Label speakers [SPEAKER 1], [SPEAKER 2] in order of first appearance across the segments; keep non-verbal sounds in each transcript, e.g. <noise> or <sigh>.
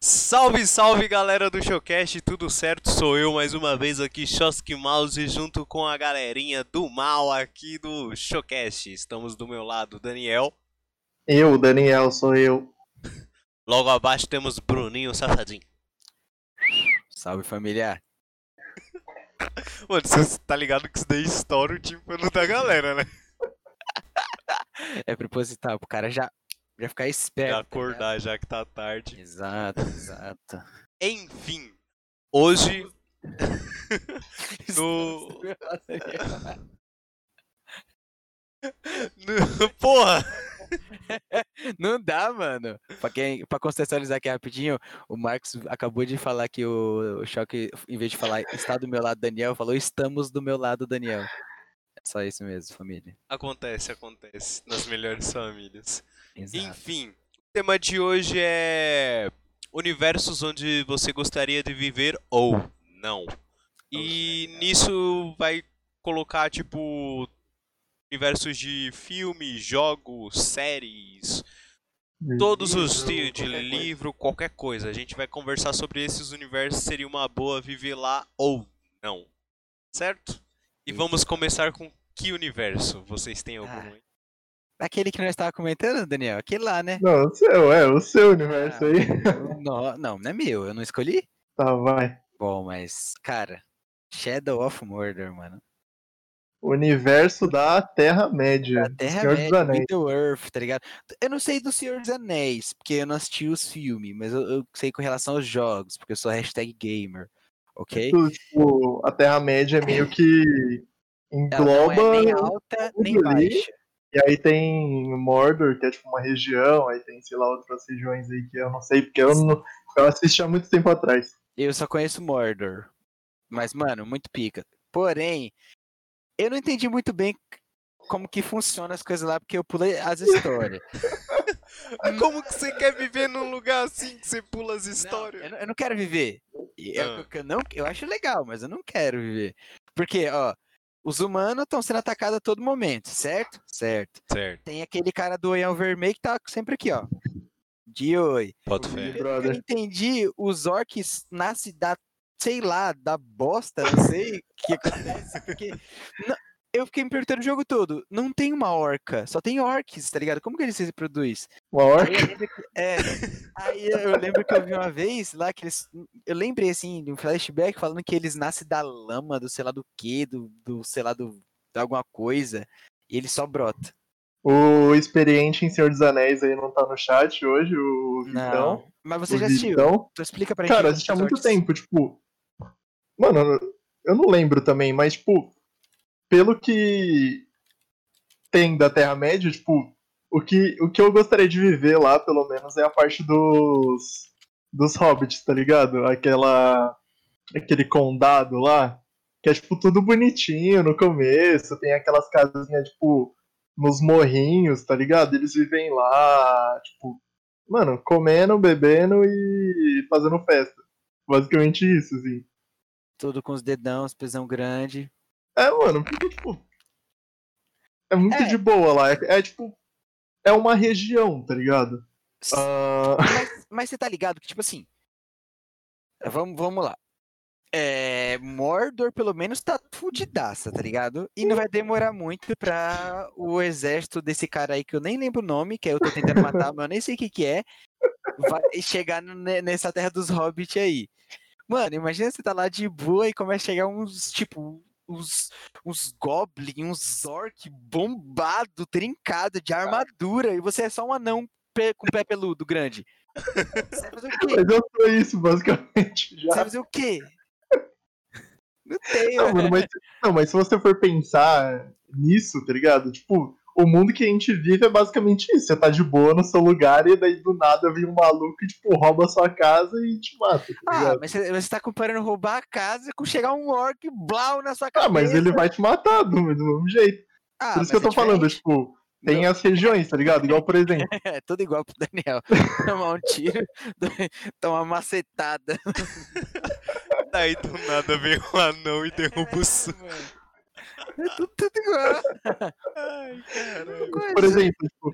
[SPEAKER 1] Salve, salve galera do Showcast, tudo certo? Sou eu mais uma vez aqui, Shoski Mouse, junto com a galerinha do mal aqui do Showcast. Estamos do meu lado, Daniel.
[SPEAKER 2] Eu, Daniel, sou eu.
[SPEAKER 1] Logo abaixo temos Bruninho Safadinho.
[SPEAKER 3] Salve família.
[SPEAKER 1] Mano, você tá ligado que isso daí estoura o time da galera, né?
[SPEAKER 3] É proposital, pro cara já, já ficar esperto.
[SPEAKER 1] Pra
[SPEAKER 3] tá ligado?
[SPEAKER 1] acordar já que tá tarde.
[SPEAKER 3] Exato, exato.
[SPEAKER 1] Enfim, hoje <laughs> No- no- Porra!
[SPEAKER 3] <laughs> Não dá, mano. Pra, quem, pra contextualizar aqui rapidinho, o Marcos acabou de falar que o, o Choque, em vez de falar está do meu lado, Daniel, falou estamos do meu lado, Daniel. É só isso mesmo, família.
[SPEAKER 1] Acontece, acontece. Nas melhores famílias.
[SPEAKER 3] Exato.
[SPEAKER 1] Enfim, o tema de hoje é. Universos onde você gostaria de viver ou não. E nisso vai colocar, tipo. Universos de filme, jogo, séries, todos os
[SPEAKER 2] Livro,
[SPEAKER 1] tipos de
[SPEAKER 2] qualquer coisa.
[SPEAKER 1] livro, qualquer coisa. A gente vai conversar sobre esses universos, seria uma boa viver lá ou não. Certo? E
[SPEAKER 3] Isso.
[SPEAKER 1] vamos começar com que universo? Vocês têm algum?
[SPEAKER 3] Ah.
[SPEAKER 1] aí?
[SPEAKER 3] Aquele que nós estávamos comentando, Daniel, aquele lá, né?
[SPEAKER 2] Não, o seu, é, o seu universo
[SPEAKER 3] Ah.
[SPEAKER 2] aí. <laughs>
[SPEAKER 3] não, não, não é meu, eu não escolhi.
[SPEAKER 2] Tá, vai.
[SPEAKER 3] Bom, mas, cara, Shadow of Mordor, mano.
[SPEAKER 2] Universo da Terra-média.
[SPEAKER 3] A
[SPEAKER 2] do
[SPEAKER 3] Terra
[SPEAKER 2] Senhor dos
[SPEAKER 3] Média,
[SPEAKER 2] Anéis.
[SPEAKER 3] Middle Earth, tá ligado? Eu não sei do Senhor dos Anéis, porque eu não assisti os filmes, mas eu, eu sei com relação aos jogos, porque eu sou hashtag gamer, ok?
[SPEAKER 2] Isso, tipo, a Terra-média é meio que
[SPEAKER 3] Ela não é nem
[SPEAKER 2] engloba.
[SPEAKER 3] alta, nem
[SPEAKER 2] tudo ali.
[SPEAKER 3] baixa.
[SPEAKER 2] e aí tem Mordor, que é tipo uma região, aí tem, sei lá, outras regiões aí que eu não sei, porque eu não. Eu assisti há muito tempo atrás.
[SPEAKER 3] Eu só conheço Mordor. Mas, mano, muito pica. Porém, eu não entendi muito bem c- como que funciona as coisas lá, porque eu pulei as histórias.
[SPEAKER 1] Como que você quer viver num lugar assim que você pula as
[SPEAKER 3] Não,
[SPEAKER 1] histórias?
[SPEAKER 3] eu, não- eu não quero viver. E é o
[SPEAKER 1] Ah.
[SPEAKER 3] que eu, não, eu acho legal, mas eu não quero viver. Porque, ó, os humanos estão sendo atacados a todo momento, certo? Certo.
[SPEAKER 1] Certo,
[SPEAKER 3] Tem aquele cara do olhão vermelho que tá sempre aqui, ó. De oi.
[SPEAKER 1] bota
[SPEAKER 2] fé.
[SPEAKER 3] Pelo que Eu
[SPEAKER 2] Brother.
[SPEAKER 3] entendi, os orcs nascem da, sei lá, da bosta, não sei o que acontece, porque... <laughs> Não, eu fiquei me perguntando o jogo todo, não tem uma orca, só tem orcs, tá ligado? Como que eles se reproduzem?
[SPEAKER 2] Uma
[SPEAKER 3] Aí
[SPEAKER 2] orca.
[SPEAKER 3] eu lembro que- É, aí eu lembro que eu vi uma vez lá que eles. Eu lembrei assim, de um flashback falando que eles nascem da lama, do sei lá do que, do, do sei lá do, de alguma coisa, e ele só brota.
[SPEAKER 2] O experiente em Senhor dos Anéis aí não tá no chat hoje, o Vitão.
[SPEAKER 3] Não. Mas você
[SPEAKER 2] o
[SPEAKER 3] já assistiu?
[SPEAKER 2] Vitão.
[SPEAKER 3] Então explica pra gente.
[SPEAKER 2] Cara, eu
[SPEAKER 3] como
[SPEAKER 2] assisti há
[SPEAKER 3] os
[SPEAKER 2] muito
[SPEAKER 3] orcs-
[SPEAKER 2] tempo, tipo. Mano, eu- eu não lembro também, mas, tipo, pelo que tem da Terra-média, tipo, o que, o que eu gostaria de viver lá, pelo menos, é a parte dos. dos hobbits, tá ligado? Aquela. aquele condado lá, que é, tipo, tudo bonitinho no começo, tem aquelas casinhas, tipo, nos morrinhos, tá ligado? Eles vivem lá, tipo, mano, comendo, bebendo e fazendo festa. Basicamente isso, assim.
[SPEAKER 3] Tudo com os dedão, os pesão
[SPEAKER 2] <laughs>
[SPEAKER 3] grande.
[SPEAKER 2] É, mano, porque, tipo. É muito
[SPEAKER 3] É.
[SPEAKER 2] de boa lá. É, é, tipo. É uma região, tá ligado?
[SPEAKER 3] S-
[SPEAKER 2] Ah,
[SPEAKER 3] Mas, mas você tá ligado que, tipo assim. Vamos, vamos lá. É, Mordor, pelo menos, tá fudidaça, tá ligado? E não vai demorar muito pra o exército desse cara aí, que eu nem lembro o nome, que eu tô tentando matar, mas eu nem sei o que que é, vai chegar no- ne- nessa terra dos hobbits aí. Mano, imagina você tá lá de boa e começa a chegar uns, tipo, uns, uns goblins, uns orc bombado, trincado, de armadura, e você é só um anão pé- com pé peludo grande. Você vai fazer o quê?
[SPEAKER 2] mas eu sou isso, basicamente.
[SPEAKER 3] Você vai
[SPEAKER 2] Já.
[SPEAKER 3] fazer o quê? Não tem,
[SPEAKER 2] Não,
[SPEAKER 3] mano.
[SPEAKER 2] mano, mas, não, mas se você for pensar nisso, tá ligado? Tipo, o mundo que a gente vive é basicamente isso. Você tá de boa no seu lugar e daí do nada vem um maluco e, tipo, rouba a sua casa e te mata, tá
[SPEAKER 3] Ah,
[SPEAKER 2] ligado?
[SPEAKER 3] mas você, você tá comparando roubar a casa com chegar um orc blau na sua cabeça.
[SPEAKER 2] Ah, mas ele vai te matar do do mesmo jeito.
[SPEAKER 3] Ah,
[SPEAKER 2] Por isso que eu
[SPEAKER 3] mas é
[SPEAKER 2] tô falando,
[SPEAKER 3] diferente.
[SPEAKER 2] tipo, tem as regiões, tá ligado? Igual, por exemplo,
[SPEAKER 3] <laughs> É tudo igual pro
[SPEAKER 2] <laughs>
[SPEAKER 3] Daniel. Tomar um tiro, <laughs> do- tomar uma macetada.
[SPEAKER 1] Daí do nada vem um anão e derruba o su-
[SPEAKER 3] É tudo, tudo igual.
[SPEAKER 1] Ai, caralho.
[SPEAKER 3] É Coisa.
[SPEAKER 2] por exemplo, tipo,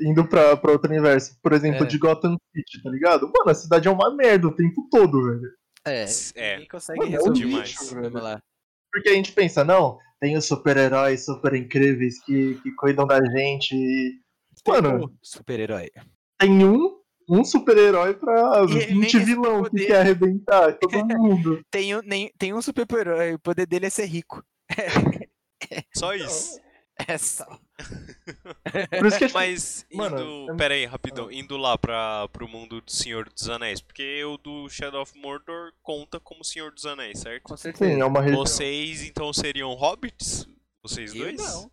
[SPEAKER 2] indo pra, pra outro universo. Por exemplo,
[SPEAKER 3] É.
[SPEAKER 2] de Gotham City, tá ligado? Mano, a cidade é uma merda o tempo todo, velho.
[SPEAKER 3] É,
[SPEAKER 1] É,
[SPEAKER 3] ninguém consegue
[SPEAKER 2] Mano, é
[SPEAKER 3] resolver
[SPEAKER 1] demais.
[SPEAKER 3] esse problema lá.
[SPEAKER 2] Porque a gente pensa, não, tem os super-heróis super incríveis que, que cuidam da gente. e- Mano,
[SPEAKER 3] Tipo, super-herói.
[SPEAKER 2] tem um, um super-herói pra
[SPEAKER 3] E ele nem
[SPEAKER 2] 20 vilão que
[SPEAKER 3] poder.
[SPEAKER 2] quer arrebentar
[SPEAKER 3] <laughs>
[SPEAKER 2] todo mundo.
[SPEAKER 3] Tem um, nem, tem um super-herói, o poder dele é ser rico.
[SPEAKER 1] só isso.
[SPEAKER 3] É só.
[SPEAKER 2] Por
[SPEAKER 3] <laughs>
[SPEAKER 2] isso que a gente
[SPEAKER 1] Mas indo.
[SPEAKER 2] Mano, eu-
[SPEAKER 1] Pera aí, rapidão. Indo lá pra, pro mundo do Senhor dos Anéis. Porque o do Shadow of Mordor conta como Senhor dos Anéis, certo?
[SPEAKER 3] Com certeza.
[SPEAKER 2] Sim, é uma região.
[SPEAKER 1] Vocês então seriam hobbits? Vocês
[SPEAKER 3] Eu
[SPEAKER 1] dois?
[SPEAKER 3] não.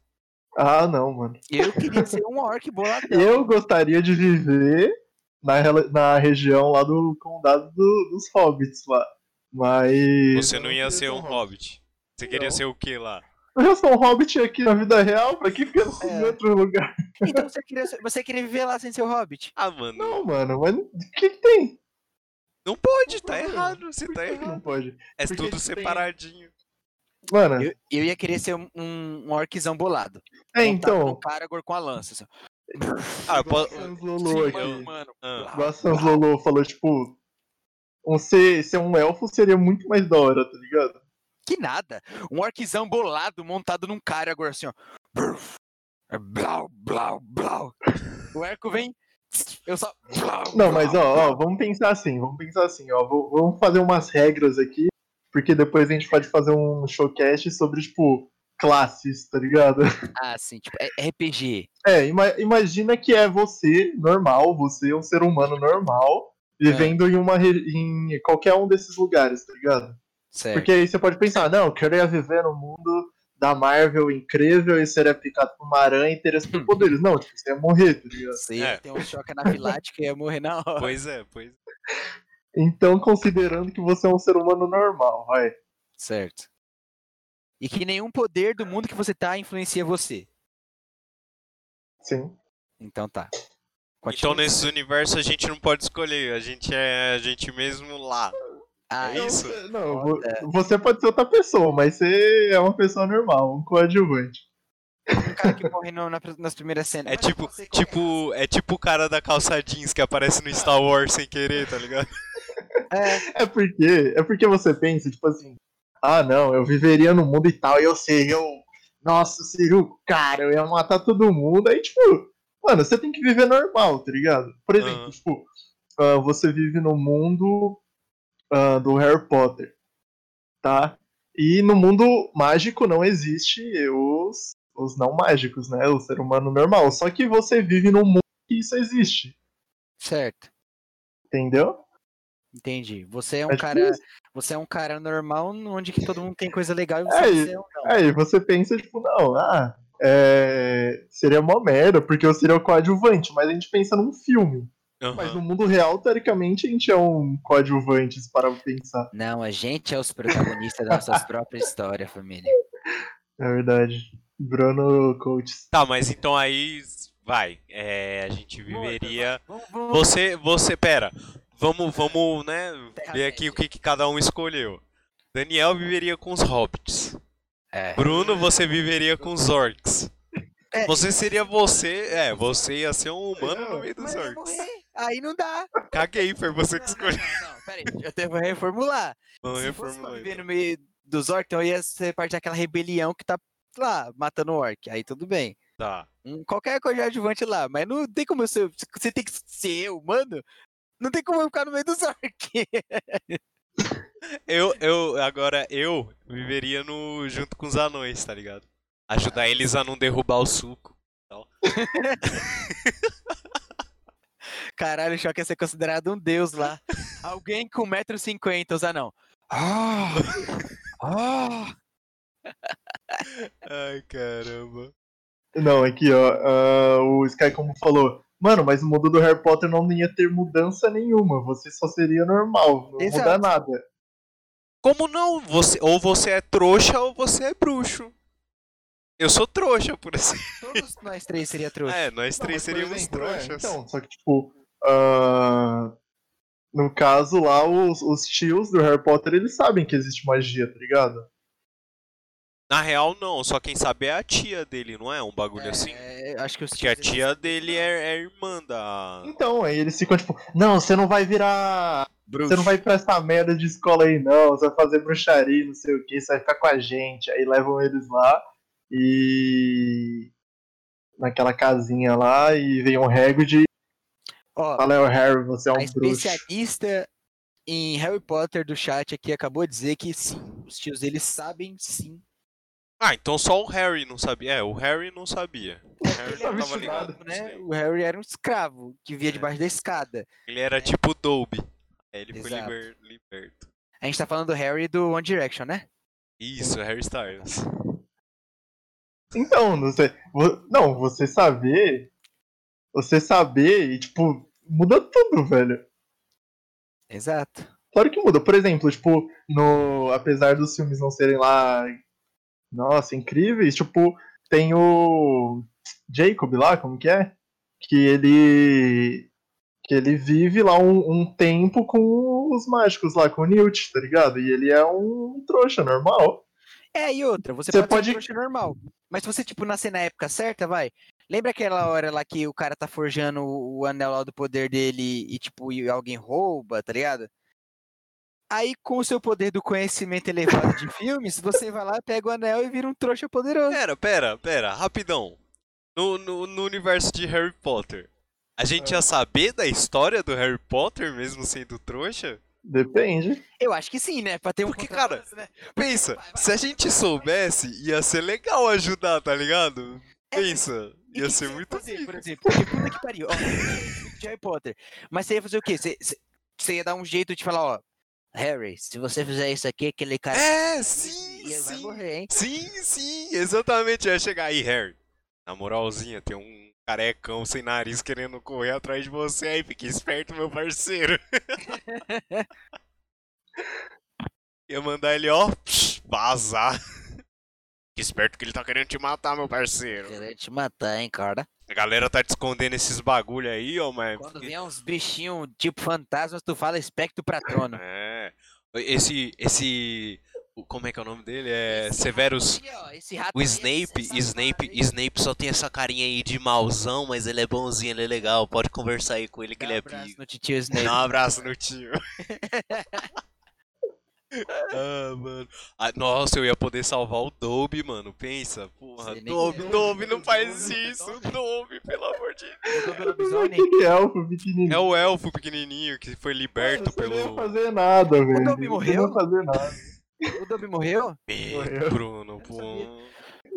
[SPEAKER 2] Ah, não, mano.
[SPEAKER 3] Eu queria ser um orc boladão.
[SPEAKER 2] Eu gostaria de viver na, rela- na região lá do condado do- dos hobbits lá. Mas.
[SPEAKER 1] Você não ia
[SPEAKER 4] queria
[SPEAKER 1] ser
[SPEAKER 4] ser
[SPEAKER 1] um
[SPEAKER 4] um
[SPEAKER 1] hobbit. Você queria
[SPEAKER 4] Não.
[SPEAKER 1] ser o que lá?
[SPEAKER 2] Eu já sou um hobbit aqui na vida real, pra que ficar em
[SPEAKER 3] É.
[SPEAKER 2] outro lugar?
[SPEAKER 3] Então você queria, ser- você queria viver lá sem ser o hobbit?
[SPEAKER 1] Ah, mano.
[SPEAKER 2] Não, mano, mas o que, que tem?
[SPEAKER 1] Não pode,
[SPEAKER 2] Não
[SPEAKER 1] tá
[SPEAKER 2] pode.
[SPEAKER 1] errado, você
[SPEAKER 2] Por
[SPEAKER 1] tá
[SPEAKER 2] que que não
[SPEAKER 1] errado.
[SPEAKER 2] pode?
[SPEAKER 1] É
[SPEAKER 2] Porque
[SPEAKER 1] tudo
[SPEAKER 2] eles têm-
[SPEAKER 1] separadinho.
[SPEAKER 2] Mano,
[SPEAKER 3] Eu, eu ia querer ser um, um orczão bolado.
[SPEAKER 2] é
[SPEAKER 3] Montado num
[SPEAKER 2] então.
[SPEAKER 3] Paragor com a lança. assim.
[SPEAKER 1] Ah, po-
[SPEAKER 2] Sans Lolo
[SPEAKER 1] Sim,
[SPEAKER 2] aqui.
[SPEAKER 1] eu-
[SPEAKER 3] mano.
[SPEAKER 1] ah,
[SPEAKER 2] Igual a Sans Lolo falou, tipo. Um ser, ser um elfo seria muito mais da hora, tá ligado?
[SPEAKER 3] Que nada. Um orczão bolado montado num cara agora assim, ó. Bruf. É Blau, blau, blau. O arco vem. Eu só. blau,
[SPEAKER 2] Não, mas
[SPEAKER 3] blau,
[SPEAKER 2] ó, ó,
[SPEAKER 3] blau.
[SPEAKER 2] vamos pensar assim, vamos pensar assim, ó. vou- Vamos fazer umas regras aqui, porque depois a gente pode fazer um showcast sobre, tipo, classes, tá ligado? <laughs>
[SPEAKER 3] Ah, sim. Tipo, é RPG.
[SPEAKER 2] É, ima- imagina que é você, normal, você é um ser humano normal, vivendo em uma re- em qualquer um desses lugares, tá ligado?
[SPEAKER 3] Certo.
[SPEAKER 2] Porque aí você pode pensar, não, eu queria viver num mundo da Marvel incrível e seria picado por uma aranha e ter esses poderes. Não, tipo, você ia morrer, tá ligado?
[SPEAKER 3] Você
[SPEAKER 1] É.
[SPEAKER 3] ia ter um choque anafilático e ia morrer na hora.
[SPEAKER 1] Pois é, pois é.
[SPEAKER 2] Então, considerando que você é um ser humano normal, vai.
[SPEAKER 3] Certo. E que nenhum poder do mundo que você tá influencia você.
[SPEAKER 2] Sim.
[SPEAKER 3] Então tá.
[SPEAKER 1] Então
[SPEAKER 3] Continua.
[SPEAKER 1] nesses universos a gente não pode escolher, a gente é a gente mesmo lá.
[SPEAKER 3] Ah,
[SPEAKER 1] é
[SPEAKER 3] eu-
[SPEAKER 1] isso?
[SPEAKER 2] Não, vo-
[SPEAKER 3] Foda.
[SPEAKER 2] você pode ser outra pessoa, mas você é uma pessoa normal, um coadjuvante.
[SPEAKER 3] um cara que morre no- na- nas primeiras cenas.
[SPEAKER 1] É tipo, tipo, é tipo o cara da calça jeans que aparece no Star Wars sem querer, tá ligado?
[SPEAKER 3] É,
[SPEAKER 2] É porque, é porque você pensa, tipo assim, ah não, eu viveria no mundo e tal, e eu seria o. Nossa, seria o cara, eu ia matar todo mundo. Aí, tipo, mano, você tem que viver normal, tá ligado? Por exemplo,
[SPEAKER 1] Aham.
[SPEAKER 2] tipo, ah, você vive no mundo ah, do Harry Potter, tá? E no mundo mágico não existe os, os não mágicos, né? O ser humano normal. Só que você vive num mundo que isso existe,
[SPEAKER 3] certo.
[SPEAKER 2] entendeu?
[SPEAKER 3] Entendi. Você é um
[SPEAKER 2] É tipo
[SPEAKER 3] cara,
[SPEAKER 2] isso.
[SPEAKER 3] você é um cara normal onde que todo mundo tem coisa legal e você,
[SPEAKER 2] É,
[SPEAKER 3] você é um não.
[SPEAKER 2] Aí você pensa, tipo, não, ah, é, seria mó merda, porque eu seria o coadjuvante, mas a gente pensa num filme. Mas no
[SPEAKER 1] Aham.
[SPEAKER 2] mundo real, teoricamente, a gente é um coadjuvante, se parar pra pensar.
[SPEAKER 3] Não, a gente é os protagonistas das nossas próprias histórias, família.
[SPEAKER 2] Na É verdade. Bruno Coates.
[SPEAKER 1] Tá, mas então aí vai. É, a gente viveria.
[SPEAKER 3] Vamos, então. vamos-
[SPEAKER 1] Você, você, pera. Vamos, vamos, né? Ver aqui
[SPEAKER 3] Terra-média.
[SPEAKER 1] o que, que cada um escolheu. Daniel viveria com os hobbits.
[SPEAKER 3] É.
[SPEAKER 1] Bruno, você viveria com os orcs.
[SPEAKER 3] É.
[SPEAKER 1] Você seria você. É, você ia ser um humano no meio dos
[SPEAKER 3] Mas eu ia
[SPEAKER 1] orcs.
[SPEAKER 3] morrer. Aí não dá.
[SPEAKER 1] Caguei, foi você que
[SPEAKER 3] Não,
[SPEAKER 1] escolheu.
[SPEAKER 3] não, não, não, peraí, eu tenho que reformular.
[SPEAKER 1] Vamos
[SPEAKER 3] Se fosse pra
[SPEAKER 1] reformular.
[SPEAKER 3] viver
[SPEAKER 1] então.
[SPEAKER 3] no meio dos orcs, então ia ser parte daquela rebelião que tá lá, matando orc. Aí tudo bem.
[SPEAKER 1] Tá.
[SPEAKER 3] Um, qualquer coadjuvante lá, mas não tem como eu ser. Você tem que ser eu, mano. Não tem como eu ficar no meio dos orcs.
[SPEAKER 1] Eu, eu, agora eu viveria no, junto com os anões, tá ligado? Ajudar eles a não derrubar o suco.
[SPEAKER 3] Caralho, o Choque ia ser considerado um deus <laughs> lá. Alguém com 1,50m, os anão.
[SPEAKER 1] Ah!
[SPEAKER 3] Ah!
[SPEAKER 1] Ai, caramba.
[SPEAKER 2] Não, aqui, ó. ah, o Sky como falou. Mano, mas no mundo do Harry Potter não ia ter mudança nenhuma. Você só seria normal. Não ia
[SPEAKER 3] Exato.
[SPEAKER 2] mudar nada.
[SPEAKER 1] Como não? Você, ou você é trouxa ou você é bruxo. Eu sou trouxa, por assim.
[SPEAKER 3] Todos nós três seria trouxa.
[SPEAKER 1] É, nós
[SPEAKER 2] Não,
[SPEAKER 1] três
[SPEAKER 2] mas, por
[SPEAKER 1] seríamos
[SPEAKER 2] exemplo, é,
[SPEAKER 1] trouxas.
[SPEAKER 2] então, só que, tipo, ah, no caso lá, os, os tios do Harry Potter, eles sabem que existe magia, tá ligado?
[SPEAKER 1] Na real, não, só quem sabe é a tia dele, não é? Um bagulho assim.
[SPEAKER 3] É, acho que os
[SPEAKER 1] Porque a
[SPEAKER 3] tios, eles-
[SPEAKER 1] tia dele é, é irmã da.
[SPEAKER 2] Então, aí eles ficam tipo, não, você não vai virar.
[SPEAKER 3] Bruxo.
[SPEAKER 2] Você não vai pra essa merda de escola aí, não. Você vai fazer bruxaria, não sei o que, você vai ficar com a gente. Aí levam eles lá e. naquela casinha lá e vem um rego de.
[SPEAKER 3] Ó,
[SPEAKER 2] Fala, é o Harry, você é
[SPEAKER 3] a
[SPEAKER 2] um bruxo.
[SPEAKER 3] especialista em Harry Potter do chat aqui acabou de dizer que sim, os tios deles sabem sim.
[SPEAKER 1] Ah, então só o Harry não sabia. É, o Harry não sabia. O Harry não
[SPEAKER 2] tava
[SPEAKER 1] tava
[SPEAKER 2] estudado,
[SPEAKER 1] ligado. nisso
[SPEAKER 3] né?
[SPEAKER 1] daí.
[SPEAKER 3] O Harry era um escravo que via
[SPEAKER 1] É.
[SPEAKER 3] debaixo da escada.
[SPEAKER 1] Ele era tipo Dolby. É, ele foi
[SPEAKER 3] Exato.
[SPEAKER 1] liber- liberto.
[SPEAKER 3] A gente tá falando do Harry do One Direction, né?
[SPEAKER 1] Isso, Harry Styles.
[SPEAKER 3] <laughs>
[SPEAKER 2] Então, não sei. vo- Não, você saber. Você saber e, tipo, muda tudo, velho.
[SPEAKER 3] Exato.
[SPEAKER 2] Claro que muda. Por exemplo, tipo, no. Apesar dos filmes não serem lá. Nossa, incríveis, tipo, tem o. Jacob lá, como que é? Que ele. Que ele vive lá um, um tempo com os mágicos lá, com o Newt, tá ligado? E ele é um trouxa normal.
[SPEAKER 3] É, e outra, você,
[SPEAKER 2] Você
[SPEAKER 3] pode,
[SPEAKER 2] pode-
[SPEAKER 3] ser um trouxa normal. Mas se você, tipo, nascer na época certa, vai. Lembra aquela hora lá que o cara tá forjando o o anel lá do poder dele e, tipo, e alguém rouba, tá ligado? Aí, com o seu poder do conhecimento elevado
[SPEAKER 1] <laughs>
[SPEAKER 3] de filmes, você vai lá, pega o anel e vira um trouxa poderoso.
[SPEAKER 1] Pera, pera, pera, rapidão. No, no, no universo de Harry Potter, a gente ia saber da história do Harry Potter mesmo sendo trouxa?
[SPEAKER 2] Depende.
[SPEAKER 3] Eu acho que sim, né? Pra ter um
[SPEAKER 1] Porque,
[SPEAKER 3] contrabalanço, né?
[SPEAKER 1] Pensa, se a gente soubesse, ia ser legal ajudar, tá ligado? Pensa,
[SPEAKER 3] É, E o
[SPEAKER 1] ia
[SPEAKER 3] que que
[SPEAKER 1] ser
[SPEAKER 3] você
[SPEAKER 1] muito
[SPEAKER 3] fazer, Por
[SPEAKER 1] rico.
[SPEAKER 3] exemplo, porque puta que pariu. Ó, <laughs> de Harry Potter. Mas você ia fazer o quê? Você, você- você ia dar um jeito de falar, ó. Harry, se você fizer isso aqui, aquele cara.
[SPEAKER 1] É,
[SPEAKER 3] E
[SPEAKER 1] sim,
[SPEAKER 3] ele vai
[SPEAKER 1] sim.
[SPEAKER 3] morrer, hein?
[SPEAKER 1] Sim, sim, exatamente. Ia chegar aí, Harry. Na moralzinha, tem um carecão sem nariz querendo correr atrás de você aí. Fique esperto, meu parceiro. Ia mandar ele, ó, vazar. Fique esperto que ele tá querendo te matar, meu parceiro.
[SPEAKER 3] Querer te matar, hein, cara?
[SPEAKER 1] A galera tá te escondendo esses bagulho aí, ó, mas.
[SPEAKER 3] Quando vier uns bichinhos tipo fantasmas, tu fala espectro pra trono.
[SPEAKER 1] É. Esse. Esse. o- Como é que é o nome dele? É. Severus.
[SPEAKER 3] Ih, ó, esse rato
[SPEAKER 1] O
[SPEAKER 3] aí é
[SPEAKER 1] Snape,
[SPEAKER 3] sensacional,
[SPEAKER 1] Snape,
[SPEAKER 3] hein?
[SPEAKER 1] Snape só tem essa carinha aí de mauzão, mas ele é bonzinho, ele é legal, pode conversar aí com ele que
[SPEAKER 3] Dá
[SPEAKER 1] ele
[SPEAKER 3] um
[SPEAKER 1] é um
[SPEAKER 3] abraço
[SPEAKER 1] pico.
[SPEAKER 3] no titio
[SPEAKER 1] Dá
[SPEAKER 3] Snape.
[SPEAKER 1] um abraço no tio. ah, mano. Ah, nossa, eu ia poder salvar o Dobby, mano. Pensa, porra.
[SPEAKER 3] Você nem-
[SPEAKER 1] Dobby, Dobby, não faz
[SPEAKER 3] Dobby,
[SPEAKER 1] isso. Dobby, pelo amor de Deus.
[SPEAKER 3] Mudou pelo lobisomem?
[SPEAKER 2] Aquele elfo
[SPEAKER 1] É
[SPEAKER 2] pequenininho.
[SPEAKER 1] o elfo pequenininho que foi liberto
[SPEAKER 2] Você não ia
[SPEAKER 1] pelo...
[SPEAKER 2] fazer nada, velho.
[SPEAKER 3] Dobby
[SPEAKER 2] Você não
[SPEAKER 3] morreu?
[SPEAKER 2] ia fazer nada.
[SPEAKER 3] O Dobby morreu?
[SPEAKER 1] Ih, Bruno, pô.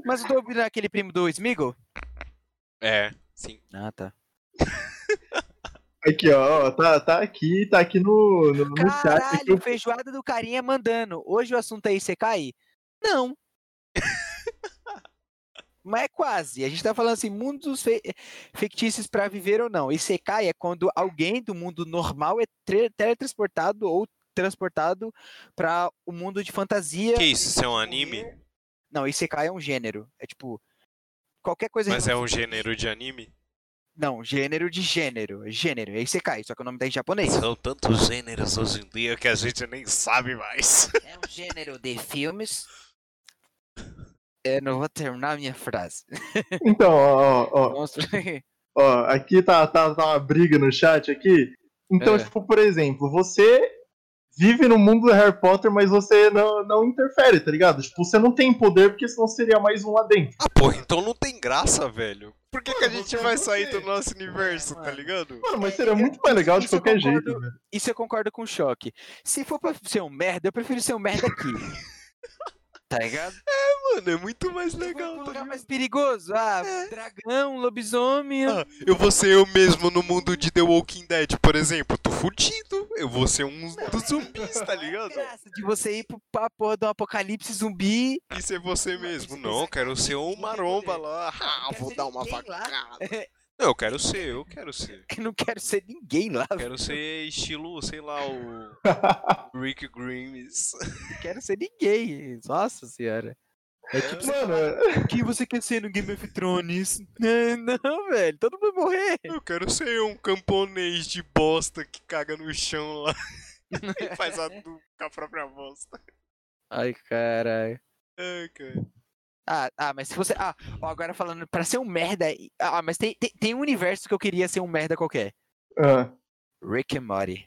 [SPEAKER 3] Mas o Dobby não é aquele primo do Smeagol?
[SPEAKER 1] É, sim.
[SPEAKER 3] Ah, tá.
[SPEAKER 2] Aqui, ó, ó, tá, tá aqui, tá aqui no, no, no chat. Aqui,
[SPEAKER 3] Caralho, feijoada do carinha mandando. Hoje o assunto é ICKI?
[SPEAKER 1] <laughs>
[SPEAKER 3] Não. Mas é quase. A gente tá falando assim, mundos fe- fictícios pra viver ou não. ICKI é quando alguém do mundo normal é tre- teletransportado ou transportado pra o mundo de fantasia.
[SPEAKER 1] Que isso, isso é um anime?
[SPEAKER 3] Não, ICKI é um gênero. É tipo qualquer coisa
[SPEAKER 1] Mas é um
[SPEAKER 3] relacionada-
[SPEAKER 1] gênero de anime?
[SPEAKER 3] Não, gênero de gênero. Gênero, é ICKI, só que o nome tá em japonês.
[SPEAKER 1] São tantos gêneros hoje em dia que a gente nem sabe mais.
[SPEAKER 3] É um gênero de filmes. Eu não vou terminar a minha frase.
[SPEAKER 2] Então, ó, ó, ó,
[SPEAKER 3] Monstro-
[SPEAKER 2] Ó, aqui tá, tá, tá uma briga no chat aqui. Então,
[SPEAKER 3] É.
[SPEAKER 2] tipo, por exemplo, você vive no mundo do Harry Potter, mas você não, não interfere, tá ligado? Tipo, você não tem poder, porque senão seria mais um lá dentro.
[SPEAKER 1] Ah, porra, então não tem graça, velho. Por que, que a
[SPEAKER 2] Mano,
[SPEAKER 1] gente
[SPEAKER 2] você-
[SPEAKER 1] vai
[SPEAKER 2] você-
[SPEAKER 1] sair do nosso universo, tá
[SPEAKER 3] mano.
[SPEAKER 1] ligado?
[SPEAKER 2] Mano, mas
[SPEAKER 3] É,
[SPEAKER 2] seria
[SPEAKER 3] eu-
[SPEAKER 2] muito mais legal de
[SPEAKER 3] isso eu
[SPEAKER 2] qualquer
[SPEAKER 3] concordo.
[SPEAKER 2] jeito, velho.
[SPEAKER 3] <laughs> Isso eu concordo com o choque. Se for pra ser um merda, eu prefiro ser um merda
[SPEAKER 1] <laughs>
[SPEAKER 3] aqui. Tá ligado?
[SPEAKER 1] Mano, é muito mais
[SPEAKER 3] Eu vou pra
[SPEAKER 1] legal,
[SPEAKER 3] um
[SPEAKER 1] tá
[SPEAKER 3] lugar
[SPEAKER 1] ligado? É.
[SPEAKER 3] mais perigoso. Ah, dragão, lobisomem.
[SPEAKER 1] Ah, eu vou ser eu mesmo no mundo de The Walking Dead, por exemplo. Tô fudido. Eu vou ser um dos zumbis, <laughs> tá ligado?
[SPEAKER 3] Graça de você ir pro- pra porra do apocalipse zumbi.
[SPEAKER 1] E ser é você
[SPEAKER 3] Mas
[SPEAKER 1] mesmo.
[SPEAKER 3] isso-
[SPEAKER 1] Não,
[SPEAKER 3] isso-
[SPEAKER 1] quero ser um
[SPEAKER 3] isso não tem
[SPEAKER 1] maromba
[SPEAKER 3] poder.
[SPEAKER 1] lá. Ah,
[SPEAKER 3] quero
[SPEAKER 1] vou
[SPEAKER 3] ser
[SPEAKER 1] dar uma
[SPEAKER 3] ninguém lá.
[SPEAKER 1] facada. <laughs> Não, eu quero ser, eu quero ser.
[SPEAKER 3] Eu não quero ser ninguém lá.
[SPEAKER 1] Eu <laughs> Quero ser estilo, sei lá, o Rick Grimes.
[SPEAKER 3] Eu quero ser ninguém. Nossa senhora. É
[SPEAKER 2] <laughs>
[SPEAKER 3] tipo
[SPEAKER 2] Mano,
[SPEAKER 3] Quem você quer ser no Game of Thrones? <laughs> É, Não, velho, todo mundo vai morrer.
[SPEAKER 1] Eu quero ser um camponês de bosta que caga no chão lá <laughs> e faz a com a própria bosta.
[SPEAKER 3] Ai, caralho.
[SPEAKER 1] Ai, cara.
[SPEAKER 3] Ah, ah, mas se você. Ah, ó, agora falando, pra ser um merda. Ah, mas tem, tem, tem um universo que eu queria ser um merda qualquer.
[SPEAKER 2] Ah.
[SPEAKER 3] Rick and Morty.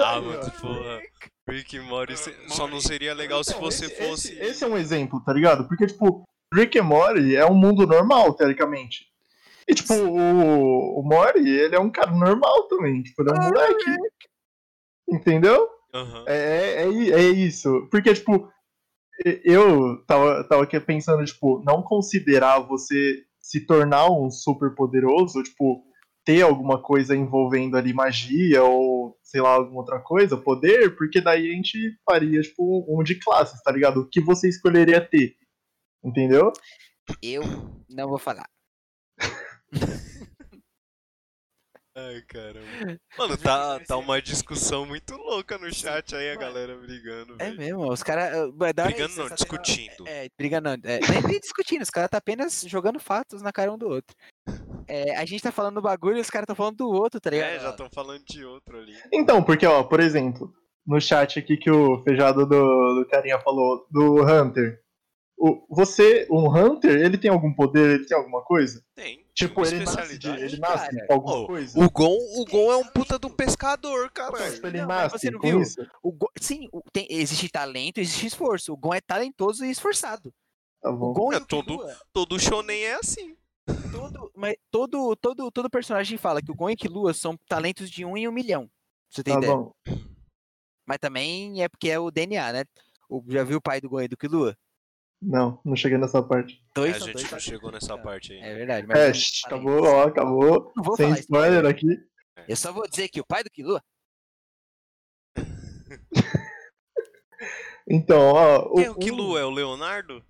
[SPEAKER 1] Ah, mano, porra. Rick e Ah, Morty se- só não seria legal se
[SPEAKER 2] Então,
[SPEAKER 1] você
[SPEAKER 2] esse-
[SPEAKER 1] fosse.
[SPEAKER 2] Esse, esse é um exemplo, tá ligado? Porque, tipo, Rick and Morty é um mundo normal, teoricamente. E, tipo, o, o Morty, ele é um cara normal também. Tipo, ele é um
[SPEAKER 1] Ah,
[SPEAKER 2] moleque. Entendeu?
[SPEAKER 1] Aham.
[SPEAKER 2] É, é, é i- é isso. Porque, tipo, e- eu tava, tava aqui pensando, tipo, não considerar você se tornar um super poderoso, tipo, ter alguma coisa envolvendo ali magia ou, sei lá, alguma outra coisa, poder, porque daí a gente faria, tipo, um de classes, tá ligado? O que você escolheria ter. Entendeu?
[SPEAKER 3] Eu não vou falar.
[SPEAKER 1] Ai, caramba. Mano,
[SPEAKER 2] é
[SPEAKER 1] tá, tá uma discussão muito louca no chat aí, a galera brigando.
[SPEAKER 3] É
[SPEAKER 1] velho.
[SPEAKER 3] mesmo, os caras.
[SPEAKER 1] Brigando
[SPEAKER 2] tá
[SPEAKER 1] não, discutindo.
[SPEAKER 3] É, briga não. É, nem, nem discutindo, os caras tá apenas jogando fatos na cara um do outro. É, a gente tá falando do bagulho e os caras tão falando do outro, tá ligado?
[SPEAKER 1] É, já estão falando de outro ali.
[SPEAKER 2] Então, porque, ó, por exemplo, no chat aqui que o feijado do, do carinha falou, do Hunter. O, você, um Hunter, ele tem algum poder, ele tem alguma coisa?
[SPEAKER 1] Tem. tem
[SPEAKER 2] Tipo,
[SPEAKER 1] uma
[SPEAKER 2] ele nasce, de,
[SPEAKER 1] especialidade.
[SPEAKER 2] ele nasce
[SPEAKER 3] Cara,
[SPEAKER 2] com alguma
[SPEAKER 1] ô,
[SPEAKER 2] coisa?
[SPEAKER 1] O Gon, o Gon é um puta de um pescador, caralho.
[SPEAKER 2] Tipo, ele
[SPEAKER 3] Não, mas
[SPEAKER 2] nasce
[SPEAKER 3] você não
[SPEAKER 2] com
[SPEAKER 3] viu?
[SPEAKER 2] isso?
[SPEAKER 3] O Gon- sim, o- tem- existe talento, existe esforço. O Gon é talentoso e esforçado.
[SPEAKER 2] Tá
[SPEAKER 3] O
[SPEAKER 2] bom.
[SPEAKER 3] Gon
[SPEAKER 1] É,
[SPEAKER 3] e o
[SPEAKER 1] todo-
[SPEAKER 3] Killua,
[SPEAKER 1] Todo shonen é assim.
[SPEAKER 3] todo, mas todo, todo, todo personagem fala que o Gon e o Killua são talentos de um em um milhão. pra Você tem
[SPEAKER 2] Tá
[SPEAKER 3] ideia?
[SPEAKER 2] bom.
[SPEAKER 3] Mas também é porque é o DNA, né? O- já viu o pai do Gon e do Killua?
[SPEAKER 2] Não, não cheguei nessa parte.
[SPEAKER 3] Dois
[SPEAKER 1] É, a
[SPEAKER 3] são
[SPEAKER 1] gente
[SPEAKER 3] dois
[SPEAKER 1] não
[SPEAKER 3] talentos.
[SPEAKER 1] chegou nessa parte aí.
[SPEAKER 3] É verdade. Mas
[SPEAKER 2] É,
[SPEAKER 3] são
[SPEAKER 2] shh,
[SPEAKER 3] talentos.
[SPEAKER 2] acabou, ó, acabou.
[SPEAKER 3] Não vou
[SPEAKER 2] Sem
[SPEAKER 3] falar isso.
[SPEAKER 2] spoiler aqui.
[SPEAKER 3] Eu só vou dizer que o pai do Killua.
[SPEAKER 2] Então, ó.
[SPEAKER 1] Quem é o
[SPEAKER 2] um-
[SPEAKER 1] Killua? É o Leonardo?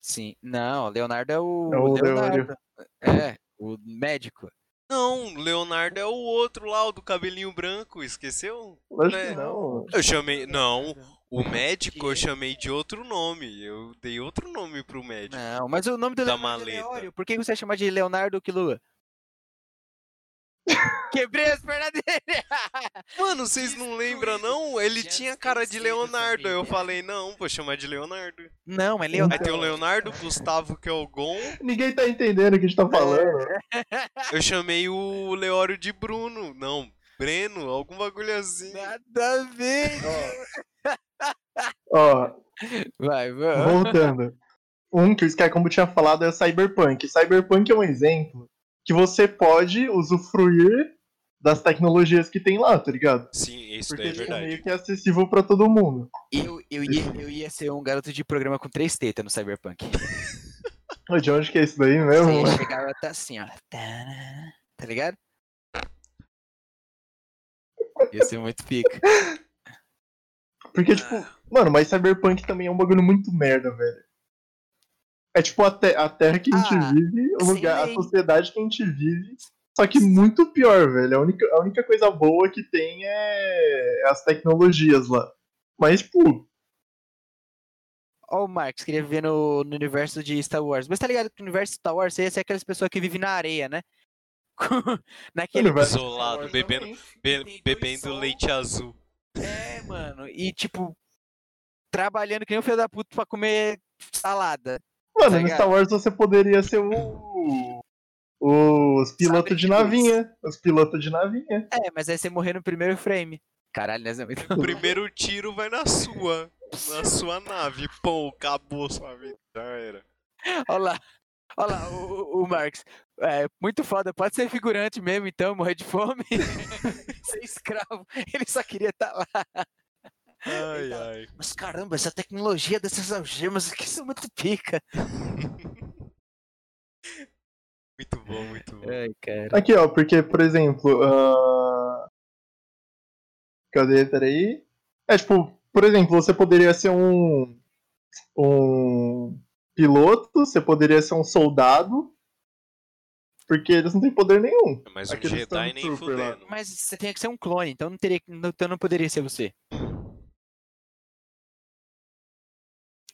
[SPEAKER 3] Sim. Não, Leonardo é o.
[SPEAKER 2] É o
[SPEAKER 3] Leonardo. É, o médico.
[SPEAKER 1] Não, Leonardo é o outro lá, o do cabelinho branco, esqueceu?
[SPEAKER 2] Lógico
[SPEAKER 1] né?
[SPEAKER 2] que não.
[SPEAKER 1] Eu chamei. Não, o médico eu chamei de outro nome. Eu dei outro nome pro médico.
[SPEAKER 3] Não, mas o nome do
[SPEAKER 1] Da
[SPEAKER 3] Leonardo é
[SPEAKER 1] maleta.
[SPEAKER 3] Leório. Por que você chama de Leonardo Quilua?
[SPEAKER 2] <laughs>
[SPEAKER 3] Quebrei as pernas dele!
[SPEAKER 1] Mano, vocês não lembram, não? Ele
[SPEAKER 3] Just
[SPEAKER 1] tinha cara de
[SPEAKER 3] esquecido essa
[SPEAKER 1] Leonardo. Aí eu
[SPEAKER 3] merda.
[SPEAKER 1] falei, não, vou chamar de Leonardo.
[SPEAKER 3] Não, mas
[SPEAKER 1] Aí
[SPEAKER 3] Leonardo.
[SPEAKER 1] tem o Leonardo, o Gustavo, que é o Gon.
[SPEAKER 2] Ninguém tá entendendo o que a gente tá falando.
[SPEAKER 3] É.
[SPEAKER 1] Eu chamei o Leório de Bruno. Não, Breno, algum bagulho assim.
[SPEAKER 3] Nada a ver!
[SPEAKER 2] Ó,
[SPEAKER 3] Vai, vamos.
[SPEAKER 2] <laughs> voltando. Um que o Sky como tinha falado é o Cyberpunk. Cyberpunk é um exemplo que você pode usufruir das tecnologias que tem lá, tá ligado?
[SPEAKER 1] Sim, isso daí
[SPEAKER 2] Porque
[SPEAKER 1] é
[SPEAKER 2] tipo, meio
[SPEAKER 1] verdade.
[SPEAKER 2] que é acessível pra todo mundo.
[SPEAKER 3] Eu, eu, ia, eu ia ser um garoto de programa com três tetas no Cyberpunk.
[SPEAKER 2] Ô, De onde que é isso daí
[SPEAKER 3] Eu
[SPEAKER 2] mesmo?
[SPEAKER 3] ia chegar até assim, ó. Tanana, Tá ligado? Ia ser muito pica.
[SPEAKER 2] <laughs> Porque, tipo, mano, mas Cyberpunk também é um bagulho muito merda, velho. É tipo a, te- a terra que a gente
[SPEAKER 3] Ah,
[SPEAKER 2] vive, o
[SPEAKER 3] sem
[SPEAKER 2] lugar, a
[SPEAKER 3] lei.
[SPEAKER 2] sociedade que a gente vive, só que muito pior, velho. A única, a única coisa boa que tem é as tecnologias lá. Mas, tipo,
[SPEAKER 3] Ó, o Marx queria viver no, no universo de Star Wars. Mas tá ligado que o universo de Star Wars você ia ser aquelas pessoas que vivem na areia, né? <laughs> Com- Naquele.
[SPEAKER 2] universo
[SPEAKER 1] Isolado, bebendo,
[SPEAKER 3] tem
[SPEAKER 1] be-
[SPEAKER 3] dois
[SPEAKER 1] bebendo
[SPEAKER 3] sol.
[SPEAKER 1] leite azul.
[SPEAKER 3] É, mano. E tipo, trabalhando que nem um filho da puta pra comer salada.
[SPEAKER 2] Mano,
[SPEAKER 3] tá
[SPEAKER 2] no
[SPEAKER 3] ligado?
[SPEAKER 2] Star Wars você poderia ser o. Os pilotos de
[SPEAKER 3] de luz.
[SPEAKER 2] navinha. Os pilotos de navinha.
[SPEAKER 3] É, mas aí você morrer no primeiro frame. Caralho, nessa é muito.
[SPEAKER 1] O primeiro tiro vai na sua. Na sua nave. Pô, acabou sua vida. Já era.
[SPEAKER 3] Olha lá. Olha lá, o, o- o Marx. É, muito foda. Pode ser figurante mesmo, então, morrer de fome. <laughs> ser escravo. Ele só queria estar lá.
[SPEAKER 1] Ai,
[SPEAKER 3] Então-
[SPEAKER 1] ai.
[SPEAKER 3] Mas caramba, essa tecnologia dessas algemas aqui são muito pica.
[SPEAKER 1] Muito bom, muito bom.
[SPEAKER 3] Ai, cara.
[SPEAKER 2] Aqui, ó, porque, por exemplo. ah, Cadê? Peraí. É tipo, por exemplo, você poderia ser um. Um piloto, você poderia ser um soldado. Porque eles não têm poder nenhum.
[SPEAKER 1] Mas um
[SPEAKER 2] Aquele
[SPEAKER 1] Jedi nem
[SPEAKER 2] Stormtrooper lá.
[SPEAKER 1] fudendo.
[SPEAKER 3] Mas você tem que ser um clone, então não teria, não- então não poderia ser você.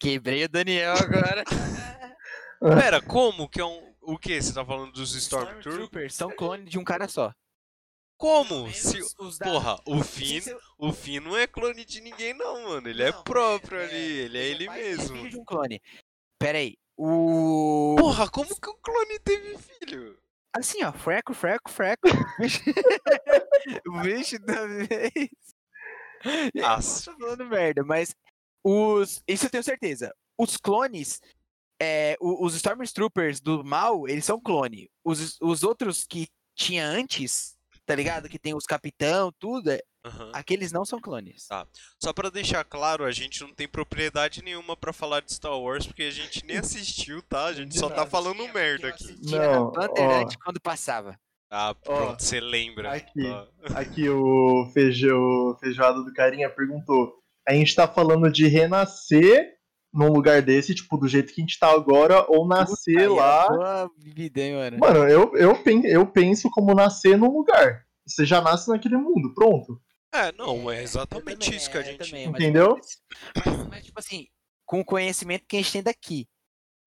[SPEAKER 3] Quebrei o Daniel agora.
[SPEAKER 1] Pera, como que é um. O que? Você tá falando dos Stormtroopers?
[SPEAKER 3] Stormtroopers são clones de um cara só.
[SPEAKER 1] Como? Se...
[SPEAKER 3] os
[SPEAKER 1] Porra, o Finn. O Finn não é clone de ninguém, não, mano. Ele é
[SPEAKER 3] Não,
[SPEAKER 1] próprio
[SPEAKER 3] é-
[SPEAKER 1] ali. Ele é ele
[SPEAKER 3] pai- é filho
[SPEAKER 1] mesmo.
[SPEAKER 3] de um clone. Pera aí, O.
[SPEAKER 1] Porra, como que o clone teve filho?
[SPEAKER 3] Assim, ó, freco, freco, freco. <laughs> Bicho- Bicho da vez.
[SPEAKER 1] Nossa.
[SPEAKER 3] Tô falando merda, mas os. Isso eu tenho certeza. Os clones. é, o- os Stormtroopers do mal, eles são clone. Os, os outros que tinha antes, tá ligado? Que tem os capitão, tudo, é-
[SPEAKER 1] Aham.
[SPEAKER 3] aqueles não são
[SPEAKER 1] Tá
[SPEAKER 3] clones.
[SPEAKER 1] Só pra deixar claro, a gente não tem propriedade nenhuma pra falar de Star Wars, porque a gente nem assistiu, tá? A gente
[SPEAKER 2] De
[SPEAKER 1] só tá
[SPEAKER 2] nada.
[SPEAKER 1] falando
[SPEAKER 3] Tinha,
[SPEAKER 1] merda
[SPEAKER 3] porque eu
[SPEAKER 1] aqui.
[SPEAKER 3] assistia na
[SPEAKER 2] Não,
[SPEAKER 3] Bandeirante
[SPEAKER 2] ó.
[SPEAKER 3] quando passava.
[SPEAKER 1] Ah, pronto, você lembra.
[SPEAKER 2] aqui.
[SPEAKER 1] Tá.
[SPEAKER 2] Aqui o, feijão, o feijoado do carinha perguntou. A gente tá falando de renascer num lugar desse, tipo, do jeito que a gente tá agora, ou
[SPEAKER 3] Aí é né?
[SPEAKER 2] nascer
[SPEAKER 3] era
[SPEAKER 2] lá.
[SPEAKER 3] boa Vida, hein, mano?
[SPEAKER 2] Mano, eu, eu, pen- eu penso como nascer num lugar. Você já nasce naquele mundo, pronto.
[SPEAKER 1] É, não, é
[SPEAKER 3] eu
[SPEAKER 1] exatamente
[SPEAKER 3] também,
[SPEAKER 1] isso que a
[SPEAKER 3] é,
[SPEAKER 1] gente.
[SPEAKER 3] também, mas-
[SPEAKER 2] Entendeu?
[SPEAKER 3] Mas, mas, tipo assim, com o conhecimento que a gente tem daqui.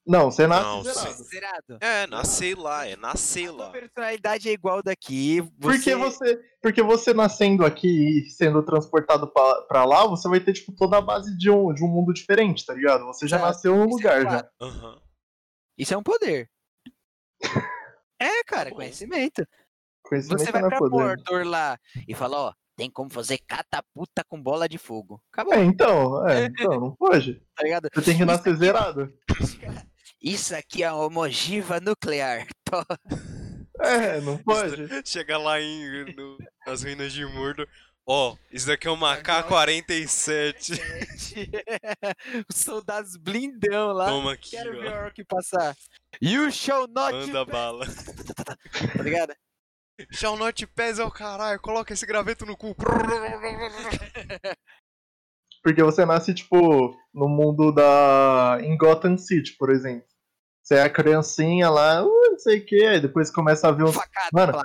[SPEAKER 2] Não, você nasce
[SPEAKER 1] Não,
[SPEAKER 2] zerado.
[SPEAKER 1] sim.
[SPEAKER 3] Zerado.
[SPEAKER 1] É, nascer lá, é nascer
[SPEAKER 3] A tua
[SPEAKER 1] lá.
[SPEAKER 3] personalidade é igual daqui.
[SPEAKER 2] Porque você, porque você nascendo aqui e sendo transportado pra, pra lá, você vai ter, tipo, toda a base de um, de um mundo diferente, tá ligado? Você já
[SPEAKER 3] Exato.
[SPEAKER 2] nasceu num
[SPEAKER 3] Isso é
[SPEAKER 2] lugar,
[SPEAKER 3] claro.
[SPEAKER 2] já.
[SPEAKER 1] Aham.
[SPEAKER 3] Isso é um poder.
[SPEAKER 2] <laughs>
[SPEAKER 3] É, cara,
[SPEAKER 1] Tá bom.
[SPEAKER 3] conhecimento.
[SPEAKER 2] Conhecimento
[SPEAKER 3] Você vai
[SPEAKER 2] não é
[SPEAKER 3] pra
[SPEAKER 2] poder.
[SPEAKER 3] Mordor lá e fala, ó, tem como fazer catapulta com bola de fogo. Acabou,
[SPEAKER 2] É, então, é, então, não pode.
[SPEAKER 3] tá ligado?
[SPEAKER 2] Você tem que
[SPEAKER 3] Isso
[SPEAKER 2] nascer zerado.
[SPEAKER 3] Isso aqui é uma ogiva nuclear. <laughs>
[SPEAKER 2] É, não pode.
[SPEAKER 1] Chega lá em, no- nas ruínas de Mordor. Ó, isso daqui é uma K-47.
[SPEAKER 3] Os soldados blindão lá.
[SPEAKER 1] Toma aqui,
[SPEAKER 3] Quero ver
[SPEAKER 1] ó.
[SPEAKER 3] a hora que passar. You shall not
[SPEAKER 1] Manda bala.
[SPEAKER 3] <laughs> tá ligado?
[SPEAKER 1] Shall not pass é o caralho, coloca esse graveto no cu.
[SPEAKER 2] Porque você nasce, tipo, no mundo da. em Gotham City, por exemplo. Você é a criancinha lá, uh, não sei o que, aí depois começa a ver uns.
[SPEAKER 3] Facada
[SPEAKER 2] Então, Mano,
[SPEAKER 3] lá.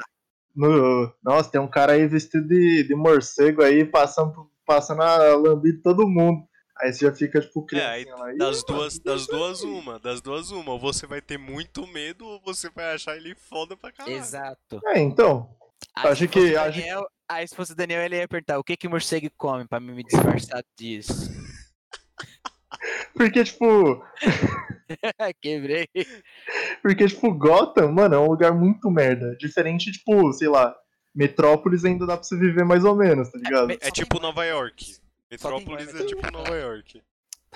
[SPEAKER 2] no- nossa, tem um cara aí vestido de, de morcego aí, passando, por- passando a lambida todo mundo. Aí você já fica, tipo,
[SPEAKER 1] É, aí
[SPEAKER 2] criancinha lá. "Ih,
[SPEAKER 1] Das
[SPEAKER 2] mano, é
[SPEAKER 1] duas, das duas um. uma, das duas uma. Ou você vai ter muito medo ou você vai achar ele foda pra caralho.
[SPEAKER 3] Exato.
[SPEAKER 2] É, então.
[SPEAKER 3] Aí
[SPEAKER 2] Acho
[SPEAKER 3] se
[SPEAKER 2] que-
[SPEAKER 3] fosse o
[SPEAKER 2] acho que-
[SPEAKER 3] Daniel, aí se fosse o Daniel, ele ia apertar o que que morcego come pra mim me disfarçar disso. <laughs>
[SPEAKER 2] Porque, tipo.
[SPEAKER 3] Quebrei.
[SPEAKER 2] Porque, tipo, Gotham, mano, é um lugar muito merda. Diferente, tipo, sei lá, Metrópolis ainda dá pra você viver mais ou menos, tá ligado?
[SPEAKER 1] É tipo Nova York. Metrópolis é
[SPEAKER 3] Só tem
[SPEAKER 1] tipo Nova York.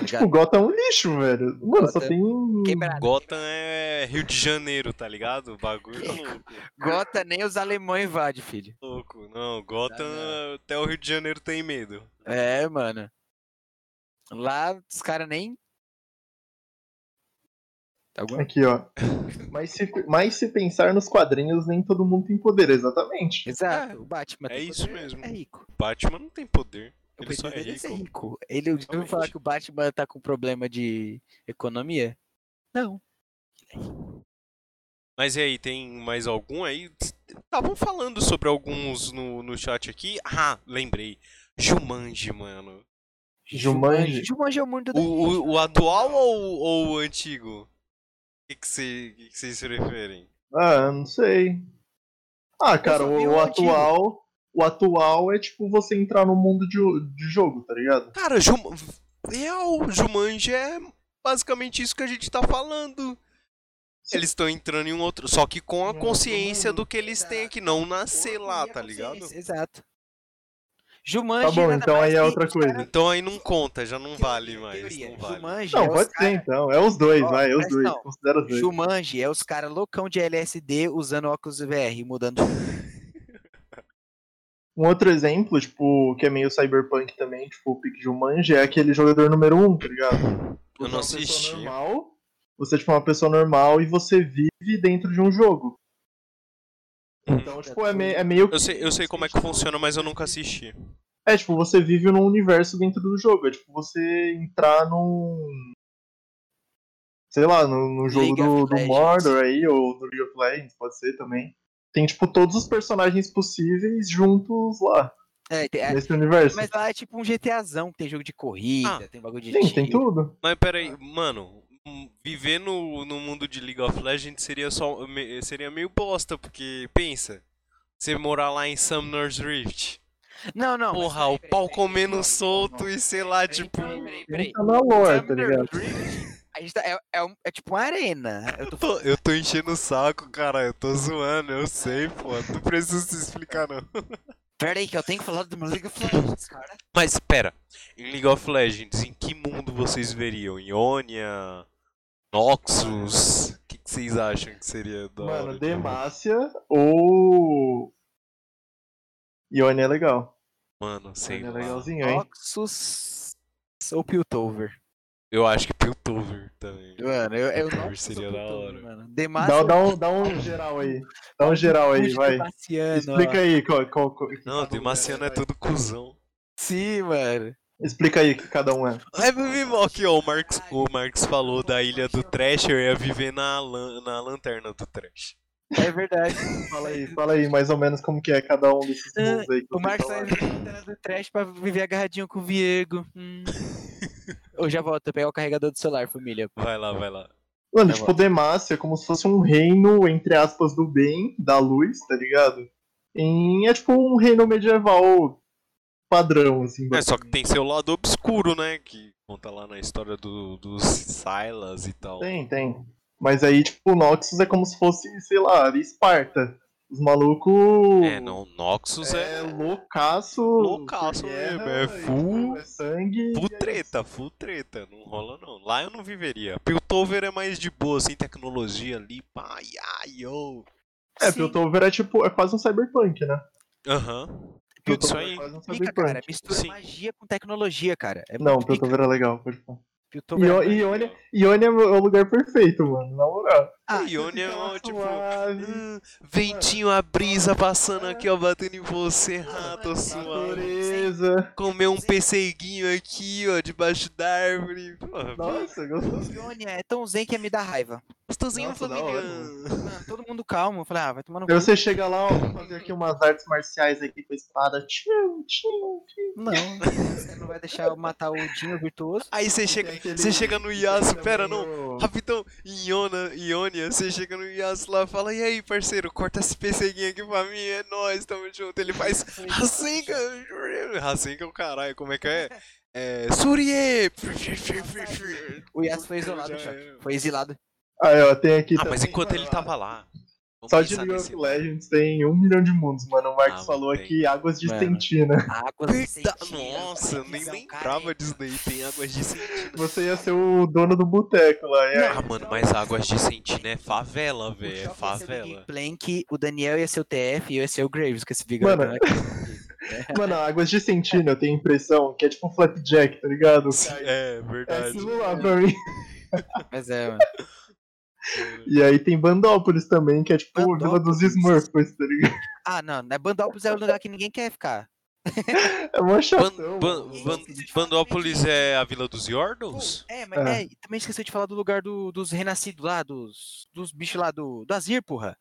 [SPEAKER 2] Tipo, Gotham é um lixo, velho. Mano, só
[SPEAKER 3] Gotham. é
[SPEAKER 2] tem. um
[SPEAKER 3] Quebrado.
[SPEAKER 1] Gotham é Rio de Janeiro, tá ligado? O bagulho é louco.
[SPEAKER 3] Gota nem os alemães invadem, filho.
[SPEAKER 1] Louco. Não, Gotham, até o Rio de Janeiro tem medo.
[SPEAKER 3] É, mano. Lá os caras nem. Tá bom?
[SPEAKER 2] Aqui, ó. Mas se, mas se pensar nos quadrinhos, nem todo mundo tem poder, exatamente.
[SPEAKER 3] Exato, o Batman.
[SPEAKER 1] É
[SPEAKER 3] tem
[SPEAKER 1] isso
[SPEAKER 3] poder,
[SPEAKER 1] mesmo.
[SPEAKER 3] É rico.
[SPEAKER 1] Batman não tem poder.
[SPEAKER 3] O
[SPEAKER 1] Ele só é
[SPEAKER 3] poder dele ser
[SPEAKER 1] rico.
[SPEAKER 3] rico. Ele eu ouviu falar
[SPEAKER 1] Realmente.
[SPEAKER 3] que o Batman tá com problema de economia? Não.
[SPEAKER 1] Mas e aí, tem mais algum aí? Estavam falando sobre alguns no, no chat aqui. Ah, lembrei. Jumanji, mano.
[SPEAKER 2] Jumanji.
[SPEAKER 3] Jumanji é o mundo
[SPEAKER 1] O, o, o atual ou, ou o antigo? O que que cê- que que vocês se referem?
[SPEAKER 2] Ah, não sei. Ah, cara,
[SPEAKER 3] só
[SPEAKER 2] o,
[SPEAKER 3] vi
[SPEAKER 2] o
[SPEAKER 3] o antigo.
[SPEAKER 2] atual. O atual é tipo você entrar no mundo de, de jogo, tá ligado?
[SPEAKER 1] Cara, Jum... real, Jumanji é basicamente isso que a gente tá falando.
[SPEAKER 2] Sim.
[SPEAKER 1] Eles estão entrando em um outro. Só que com a
[SPEAKER 2] Em um outro
[SPEAKER 1] consciência
[SPEAKER 2] mundo.
[SPEAKER 1] do que eles têm que não nascer lá, tá ligado?
[SPEAKER 3] Exato. Jumanji.
[SPEAKER 2] Tá bom,
[SPEAKER 3] nada
[SPEAKER 2] então
[SPEAKER 3] mais
[SPEAKER 2] aí é
[SPEAKER 3] que
[SPEAKER 2] outra
[SPEAKER 3] os caras-
[SPEAKER 2] coisa.
[SPEAKER 1] Então aí não conta, já não
[SPEAKER 3] Teoria,
[SPEAKER 1] vale mais.
[SPEAKER 3] teoria.
[SPEAKER 1] Não vale.
[SPEAKER 3] Jumanji
[SPEAKER 2] Não,
[SPEAKER 3] é
[SPEAKER 2] pode
[SPEAKER 3] os
[SPEAKER 2] ser então. É os dois,
[SPEAKER 3] Ó,
[SPEAKER 2] vai, é os
[SPEAKER 3] presta
[SPEAKER 2] dois.
[SPEAKER 3] atenção.
[SPEAKER 2] Considera os dois.
[SPEAKER 3] Jumanji é os caras loucão de LSD usando óculos VR, mudando.
[SPEAKER 2] Um outro exemplo, tipo, que é meio cyberpunk também, tipo, o Pique Jumanji, é aquele jogador número um, tá ligado?
[SPEAKER 1] Eu
[SPEAKER 2] Você é
[SPEAKER 1] não
[SPEAKER 2] uma pessoa
[SPEAKER 1] assisti.
[SPEAKER 2] normal, você é tipo uma pessoa normal e você vive dentro de um jogo. Então, tipo, é, me- é meio
[SPEAKER 1] Eu sei, eu sei como é que funciona, mas eu nunca assisti.
[SPEAKER 2] É, tipo, você vive num universo dentro do jogo. É tipo você entrar num. Sei lá, num, num jogo
[SPEAKER 3] League of
[SPEAKER 2] do, do
[SPEAKER 3] Legends.
[SPEAKER 2] Mordor aí, ou do League of Legends, pode ser também. Tem, tipo, todos os personagens possíveis juntos lá,
[SPEAKER 3] É, tem- é,
[SPEAKER 2] nesse universo.
[SPEAKER 3] mas lá é tipo um GTAzão, que tem jogo de corrida,
[SPEAKER 1] Ah,
[SPEAKER 3] tem bagulho de
[SPEAKER 2] Sim,
[SPEAKER 3] tiro.
[SPEAKER 2] tem tudo.
[SPEAKER 1] Mas
[SPEAKER 3] É.
[SPEAKER 1] peraí, mano, hum, viver no, no mundo de League of Legends seria só me- seria meio bosta, porque pensa, você morar lá em Summoner's Rift.
[SPEAKER 3] Não, não. mas
[SPEAKER 1] Porra, o
[SPEAKER 3] peraí,
[SPEAKER 1] pau
[SPEAKER 3] peraí,
[SPEAKER 1] comendo
[SPEAKER 3] peraí,
[SPEAKER 1] solto e é sei lá,
[SPEAKER 3] peraí,
[SPEAKER 1] tipo.
[SPEAKER 3] peraí, peraí, peraí.
[SPEAKER 2] Tá na lore, tá
[SPEAKER 3] Summoner
[SPEAKER 2] ligado?
[SPEAKER 3] Rift, A gente tá, é, é, um- é tipo uma arena. Eu tô
[SPEAKER 1] Tô- eu tô enchendo o saco, cara. Eu tô zoando, eu sei, pô. Não precisa se explicar, não.
[SPEAKER 3] Pera aí, que eu tenho que falar do
[SPEAKER 1] <laughs>
[SPEAKER 3] League of Legends, cara.
[SPEAKER 1] Mas pera, em League of Legends, em que mundo vocês veriam? Ionia? Noxus? O que, que vocês acham que seria da hora
[SPEAKER 2] Mano,
[SPEAKER 1] de-
[SPEAKER 2] Demacia ou. Ione é legal.
[SPEAKER 1] Mano, sei
[SPEAKER 2] Ione é
[SPEAKER 1] lá.
[SPEAKER 2] legalzinho, hein?
[SPEAKER 3] Noxus ou Piltover.
[SPEAKER 1] Eu acho que Piltover também.
[SPEAKER 3] Mano, eu, eu
[SPEAKER 1] Piltover
[SPEAKER 3] Noxus ou
[SPEAKER 1] seria da
[SPEAKER 3] Piltover,
[SPEAKER 1] hora.
[SPEAKER 3] mano. Demacia
[SPEAKER 2] Dá, dá um, dá um geral aí. Dá um geral aí, vai. Explica aí qual. qual, qual que
[SPEAKER 1] Não,
[SPEAKER 2] cada um
[SPEAKER 1] Demaciano é
[SPEAKER 2] vai.
[SPEAKER 1] todo cuzão.
[SPEAKER 3] Sim, mano.
[SPEAKER 2] Explica aí o que cada um é.
[SPEAKER 1] Leva vivo aqui, ó. O Marx, o Marx falou da ilha do Trash, eu ia viver na, lan- na lanterna do Trash.
[SPEAKER 3] É <laughs> verdade.
[SPEAKER 2] Fala aí, fala aí mais ou menos como que é cada um desses
[SPEAKER 3] Ah,
[SPEAKER 2] mundos aí. que
[SPEAKER 3] O
[SPEAKER 2] vocês
[SPEAKER 3] Marcos tá
[SPEAKER 2] falaram.
[SPEAKER 3] inventando do trash pra viver agarradinho com o Viego. Hum. Eu já volto, eu pegar o carregador do celular, família.
[SPEAKER 1] Vai lá, vai lá.
[SPEAKER 2] Mano,
[SPEAKER 3] Tá
[SPEAKER 2] tipo, Demacia é como se fosse um reino, entre aspas, do bem, da luz, tá ligado? Em, é tipo um reino medieval padrão, assim.
[SPEAKER 1] É, só que tem seu lado obscuro, né? Que conta lá na história do, dos Silas e tal.
[SPEAKER 2] Tem, tem. Mas aí, tipo, o Noxus é como se fosse, sei lá, Esparta. Os malucos.
[SPEAKER 1] É, não, Noxus é,
[SPEAKER 2] É loucaço.
[SPEAKER 1] Loucaço
[SPEAKER 2] por
[SPEAKER 1] mesmo,
[SPEAKER 2] guerra,
[SPEAKER 1] é
[SPEAKER 2] e,
[SPEAKER 1] full-
[SPEAKER 2] tipo, É sangue.
[SPEAKER 1] full treta, full treta, não rola não. Lá eu não viveria. Piltover é mais de boa, sem tecnologia ali, pá, ai, yo.
[SPEAKER 2] É,
[SPEAKER 3] Sim.
[SPEAKER 2] Piltover é tipo, é quase um cyberpunk, né?
[SPEAKER 1] Aham.
[SPEAKER 2] Piltover
[SPEAKER 1] Isso aí.
[SPEAKER 2] é quase um
[SPEAKER 3] Pica,
[SPEAKER 2] cyberpunk.
[SPEAKER 3] cara. Mistura
[SPEAKER 1] Sim.
[SPEAKER 3] magia com tecnologia, cara. É
[SPEAKER 2] Não,
[SPEAKER 3] muito pica.
[SPEAKER 2] Piltover é legal, pode falar.
[SPEAKER 3] Piltover é
[SPEAKER 2] Io-
[SPEAKER 3] muito-
[SPEAKER 2] Ione, Ione é o lugar perfeito, mano, na moral.
[SPEAKER 3] Ah,
[SPEAKER 1] Ione é um, tipo.
[SPEAKER 2] Suave,
[SPEAKER 1] hum, ventinho, a brisa passando aqui, ó, batendo em você, rato suave.
[SPEAKER 2] natureza.
[SPEAKER 1] Comer um perseguinho aqui, ó, debaixo da árvore. Porra,
[SPEAKER 2] Nossa, gostoso.
[SPEAKER 3] Ione é tão zen que ia me dar raiva.
[SPEAKER 1] gostosinho
[SPEAKER 2] Nossa, da hora,
[SPEAKER 1] familiar.
[SPEAKER 3] Mano, todo mundo calmo. Eu falei, ah, vai tomar no
[SPEAKER 2] Aí
[SPEAKER 3] cu.
[SPEAKER 2] você chega lá, ó, vou fazer aqui umas artes marciais aqui com a espada. Tchum, tchum.
[SPEAKER 3] Não, você não vai deixar eu matar o Dinho virtuoso.
[SPEAKER 1] Aí você chega, você chega no Yasuo, pera, não. Rapidão, Iona, Ionia, você chega no Yasuo lá e fala, e aí, parceiro, corta esse perseguinho aqui pra mim, é nóis, tamo junto. Ele faz Rasengan, Rasengan o caralho, como é que é? É, Surie!
[SPEAKER 3] O Yas <laughs> foi isolado,
[SPEAKER 1] Já
[SPEAKER 3] já.
[SPEAKER 1] era.
[SPEAKER 3] Foi exilado.
[SPEAKER 2] Aí, ó, tem aqui
[SPEAKER 1] Ah,
[SPEAKER 2] também,
[SPEAKER 1] mas enquanto ele
[SPEAKER 2] mano,
[SPEAKER 1] tava lá... vamos
[SPEAKER 2] Só de
[SPEAKER 1] pensar
[SPEAKER 2] League
[SPEAKER 1] nesse-
[SPEAKER 2] of Legends tem um milhão de mundos, mano. O Marcos
[SPEAKER 1] assim, Ah,
[SPEAKER 2] falou
[SPEAKER 1] tem.
[SPEAKER 2] aqui águas de
[SPEAKER 1] <laughs>
[SPEAKER 3] Mano.
[SPEAKER 2] Sentina.
[SPEAKER 3] Águas de
[SPEAKER 1] Verdade,
[SPEAKER 3] sentinela,
[SPEAKER 1] Nossa, eu nem
[SPEAKER 3] visão,
[SPEAKER 1] lembrava
[SPEAKER 3] é um cara.
[SPEAKER 1] disso daí, tem águas de né? <laughs> sentina.
[SPEAKER 2] Você ia ser o dono do boteco lá. é.
[SPEAKER 1] <laughs>
[SPEAKER 2] E aí,
[SPEAKER 1] Ah, mano, mas águas de sentina é favela, velho, é favela.
[SPEAKER 3] Plank, o Daniel ia ser o TF e eu ia ser o Graves com esse
[SPEAKER 2] Mano,
[SPEAKER 3] vigor. né?
[SPEAKER 2] Mano, águas de Sentina, eu tenho a impressão que é tipo um flapjack, tá ligado?
[SPEAKER 1] É,
[SPEAKER 2] <laughs> É
[SPEAKER 1] verdade.
[SPEAKER 2] aquilo lá pra mim.
[SPEAKER 3] Mas é, mano.
[SPEAKER 2] E aí tem Bandópolis também, que é tipo a Vila dos
[SPEAKER 3] Bandópolis.
[SPEAKER 2] Smurfs, tá ligado?
[SPEAKER 3] Ah, não, né? Bandópolis é o lugar que ninguém quer ficar.
[SPEAKER 2] É uma
[SPEAKER 1] Ban-
[SPEAKER 2] chação.
[SPEAKER 1] Ban-
[SPEAKER 3] mano.
[SPEAKER 1] Ban- Bandópolis é a vila dos Yordles?
[SPEAKER 3] É, mas
[SPEAKER 2] É.
[SPEAKER 3] é, e também esqueci de falar do lugar do- dos renascidos lá, dos, dos bichos lá do, do Azir, porra.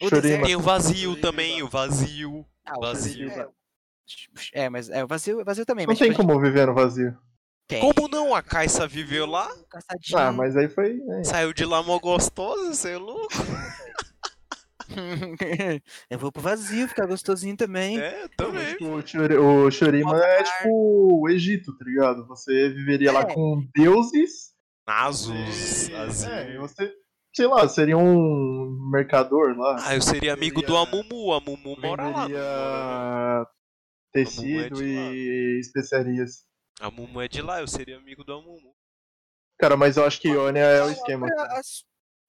[SPEAKER 3] O
[SPEAKER 2] Chorei,
[SPEAKER 3] deserto-
[SPEAKER 1] Tem o vazio também, o vazio.
[SPEAKER 3] Ah, o
[SPEAKER 1] vazio.
[SPEAKER 3] deserto, É, é, mas é o vazio, vazio também,
[SPEAKER 2] Não
[SPEAKER 3] mas
[SPEAKER 2] tem
[SPEAKER 3] tipo, a
[SPEAKER 2] como viver no vazio.
[SPEAKER 3] gente tem.
[SPEAKER 1] Como não? A Caixa viveu lá,
[SPEAKER 3] Caçadinho.
[SPEAKER 2] Ah, mas aí foi. é.
[SPEAKER 1] saiu de lá mó gostosa, você é louco?
[SPEAKER 3] <laughs> eu vou pro vazio, ficar gostosinho também.
[SPEAKER 1] É, também.
[SPEAKER 2] O Shuri- O Shurima é tipo o Egito, tá ligado? Você viveria lá
[SPEAKER 3] É.
[SPEAKER 2] com deuses.
[SPEAKER 1] Nasus,
[SPEAKER 2] e-
[SPEAKER 1] Azir.
[SPEAKER 2] É, e você, sei lá, seria um mercador lá.
[SPEAKER 1] Ah, eu seria amigo do Amumu, a Amumu mora lá. não mora, não?
[SPEAKER 2] Venderia tecido
[SPEAKER 1] Vamos, é de
[SPEAKER 2] e especiarias.
[SPEAKER 1] A Amumu é de lá, eu seria amigo do Amumu.
[SPEAKER 2] Cara, mas eu acho que Ionia é o esquema.
[SPEAKER 3] Cara,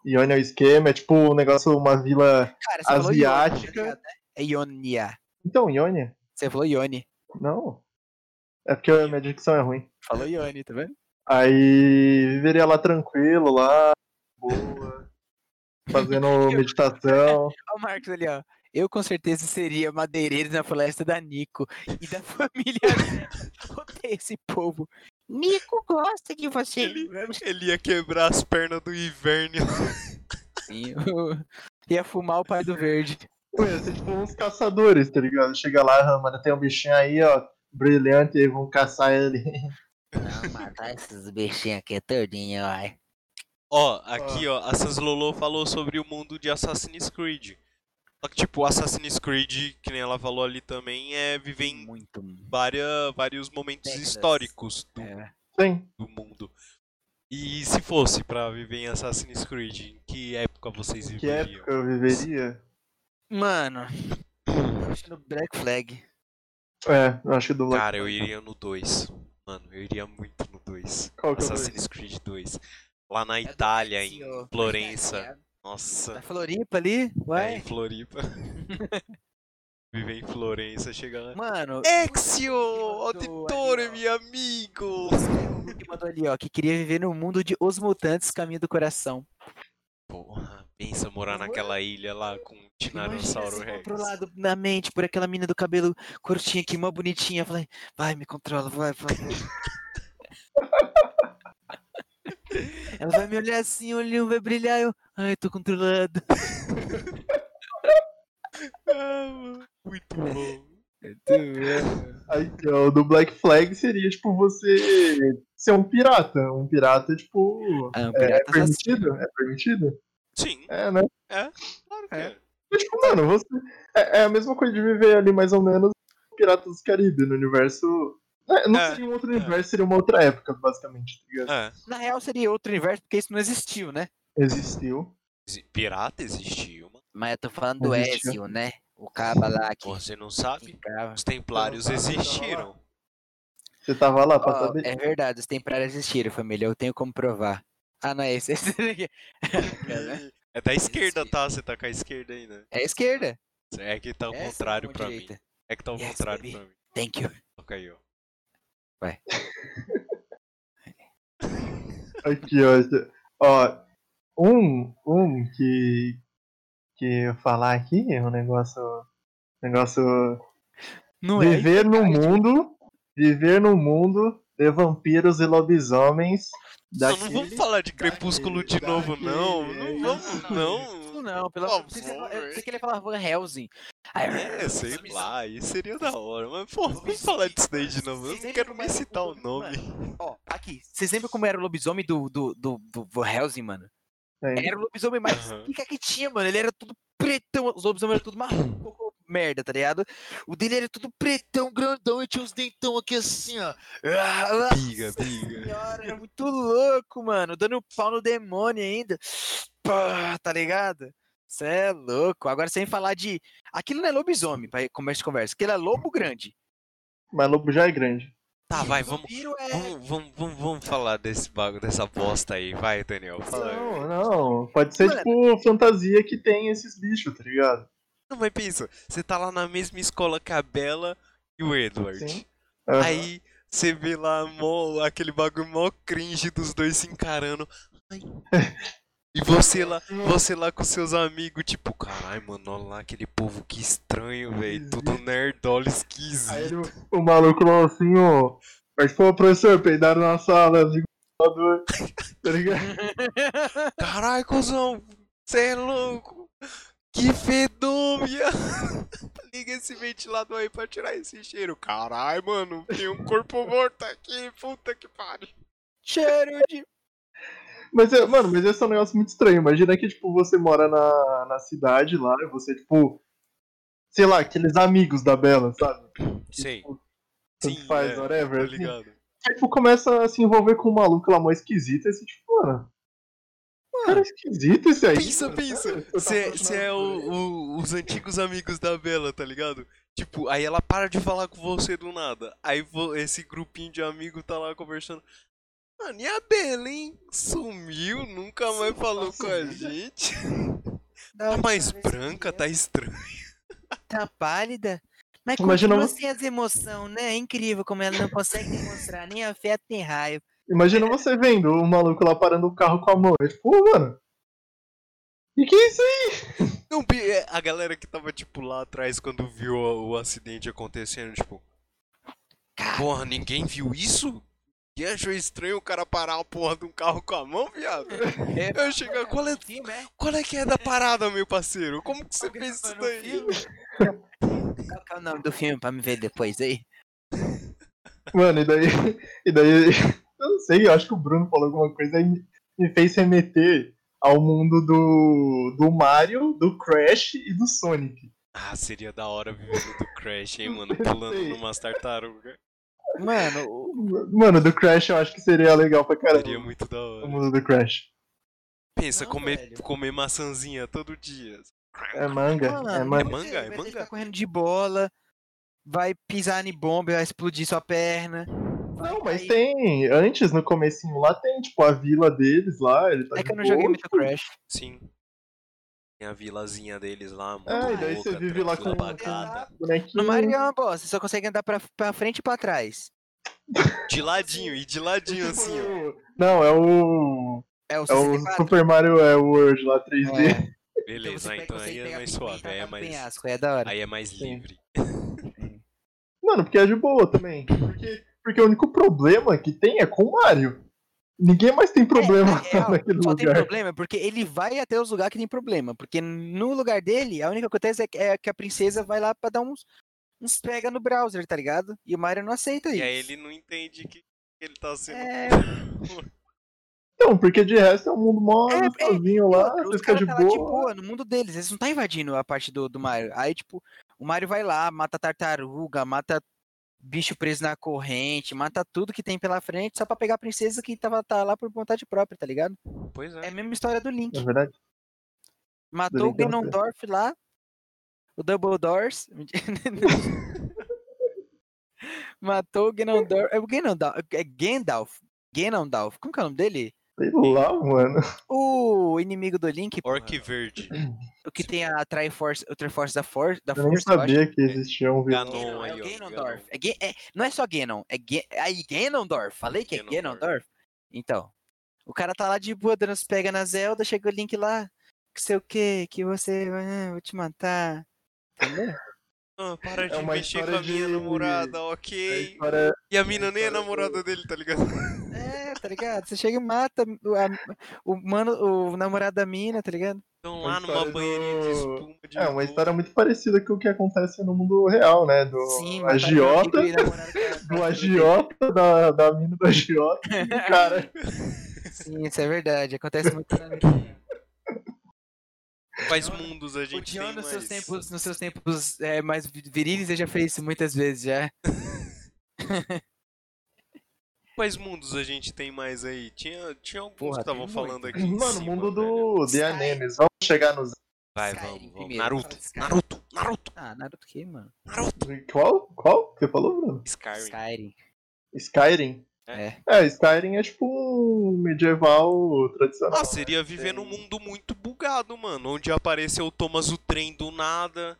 [SPEAKER 2] Ionia é o esquema, é tipo um negócio, uma vila.
[SPEAKER 3] você falou Ione, tá
[SPEAKER 2] Asiática.
[SPEAKER 3] ligado, né? É Ionia.
[SPEAKER 2] Então, Ionia?
[SPEAKER 3] Você falou Ione.
[SPEAKER 2] Não. É porque a minha dicção é ruim.
[SPEAKER 3] Falou Ione, tá vendo?
[SPEAKER 2] Aí viveria lá tranquilo, lá, boa, fazendo meditação.
[SPEAKER 3] Olha o Marcos ali, ó. Eu com certeza seria madeireiro na floresta da Nico e da <laughs> família. dela. Odeio esse povo. Nico gosta de você.
[SPEAKER 1] Ele, ele ia quebrar as pernas do Ivernio.
[SPEAKER 3] Sim, eu- Ia fumar o pai do verde.
[SPEAKER 2] Ué, ia ser tipo uns caçadores, tá ligado? Chega lá, ah, mano, tem um bichinho aí, ó, brilhante, e vão caçar ele. <laughs>
[SPEAKER 4] Não, matar esses bichinhos aqui todinho, ó.
[SPEAKER 1] <laughs> Ó, aqui, ó, a Sans Lolo falou sobre o mundo de Assassin's Creed. Só que, tipo, Assassin's Creed, que nem ela falou ali também, é viver em
[SPEAKER 3] Muito.
[SPEAKER 1] várias, vários momentos
[SPEAKER 3] Décadas.
[SPEAKER 1] históricos do,
[SPEAKER 3] É.
[SPEAKER 2] Sim.
[SPEAKER 1] do mundo. E se fosse pra viver em Assassin's Creed, em que época vocês
[SPEAKER 2] Que
[SPEAKER 1] viveriam?
[SPEAKER 2] época eu viveria?
[SPEAKER 3] Mano, eu acho no Black Flag.
[SPEAKER 2] É, eu acho que do
[SPEAKER 1] Cara, eu iria no 2. Mano, eu iria muito no 2.
[SPEAKER 2] Qual que é eu
[SPEAKER 1] Assassin's Creed 2. Lá na Itália, em
[SPEAKER 3] É,
[SPEAKER 1] Florença. Nossa.
[SPEAKER 3] Da Floripa ali,
[SPEAKER 1] É, em
[SPEAKER 3] uai.
[SPEAKER 1] Floripa. <laughs> Viver em Florença, chegar lá.
[SPEAKER 3] Mano,
[SPEAKER 1] Ezio,
[SPEAKER 3] Mandou
[SPEAKER 1] auditor,
[SPEAKER 3] ali,
[SPEAKER 1] meu amigo!
[SPEAKER 3] o que mandou ali, ó, que queria viver no mundo de Os Mutantes, Caminho do Coração.
[SPEAKER 1] Porra, pensa morar
[SPEAKER 3] Mano,
[SPEAKER 1] naquela ilha lá com o
[SPEAKER 4] um
[SPEAKER 1] Tiranossauro
[SPEAKER 3] Imagina
[SPEAKER 1] Rex.
[SPEAKER 3] pro lado na mente, por aquela mina do cabelo curtinho aqui, mó bonitinha. Falei, vai, me controla, vai, por favor.
[SPEAKER 4] <laughs>
[SPEAKER 3] Ela vai me olhar assim, o olhinho vai brilhar, eu. Ai, tô controlado.
[SPEAKER 1] Ah, mano, Muito bom.
[SPEAKER 2] Aí, ó, o do Black Flag seria, tipo, você ser um pirata. Um pirata, tipo.
[SPEAKER 3] Ah, um
[SPEAKER 2] É
[SPEAKER 3] pirata assassino.
[SPEAKER 2] permitido? É permitido?
[SPEAKER 1] Sim,
[SPEAKER 2] É, né?
[SPEAKER 1] claro que
[SPEAKER 2] É.
[SPEAKER 1] é.
[SPEAKER 2] Mas, tipo, mano, você. É, é a mesma coisa de viver ali, mais ou menos, Piratas dos Caribe, no universo. É, não
[SPEAKER 1] É,
[SPEAKER 2] seria um outro
[SPEAKER 1] é.
[SPEAKER 2] universo, seria uma outra época, basicamente, tá ligado?
[SPEAKER 1] É.
[SPEAKER 3] Na real, seria outro universo, porque isso não existiu, né?
[SPEAKER 2] Existiu.
[SPEAKER 1] Exi- Pirata existiu, mano.
[SPEAKER 4] Mas eu tô falando do
[SPEAKER 2] Existe, né?
[SPEAKER 4] Ezio, né? O caba lá que
[SPEAKER 1] Você não sabe?
[SPEAKER 4] ficava.
[SPEAKER 1] Os Templários
[SPEAKER 2] Eu não tava, eu tava
[SPEAKER 1] existiram.
[SPEAKER 2] Você tava lá
[SPEAKER 3] Ah,
[SPEAKER 2] pra
[SPEAKER 4] Ó,
[SPEAKER 2] saber.
[SPEAKER 4] é verdade, os temporários existiram, família. Eu tenho como provar.
[SPEAKER 3] Ah, não
[SPEAKER 4] <laughs>
[SPEAKER 3] é esse. esse
[SPEAKER 1] <laughs>
[SPEAKER 3] daqui. né?
[SPEAKER 1] E- É da esquerda, tá? Você tá com a esquerda aí, né?
[SPEAKER 3] é a esquerda.
[SPEAKER 1] É que tá ao
[SPEAKER 3] Essa é a
[SPEAKER 1] contrário
[SPEAKER 3] mão
[SPEAKER 1] pra mim.
[SPEAKER 3] direita.
[SPEAKER 1] É que tá ao
[SPEAKER 3] Yes,
[SPEAKER 1] contrário
[SPEAKER 3] baby.
[SPEAKER 1] pra mim.
[SPEAKER 3] Thank you.
[SPEAKER 1] Toca aí, ó.
[SPEAKER 2] Aqui, ó. esse- Ó, um, um que. Que eu falar aqui é um negócio. Negócio
[SPEAKER 3] Não é.
[SPEAKER 2] Viver no mundo. Viver no mundo de vampiros e lobisomens.
[SPEAKER 1] Não,
[SPEAKER 2] Daquele...
[SPEAKER 1] não vamos falar de Crepúsculo de
[SPEAKER 2] daquele-
[SPEAKER 1] novo, não. Não
[SPEAKER 2] é
[SPEAKER 1] vamos,
[SPEAKER 2] isso.
[SPEAKER 3] Isso
[SPEAKER 1] não.
[SPEAKER 3] não, pelo
[SPEAKER 1] Por
[SPEAKER 3] amor de
[SPEAKER 1] favor.
[SPEAKER 3] Deus. Eu pensei que ele ia falar Van Helsing. Ai,
[SPEAKER 1] É, sei lá, isso seria da hora. Mas, pô, vamos falar disso daí de novo. Eu não
[SPEAKER 3] Sempre
[SPEAKER 1] quero nem
[SPEAKER 3] começa com
[SPEAKER 1] citar o
[SPEAKER 3] tudo,
[SPEAKER 1] nome.
[SPEAKER 3] Ó, aqui, vocês lembram como era o lobisomem do, do, do, do Van Helsing, mano?
[SPEAKER 2] É,
[SPEAKER 3] Era o lobisomem mais
[SPEAKER 1] Aham.
[SPEAKER 3] pica que tinha, mano. Ele era tudo pretão, os lobisomens eram tudo marrom, cocô, <coughs> merda, tá ligado? O dele era tudo pretão, grandão, e tinha os dentão aqui assim, ó. Ah, nossa
[SPEAKER 1] Biga, biga.
[SPEAKER 3] senhora, era muito louco, mano. Dando pau no demônio ainda. Pá, tá ligado? Cê é louco. Agora, sem falar de... Aquilo não é lobisomem, pra começo de conversa. Aquilo é lobo grande.
[SPEAKER 2] Mas lobo já é grande.
[SPEAKER 1] Tá, vai, vamos.
[SPEAKER 3] Vampiro é...
[SPEAKER 1] Vamos, vamos, vamos, vamos falar desse bagulho, dessa bosta aí. Vai, Daniel. Fala aí.
[SPEAKER 2] Não, não. Pode ser
[SPEAKER 3] Mano.
[SPEAKER 2] tipo fantasia que tem esses bichos, tá ligado?
[SPEAKER 1] Não, mas pensa, você tá lá na mesma escola que a Bella e o Edward.
[SPEAKER 2] Sim. Aham.
[SPEAKER 1] Aí você vê lá mó- aquele bagulho mó cringe dos dois se encarando. Ai. E você lá, você lá com seus amigos, tipo, caralho, mano, olha lá aquele povo que estranho, velho. Tudo nerdola
[SPEAKER 2] Aí
[SPEAKER 1] esquisito.
[SPEAKER 2] ele- o maluco lá assim, ó. Mas, pô, professor, peidaram na sala, assim, com o computador,
[SPEAKER 1] <laughs>
[SPEAKER 2] tá ligado?
[SPEAKER 1] Caralho, cuzão, você é louco. Que fedúmia! <laughs> Liga esse ventilador aí pra tirar esse cheiro. Caralho, mano, tem um corpo morto aqui, puta que pariu.
[SPEAKER 3] Cheiro de...
[SPEAKER 2] Mas, é- mano, mas esse é um negócio muito estranho. Imagina que, tipo, você mora na, na cidade lá, e você, tipo, sei lá, aqueles amigos da Bela, sabe?
[SPEAKER 1] Sei.
[SPEAKER 2] Tanto faz, whatever,
[SPEAKER 1] Tá
[SPEAKER 2] assim.
[SPEAKER 1] ligado?
[SPEAKER 2] Aí, tipo, começa a se envolver com um maluco lá mó esquisito, e assim, tipo, mano. Cara, é esquisito esse aí.
[SPEAKER 1] Pensa,
[SPEAKER 2] mano.
[SPEAKER 1] pensa.
[SPEAKER 2] Cara, você tá
[SPEAKER 1] Você
[SPEAKER 2] falando
[SPEAKER 1] é o- o- os antigos amigos da Bela, tá ligado? Tipo, aí ela para de falar com você do nada. Aí vo- esse grupinho de amigo tá lá conversando. Mano, e a Bela, hein? Sumiu, nunca mais falou com a gente. Tá mais branca, tá estranho.
[SPEAKER 3] Tá pálida. Mas
[SPEAKER 2] Imagina uma-
[SPEAKER 3] continua sem as emoções, né? É incrível como ela não consegue demonstrar nem afeto nem raiva.
[SPEAKER 2] Imagina você vendo o maluco lá parando o carro com a mão. É tipo, "Ô, mano. E que é isso aí?
[SPEAKER 1] Não, pe- é, a galera que tava, tipo, lá atrás quando viu o, o acidente acontecendo, tipo. Porra, ninguém viu isso? E achou estranho o cara parar a porra de um carro com a mão, viado?
[SPEAKER 3] É,
[SPEAKER 1] Eu chegar, qual é,
[SPEAKER 3] filme, é?
[SPEAKER 1] Qual é que é da parada, meu parceiro? Como que você fez isso daí?
[SPEAKER 3] Qual que é o nome do filme pra me ver depois aí?
[SPEAKER 2] Mano, e daí. <laughs> E daí. Eu não sei, eu acho que o Bruno falou alguma coisa e me fez remeter ao mundo do. do Mario, do Crash e do Sonic. <laughs>
[SPEAKER 1] Ah, seria da hora viver no do Crash, hein, mano? Pulando
[SPEAKER 2] Sei.
[SPEAKER 1] numas tartarugas.
[SPEAKER 3] Mano, o-
[SPEAKER 2] Mano, do Crash eu acho que seria legal pra caramba.
[SPEAKER 1] Seria muito da
[SPEAKER 2] O
[SPEAKER 1] hora.
[SPEAKER 2] mundo do Crash.
[SPEAKER 1] Pensa,
[SPEAKER 3] Não,
[SPEAKER 1] comer,
[SPEAKER 3] velho.
[SPEAKER 1] comer maçãzinha todo dia.
[SPEAKER 2] É manga?
[SPEAKER 3] mano,
[SPEAKER 2] é
[SPEAKER 1] mas-
[SPEAKER 2] manga.
[SPEAKER 1] manga, é
[SPEAKER 3] vai ter que
[SPEAKER 1] manga.
[SPEAKER 3] ficar tá correndo de bola, vai pisar em bomba, vai explodir sua perna.
[SPEAKER 2] Não, mas
[SPEAKER 3] Aí-
[SPEAKER 2] tem. Antes, no comecinho lá, tem, tipo, a vila deles lá. Ele tá
[SPEAKER 3] É
[SPEAKER 2] de
[SPEAKER 3] que eu não
[SPEAKER 2] boa,
[SPEAKER 3] joguei muito
[SPEAKER 2] tipo,
[SPEAKER 3] Crash.
[SPEAKER 1] Sim. Tem a vilazinha deles lá, muito
[SPEAKER 2] É, e daí
[SPEAKER 1] louca,
[SPEAKER 2] você vive lá com
[SPEAKER 1] tranquila,
[SPEAKER 2] um
[SPEAKER 1] pacata.
[SPEAKER 3] No
[SPEAKER 2] bonequinho.
[SPEAKER 3] Mario é uma bosta, você só consegue andar pra, pra frente e pra trás.
[SPEAKER 1] De ladinho, e de
[SPEAKER 3] <laughs>
[SPEAKER 1] ladinho assim, ó.
[SPEAKER 2] Tipo, Não, é o. É
[SPEAKER 3] É o
[SPEAKER 2] o
[SPEAKER 3] 64.
[SPEAKER 2] Super Mario é, World lá 3D.
[SPEAKER 3] É, então
[SPEAKER 1] Beleza,
[SPEAKER 3] você
[SPEAKER 1] ah,
[SPEAKER 3] pega-
[SPEAKER 1] então
[SPEAKER 3] você
[SPEAKER 1] aí é
[SPEAKER 3] pega
[SPEAKER 1] mais
[SPEAKER 3] a pinguinha e
[SPEAKER 1] suave, aí
[SPEAKER 3] taca
[SPEAKER 1] é
[SPEAKER 3] no
[SPEAKER 1] mais,
[SPEAKER 3] penhasco, é da hora.
[SPEAKER 1] aí é mais
[SPEAKER 2] Sim.
[SPEAKER 1] livre.
[SPEAKER 2] Mano, porque é de boa também. Porque, porque o único problema que tem é com o Mario. Ninguém mais tem problema
[SPEAKER 3] na
[SPEAKER 2] <laughs>
[SPEAKER 3] real,
[SPEAKER 2] naquele
[SPEAKER 3] É, Só tem
[SPEAKER 2] lugar.
[SPEAKER 3] problema porque ele vai até os lugares que tem problema. Porque no lugar dele, a única coisa é que, é que a princesa vai lá pra dar uns, uns pega no browser, tá ligado? E o Mario não aceita isso.
[SPEAKER 1] E aí ele não entende que ele tá sendo.
[SPEAKER 2] <laughs>
[SPEAKER 3] É.
[SPEAKER 2] Então, porque de resto é um mundo mó
[SPEAKER 3] É, é,
[SPEAKER 2] sozinho lá,
[SPEAKER 3] Outra,
[SPEAKER 2] você
[SPEAKER 3] os
[SPEAKER 2] fica
[SPEAKER 3] caras
[SPEAKER 2] de
[SPEAKER 3] tá lá
[SPEAKER 2] boa.
[SPEAKER 3] de boa no mundo deles, eles não tá invadindo a parte do, do Mario. Aí, tipo, o Mario vai lá, mata tartaruga, mata bicho preso na corrente, mata tudo que tem pela frente, só pra pegar a princesa que tava tá lá por vontade própria, tá ligado?
[SPEAKER 1] Pois
[SPEAKER 3] É
[SPEAKER 1] é.
[SPEAKER 3] a mesma história do Link.
[SPEAKER 2] Na verdade,
[SPEAKER 3] Matou o
[SPEAKER 2] Obrigado.
[SPEAKER 3] Ganondorf lá, o Dumbledores. <laughs> Matou o Ganondorf. É o Ganondorf. É Gandalf. Ganondorf. Como que é o nome dele?
[SPEAKER 2] sei lá, mano.
[SPEAKER 3] O inimigo do Link, porra,
[SPEAKER 1] Orc verde.
[SPEAKER 2] É
[SPEAKER 3] o que tem a Triforce, o Triforce da, For da
[SPEAKER 2] Eu nem
[SPEAKER 3] Força. eu acho.
[SPEAKER 2] sabia que existia um vilão.
[SPEAKER 1] Ganon
[SPEAKER 3] Ganon, é
[SPEAKER 1] aí,
[SPEAKER 3] o
[SPEAKER 1] ó,
[SPEAKER 3] Ganondorf.
[SPEAKER 1] Ganon.
[SPEAKER 3] É Ga- é- não é só Ganon, é Ga aí Ganondorf. Falei que é
[SPEAKER 1] Ganondorf.
[SPEAKER 3] Ganondorf? Então, o cara tá lá de boa, dando os pega na Zelda, chega o Link lá, que sei o que, que você, ah, vou te matar. Entendeu?
[SPEAKER 1] Ah, para de
[SPEAKER 2] É uma
[SPEAKER 1] mexer com
[SPEAKER 2] história
[SPEAKER 1] a minha
[SPEAKER 2] de-
[SPEAKER 1] namorada,
[SPEAKER 2] É a
[SPEAKER 1] ok?
[SPEAKER 2] história-
[SPEAKER 1] E a mina nem é
[SPEAKER 2] história do-
[SPEAKER 1] namorada dele, tá ligado?
[SPEAKER 3] É, tá ligado? Você chega e mata o, a- o mano, o namorado da mina, tá ligado?
[SPEAKER 1] Estão
[SPEAKER 2] Uma
[SPEAKER 1] lá numa
[SPEAKER 2] história
[SPEAKER 1] banheirinha de
[SPEAKER 2] do-
[SPEAKER 1] espuma de
[SPEAKER 2] É, uma
[SPEAKER 1] boa.
[SPEAKER 2] história muito parecida com o que acontece no mundo real, né? Do
[SPEAKER 3] mataram
[SPEAKER 2] agiota,
[SPEAKER 3] o
[SPEAKER 1] <laughs>
[SPEAKER 3] amigo e namorado que era
[SPEAKER 2] do agiota, da, da mina do agiota, e do cara.
[SPEAKER 3] Sim, isso é verdade. Acontece muito na
[SPEAKER 1] Quais mundos a <laughs> gente tem
[SPEAKER 3] John, nos seus
[SPEAKER 1] mais?
[SPEAKER 3] tempos, nos seus tempos é, mais vi- virilis, eu já fez isso muitas vezes já.
[SPEAKER 1] Quais mundos a gente tem mais aí? Tinha, tinha alguns
[SPEAKER 3] Porra,
[SPEAKER 1] que estavam
[SPEAKER 3] tem
[SPEAKER 1] falando aqui.
[SPEAKER 3] Uhum.
[SPEAKER 1] em
[SPEAKER 2] Mano, o
[SPEAKER 1] cima,
[SPEAKER 2] mundo
[SPEAKER 1] velho.
[SPEAKER 2] do The
[SPEAKER 3] Sai.
[SPEAKER 2] Animes. Vamos chegar nos.
[SPEAKER 1] Vai,
[SPEAKER 3] Skyrim
[SPEAKER 1] vamos, vamos.
[SPEAKER 3] primeiro, fala
[SPEAKER 1] Naruto,
[SPEAKER 3] de Skyrim.
[SPEAKER 1] Naruto, Naruto,
[SPEAKER 3] Ah, Naruto que, mano?
[SPEAKER 1] Naruto.
[SPEAKER 2] Qual? Qual? que Você falou, Bruno?
[SPEAKER 1] Skyrim.
[SPEAKER 3] Skyrim.
[SPEAKER 2] Skyrim?
[SPEAKER 3] É.
[SPEAKER 2] É, Skyrim é tipo um medieval tradicional.
[SPEAKER 1] Ah, seria viver num mundo muito bugado, mano. Onde apareceu o Thomas o trem do nada.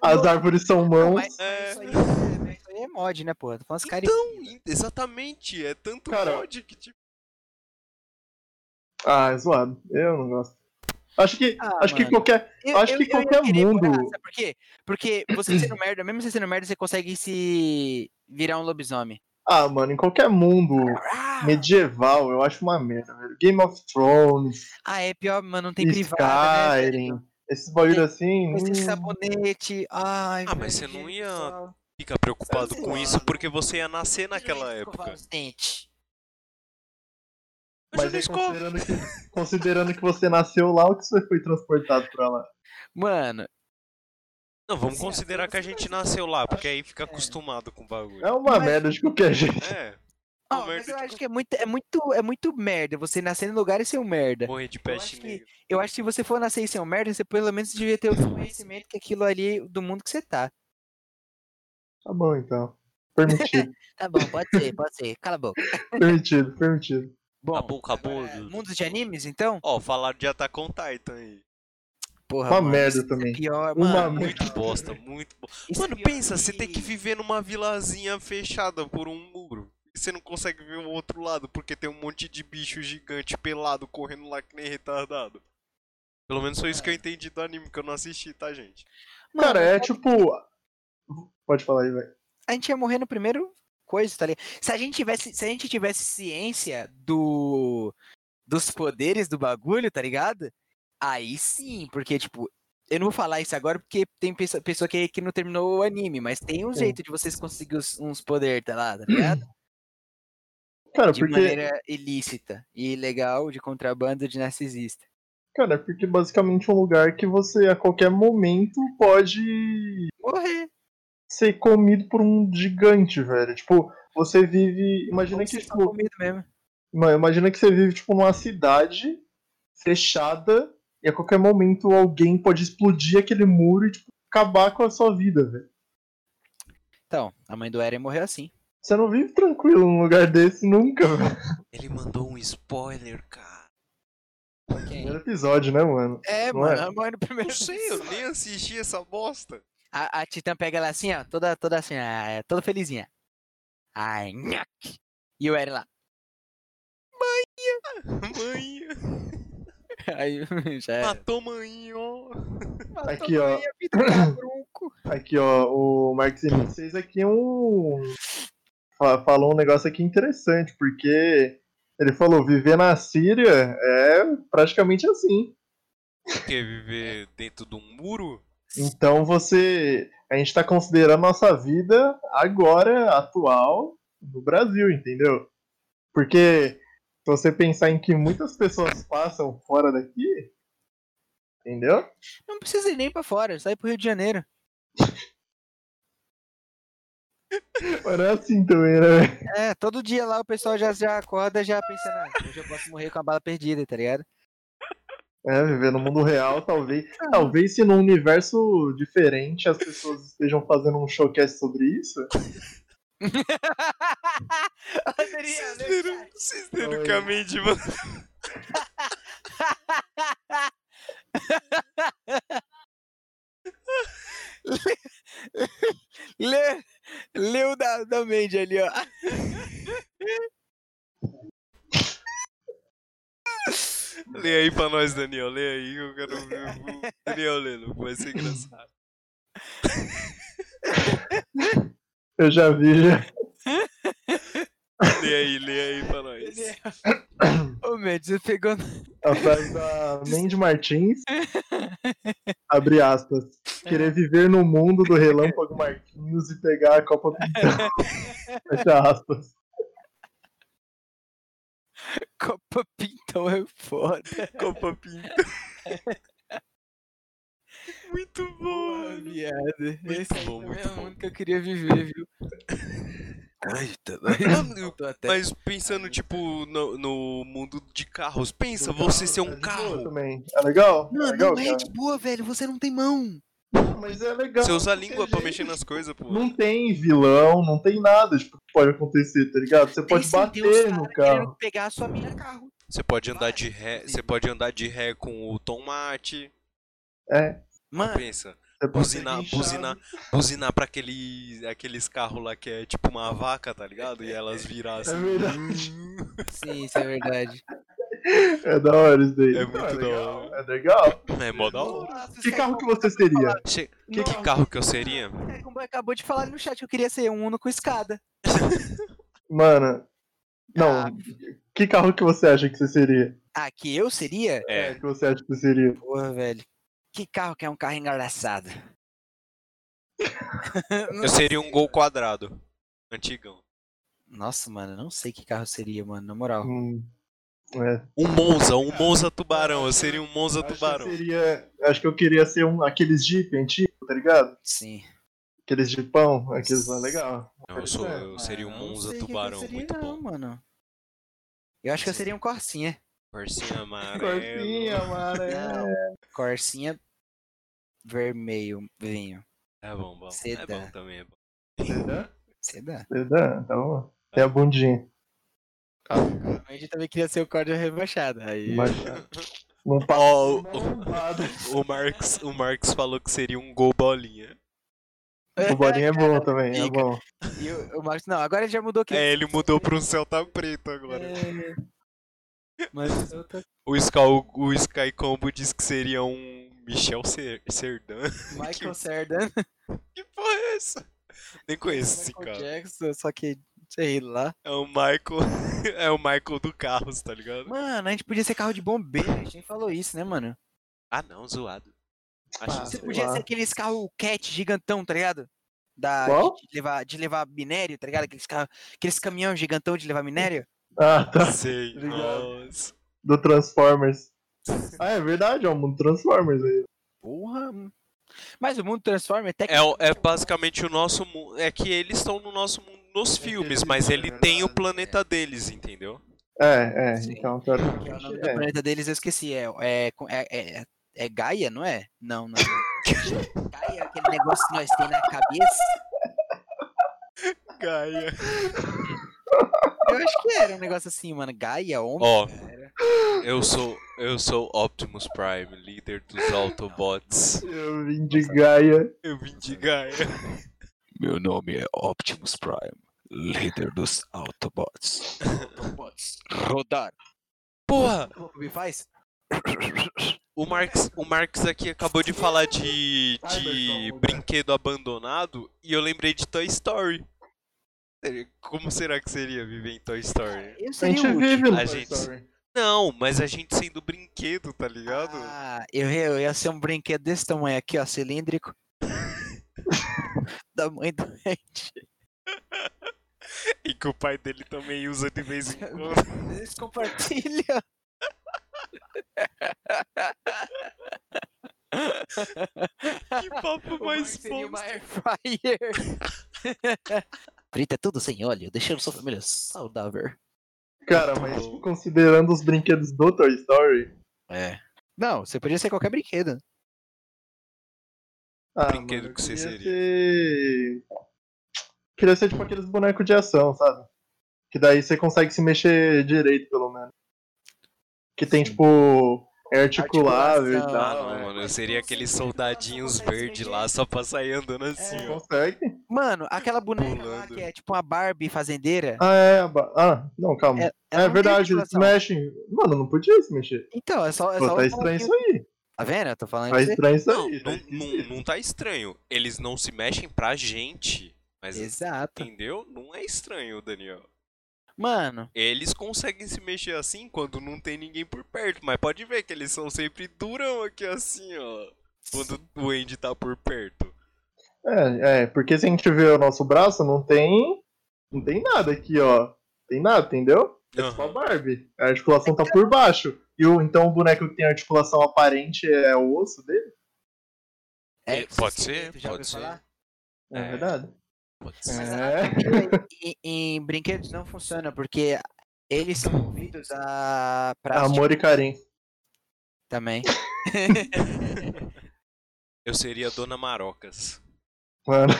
[SPEAKER 2] As árvores são mãos.
[SPEAKER 3] Então, Mas, mas isso aí é, mas isso aí é mod, né, porra? Tô falando Skyrim.
[SPEAKER 1] Então, in- exatamente. É tanto
[SPEAKER 2] Cara,
[SPEAKER 1] mod que tipo.
[SPEAKER 2] Ah, é zoado. Eu não gosto. Acho que,
[SPEAKER 3] Ah,
[SPEAKER 2] acho que
[SPEAKER 3] mano.
[SPEAKER 2] qualquer.
[SPEAKER 3] Eu-
[SPEAKER 2] acho
[SPEAKER 3] eu-
[SPEAKER 2] que
[SPEAKER 3] eu ia
[SPEAKER 2] qualquer
[SPEAKER 3] querer morar,
[SPEAKER 2] mundo-
[SPEAKER 3] sabe por quê? Porque você
[SPEAKER 2] <clears throat>
[SPEAKER 3] sendo merda, mesmo você sendo merda, você consegue se virar um lobisomem.
[SPEAKER 2] Ah, mano, em qualquer mundo medieval, eu acho uma merda, velho. Game of Thrones,
[SPEAKER 3] Ah, é pior, mano, não tem privada, né?
[SPEAKER 2] Skyrim,
[SPEAKER 3] velho?
[SPEAKER 2] esses bagulho assim.
[SPEAKER 3] Mas tem
[SPEAKER 2] hum,
[SPEAKER 3] sabonete, ai...
[SPEAKER 1] Ah, mas
[SPEAKER 3] velho,
[SPEAKER 1] você não ia
[SPEAKER 3] pessoal.
[SPEAKER 1] Fica preocupado
[SPEAKER 3] Sei
[SPEAKER 1] com
[SPEAKER 3] lá,
[SPEAKER 1] isso
[SPEAKER 3] mano.
[SPEAKER 1] porque você ia nascer naquela
[SPEAKER 3] Não ia escovar
[SPEAKER 1] época.
[SPEAKER 3] os dentes.
[SPEAKER 1] Mas eu não
[SPEAKER 2] Mas aí,
[SPEAKER 1] escovo.
[SPEAKER 2] considerando, que, considerando que você nasceu lá, o que você foi transportado pra lá?
[SPEAKER 3] Mano,
[SPEAKER 1] Não, vamos
[SPEAKER 3] Assim, ah,
[SPEAKER 1] considerar
[SPEAKER 3] foi
[SPEAKER 1] que a
[SPEAKER 3] você
[SPEAKER 1] gente
[SPEAKER 3] mesmo.
[SPEAKER 1] nasceu lá, porque aí fica
[SPEAKER 3] é.
[SPEAKER 1] acostumado com o bagulho.
[SPEAKER 2] É uma
[SPEAKER 3] Mas-
[SPEAKER 2] merda de qualquer jeito.
[SPEAKER 1] É,
[SPEAKER 3] ó,
[SPEAKER 1] Ô,
[SPEAKER 3] mas
[SPEAKER 1] merda,
[SPEAKER 3] eu
[SPEAKER 1] tipo-
[SPEAKER 3] acho que é muito, é muito, é muito merda você nascer em lugar e ser um merda.
[SPEAKER 1] morrer de
[SPEAKER 3] acho
[SPEAKER 1] peste
[SPEAKER 3] que-
[SPEAKER 1] negra.
[SPEAKER 3] Eu acho que se você for nascer e ser um merda, você pelo menos devia ter o conhecimento que aquilo ali do mundo que você tá.
[SPEAKER 2] Tá bom, então. Permitido,
[SPEAKER 4] Tá bom, pode ser, pode ser. Cala a boca.
[SPEAKER 2] permitido, permitido.
[SPEAKER 3] Bom,
[SPEAKER 1] Acabou, acabou.
[SPEAKER 3] é,
[SPEAKER 1] Dudu.
[SPEAKER 3] mundo de animes, então?
[SPEAKER 1] Ó, falaram de Attack on Titan aí.
[SPEAKER 3] Porra,
[SPEAKER 2] Uma
[SPEAKER 3] mano,
[SPEAKER 2] merda
[SPEAKER 3] isso é
[SPEAKER 2] também.
[SPEAKER 3] pior,
[SPEAKER 2] Uma
[SPEAKER 3] mano.
[SPEAKER 2] merda.
[SPEAKER 1] Muito bosta, muito bosta.
[SPEAKER 3] isso é
[SPEAKER 1] Mano,
[SPEAKER 3] pior
[SPEAKER 1] pensa, você tem que viver numa vilazinha fechada por um muro. E você não consegue ver o outro lado, porque tem um monte de bicho gigante pelado correndo lá que nem retardado. Pelo menos foi
[SPEAKER 3] É.
[SPEAKER 1] isso que eu entendi do anime, que eu não assisti, tá, gente?
[SPEAKER 3] Mano,
[SPEAKER 2] Cara, é
[SPEAKER 3] sabe-
[SPEAKER 2] tipo. Pode falar aí, velho.
[SPEAKER 3] a gente ia morrer no primeiro coisa, tá ligado? Se a gente tivesse, se a gente tivesse ciência do dos poderes do bagulho, tá ligado? Aí sim, porque tipo, eu não vou falar isso agora porque tem pessoa, pessoa que, que não terminou o anime, mas tem um
[SPEAKER 2] Sim.
[SPEAKER 3] jeito de vocês conseguir os- uns poderes, tá lá, tá ligado?
[SPEAKER 2] Cara,
[SPEAKER 3] De
[SPEAKER 2] porque.
[SPEAKER 3] maneira ilícita e ilegal, de contrabando, de narcisista.
[SPEAKER 2] Cara, porque basicamente é um lugar que você a qualquer momento pode
[SPEAKER 3] Morrer.
[SPEAKER 2] ser comido por um gigante, velho. Tipo, você vive. Imagina
[SPEAKER 3] Como
[SPEAKER 2] que,
[SPEAKER 3] vocês
[SPEAKER 2] tipo,
[SPEAKER 3] tão com medo mesmo.
[SPEAKER 2] Mano, imagina que você vive, tipo, numa cidade fechada e a qualquer momento alguém pode explodir aquele muro e, tipo, acabar com a sua vida, velho.
[SPEAKER 3] Então, a mãe do Eren morreu assim.
[SPEAKER 2] Você não vive tranquilo num lugar desse nunca, velho.
[SPEAKER 1] Ele mandou um spoiler, cara.
[SPEAKER 2] Primeiro episódio, né, mano?
[SPEAKER 3] É,
[SPEAKER 2] Não
[SPEAKER 3] mano,
[SPEAKER 2] é?
[SPEAKER 3] ela morre no primeiro.
[SPEAKER 1] Não sei,
[SPEAKER 3] <laughs>
[SPEAKER 1] eu nem assisti essa bosta.
[SPEAKER 3] A, a Titã pega ela assim, ó, toda, toda assim, ah, é, toda felizinha. Ai, nhac. E o Eren lá.
[SPEAKER 1] Manha.
[SPEAKER 3] <laughs> Aí já era.
[SPEAKER 1] Matou manhinho.
[SPEAKER 2] Aqui, ó. Aqui, ó, o Marcos Emílio fez aqui um. fa- Falou um negócio aqui interessante, porque ele falou: viver na Síria é praticamente assim.
[SPEAKER 1] Quer viver dentro de um muro?
[SPEAKER 2] Então você. A gente tá considerando nossa vida agora, atual, no Brasil, entendeu? Porque se você pensar em que muitas pessoas passam fora daqui, entendeu?
[SPEAKER 3] Não precisa ir nem pra fora, sai pro Rio de Janeiro.
[SPEAKER 2] Mas não é assim também, né?
[SPEAKER 3] É, todo dia lá o pessoal já, já acorda já pensando, ah, hoje eu posso morrer com a bala perdida, tá ligado?
[SPEAKER 2] É, viver no mundo real,
[SPEAKER 3] <laughs>
[SPEAKER 2] talvez.
[SPEAKER 3] Ah.
[SPEAKER 2] Talvez se num universo diferente as pessoas estejam fazendo um showcast sobre isso.
[SPEAKER 1] Vocês viram, vocês viram que a Mandy mandou.
[SPEAKER 3] Lê, lê o da, da Mandy ali, ó.
[SPEAKER 1] Lê aí pra nós, Daniel. Lê aí, eu quero ver
[SPEAKER 2] É.
[SPEAKER 1] o Daniel lendo. Vai ser
[SPEAKER 2] <laughs>
[SPEAKER 1] engraçado.
[SPEAKER 2] Eu já vi, <laughs> já.
[SPEAKER 1] Lê aí, lê aí pra nós.
[SPEAKER 2] é.
[SPEAKER 3] Ô, Mandy, você pegou
[SPEAKER 2] A frase da Mandy Martins.
[SPEAKER 3] <laughs>
[SPEAKER 2] Abre aspas. Querer viver no mundo do relâmpago Marquinhos e pegar a Copa Pintão.
[SPEAKER 3] <laughs>
[SPEAKER 2] Fecha aspas.
[SPEAKER 3] Copa Pintão, é foda.
[SPEAKER 1] Copa
[SPEAKER 2] <laughs>
[SPEAKER 1] Pinto. Muito bom.
[SPEAKER 3] Viado. Esse aí
[SPEAKER 1] bom,
[SPEAKER 3] também
[SPEAKER 1] muito
[SPEAKER 3] é o
[SPEAKER 1] bom.
[SPEAKER 3] mundo que eu queria viver, viu? Ai, <laughs> tá
[SPEAKER 1] Mano,
[SPEAKER 3] Tô até...
[SPEAKER 1] Mas pensando, tipo, no, no mundo de carros, pensa
[SPEAKER 2] Do
[SPEAKER 1] você
[SPEAKER 2] carro,
[SPEAKER 1] ser
[SPEAKER 2] é
[SPEAKER 1] um
[SPEAKER 2] de boa
[SPEAKER 1] carro.
[SPEAKER 2] Também. É legal? é
[SPEAKER 3] Mano,
[SPEAKER 2] legal,
[SPEAKER 3] não é
[SPEAKER 2] cara?
[SPEAKER 3] de boa, velho. Você não tem mão.
[SPEAKER 2] Não, Mas é legal.
[SPEAKER 1] Você usa a
[SPEAKER 2] de qualquer
[SPEAKER 1] língua pra
[SPEAKER 2] jeito.
[SPEAKER 1] mexer nas coisas, pô.
[SPEAKER 2] Não tem vilão, não tem nada tipo, que pode acontecer, tá ligado? Você pode bater no carro.
[SPEAKER 3] pegar a sua mina carro.
[SPEAKER 1] Você pode andar
[SPEAKER 3] Vai,
[SPEAKER 1] de ré,
[SPEAKER 3] inclusive.
[SPEAKER 1] você pode andar de ré com o tomate.
[SPEAKER 2] É.
[SPEAKER 3] Mano,
[SPEAKER 1] Pensa,
[SPEAKER 2] Você tá pode
[SPEAKER 1] buzinar,
[SPEAKER 2] ser guinchado.
[SPEAKER 1] buzinar, buzinar pra aquele, aqueles carros lá que é tipo uma vaca, tá ligado? E elas virar
[SPEAKER 2] É <laughs>
[SPEAKER 1] assim.
[SPEAKER 2] verdade.
[SPEAKER 3] sim, isso é
[SPEAKER 2] <laughs>
[SPEAKER 3] verdade.
[SPEAKER 2] É da hora isso daí.
[SPEAKER 1] É
[SPEAKER 2] Não,
[SPEAKER 1] muito da
[SPEAKER 2] legal,
[SPEAKER 1] hora.
[SPEAKER 2] É legal.
[SPEAKER 1] É mó da hora.
[SPEAKER 3] Nossa, é
[SPEAKER 2] Que carro que você seria?
[SPEAKER 1] Che-
[SPEAKER 2] Que-
[SPEAKER 1] Que carro que eu seria?
[SPEAKER 3] Como acabou de falar ali no chat que eu queria ser um Uno com escada.
[SPEAKER 2] Mano. Não,
[SPEAKER 3] Ah.
[SPEAKER 2] que carro que você acha que você seria?
[SPEAKER 3] Ah, que eu seria?
[SPEAKER 1] É,
[SPEAKER 2] Que você acha que você seria?
[SPEAKER 3] Porra, velho. Que carro que é um
[SPEAKER 2] <laughs>
[SPEAKER 3] carro engraçado? <laughs>
[SPEAKER 1] eu seria um gol quadrado. Antigão.
[SPEAKER 3] Nossa, mano, eu não sei que carro seria, mano, na moral.
[SPEAKER 2] Hum, é,
[SPEAKER 1] Um Monza, um Monza tubarão. Eu seria um Monza
[SPEAKER 2] acho que eu
[SPEAKER 1] tubarão.
[SPEAKER 2] seria- acho que eu queria ser um aqueles Jeep antigo, tá ligado?
[SPEAKER 3] Sim.
[SPEAKER 2] Aqueles Jeepão, aqueles lá legal.
[SPEAKER 1] Não, eu, sou, eu
[SPEAKER 3] Ah,
[SPEAKER 1] seria um
[SPEAKER 3] não
[SPEAKER 1] Monza
[SPEAKER 3] sei o que que eu
[SPEAKER 1] tubarão.
[SPEAKER 3] seria,
[SPEAKER 1] Muito
[SPEAKER 3] não,
[SPEAKER 1] bom.
[SPEAKER 3] mano. Eu acho que eu seria um Corsinha.
[SPEAKER 1] Corsinha amarelo.
[SPEAKER 2] Corsinha, amarelo.
[SPEAKER 3] É. Corsinha vermelho, vinho.
[SPEAKER 1] É bom, bom. É
[SPEAKER 3] Sedã.
[SPEAKER 1] bom também. É bom.
[SPEAKER 2] Sedã?
[SPEAKER 3] Você dá.
[SPEAKER 2] Sedã, tá bom. Tem a bundinha.
[SPEAKER 3] A gente também queria ser o Corda rebaixado. Aí.
[SPEAKER 2] Baixa. Não passa
[SPEAKER 1] Ó, <laughs> o-
[SPEAKER 2] nada.
[SPEAKER 1] o, o, Marx, o Marx falou que seria um gol bolinha.
[SPEAKER 2] O bolinho é bom também, é
[SPEAKER 3] Fica.
[SPEAKER 2] bom.
[SPEAKER 3] E o, o Marcos, não, agora ele já mudou que.
[SPEAKER 1] É, ele mudou pra um Celta preto agora.
[SPEAKER 3] É. Mas eu tô
[SPEAKER 1] O Sky, o, o Sky Combo disse que seria um Michel Ser, Serdan. <laughs>
[SPEAKER 3] Michael Cerdan,
[SPEAKER 1] Que porra é essa? Nem conheço esse
[SPEAKER 3] Michael
[SPEAKER 1] cara.
[SPEAKER 3] Jackson, só que sei lá.
[SPEAKER 1] É o Michael. <laughs> É o Michael do Carros, tá ligado?
[SPEAKER 3] Mano, a gente podia ser carro de bombeiro, a gente nem falou isso, né, mano?
[SPEAKER 1] Ah não, zoado. Acho
[SPEAKER 2] Ah,
[SPEAKER 1] que
[SPEAKER 3] Você
[SPEAKER 2] sei
[SPEAKER 3] podia
[SPEAKER 2] lá.
[SPEAKER 3] ser aqueles carros cat gigantão, tá ligado? Da,
[SPEAKER 2] Qual?
[SPEAKER 3] De, de levar, de levar minério, tá ligado? Aqueles, carro, aqueles caminhão gigantão de levar minério.
[SPEAKER 2] Ah, tá.
[SPEAKER 1] Sei,
[SPEAKER 2] Obrigado.
[SPEAKER 1] nossa.
[SPEAKER 2] Do um Transformers. Ah, é verdade, é o mundo Transformers aí.
[SPEAKER 3] Porra, mano. Mas o mundo Transformer até que.
[SPEAKER 1] É, o- é basicamente o nosso mundo. É que eles estão no nosso mundo nos
[SPEAKER 2] É
[SPEAKER 1] filmes,
[SPEAKER 2] deles,
[SPEAKER 1] mas
[SPEAKER 2] é
[SPEAKER 1] ele tem o
[SPEAKER 2] verdade,
[SPEAKER 1] planeta deles, entendeu?
[SPEAKER 2] É, é,
[SPEAKER 3] Sim.
[SPEAKER 2] então,
[SPEAKER 3] que é o nome
[SPEAKER 2] teoricamente.
[SPEAKER 3] do
[SPEAKER 2] É.
[SPEAKER 3] planeta deles eu esqueci. É, é, é, é, é Gaia, não é? Não, <laughs> não.
[SPEAKER 4] Cai
[SPEAKER 3] é
[SPEAKER 4] aquele negócio que nós temos na cabeça.
[SPEAKER 1] Gaia.
[SPEAKER 3] Eu acho que era um negócio assim, mano. Gaia, homem.
[SPEAKER 1] Ó, eu sou eu sou Optimus Prime, líder dos Autobots.
[SPEAKER 2] Eu vim de Gaia.
[SPEAKER 1] <laughs> Eu vim de Gaia.
[SPEAKER 3] Meu nome é Optimus Prime, líder dos Autobots. <laughs> Autobots. Rodar.
[SPEAKER 1] Porra,
[SPEAKER 3] Me faz?
[SPEAKER 1] o Marx, o Marx aqui acabou de falar de, de brinquedo abandonado e eu lembrei de Toy Story. Como será que seria viver em Toy Story?
[SPEAKER 3] Eu
[SPEAKER 2] A
[SPEAKER 3] seria
[SPEAKER 2] gente
[SPEAKER 3] útil.
[SPEAKER 2] vive no
[SPEAKER 1] A
[SPEAKER 2] Toy
[SPEAKER 1] gente-
[SPEAKER 2] Story.
[SPEAKER 1] Não, mas a gente sendo brinquedo, tá ligado?
[SPEAKER 3] Ah, eu, eu ia ser um brinquedo desse tamanho aqui,
[SPEAKER 1] <laughs>
[SPEAKER 3] ó, cilíndrico. da mãe doente.
[SPEAKER 1] E que o pai dele também usa de
[SPEAKER 3] <laughs>
[SPEAKER 1] vez em quando.
[SPEAKER 3] Eles compartilham.
[SPEAKER 1] Que papo <laughs> mais
[SPEAKER 3] é seria
[SPEAKER 1] bom.
[SPEAKER 3] uma air fryer. <laughs>
[SPEAKER 4] Frita tudo sem óleo, deixando sua família saudável.
[SPEAKER 2] Cara, mas considerando os brinquedos do Toy Story.
[SPEAKER 3] É. Não, você podia ser qualquer brinquedo.
[SPEAKER 2] Ah,
[SPEAKER 1] Brinquedo
[SPEAKER 2] mano,
[SPEAKER 1] que você
[SPEAKER 2] eu queria
[SPEAKER 1] seria.
[SPEAKER 2] ser- Queria ser tipo aqueles bonecos de ação, sabe? Que daí você consegue se mexer direito, pelo menos. Que tem, tipo, é articulável e
[SPEAKER 3] Articulação.
[SPEAKER 1] Ah,
[SPEAKER 2] tal.
[SPEAKER 1] não,
[SPEAKER 2] é.
[SPEAKER 1] mano, eu seria aqueles soldadinhos verdes lá só pra sair andando assim, ó.
[SPEAKER 2] Consegue?
[SPEAKER 3] Mano, aquela boneca lá
[SPEAKER 1] Pulando.
[SPEAKER 3] que é tipo uma Barbie fazendeira.
[SPEAKER 2] Ah, é. a ba- Ah, não, calma.
[SPEAKER 3] É-
[SPEAKER 2] É,
[SPEAKER 3] ela não tem
[SPEAKER 2] verdade, eles
[SPEAKER 3] articulação.
[SPEAKER 2] mexem. Mano, não podia se mexer.
[SPEAKER 3] Então, é só. É
[SPEAKER 2] Pô,
[SPEAKER 3] só
[SPEAKER 2] tá
[SPEAKER 3] um
[SPEAKER 2] estranho
[SPEAKER 3] pouquinho-
[SPEAKER 2] isso aí.
[SPEAKER 3] Tá vendo? Eu tô falando
[SPEAKER 2] Tá
[SPEAKER 3] isso.
[SPEAKER 2] estranho isso
[SPEAKER 1] Não,
[SPEAKER 2] aí. tá
[SPEAKER 1] não, não,
[SPEAKER 2] esquisito.
[SPEAKER 1] não tá estranho. Eles não se mexem pra gente. Mas,
[SPEAKER 3] Exato.
[SPEAKER 1] entendeu? Não é estranho, Daniel.
[SPEAKER 3] Mano,
[SPEAKER 1] Eles conseguem se mexer assim quando não tem ninguém por perto. Mas pode ver que eles são sempre durão aqui assim, ó. Quando o Andy tá por perto.
[SPEAKER 2] É, é, porque se a gente vê o nosso braço, não tem. Não tem nada aqui, ó. Tem nada, entendeu? É só a
[SPEAKER 1] Aham.
[SPEAKER 2] Barbie. A articulação tá por baixo. E o, então o boneco que tem articulação aparente é o osso dele?
[SPEAKER 1] É, pode ser,
[SPEAKER 3] Tu já
[SPEAKER 1] pode
[SPEAKER 3] ouviu
[SPEAKER 1] ser.
[SPEAKER 3] falar?
[SPEAKER 2] É,
[SPEAKER 1] É.
[SPEAKER 2] verdade?
[SPEAKER 1] Pode ser.
[SPEAKER 2] É.
[SPEAKER 3] <laughs> Em, em brinquedos não funciona, porque eles são movidos a. pra
[SPEAKER 2] É. Amor e carinho.
[SPEAKER 3] também.
[SPEAKER 1] Eu seria a Dona <laughs> Marocas.
[SPEAKER 2] Mano,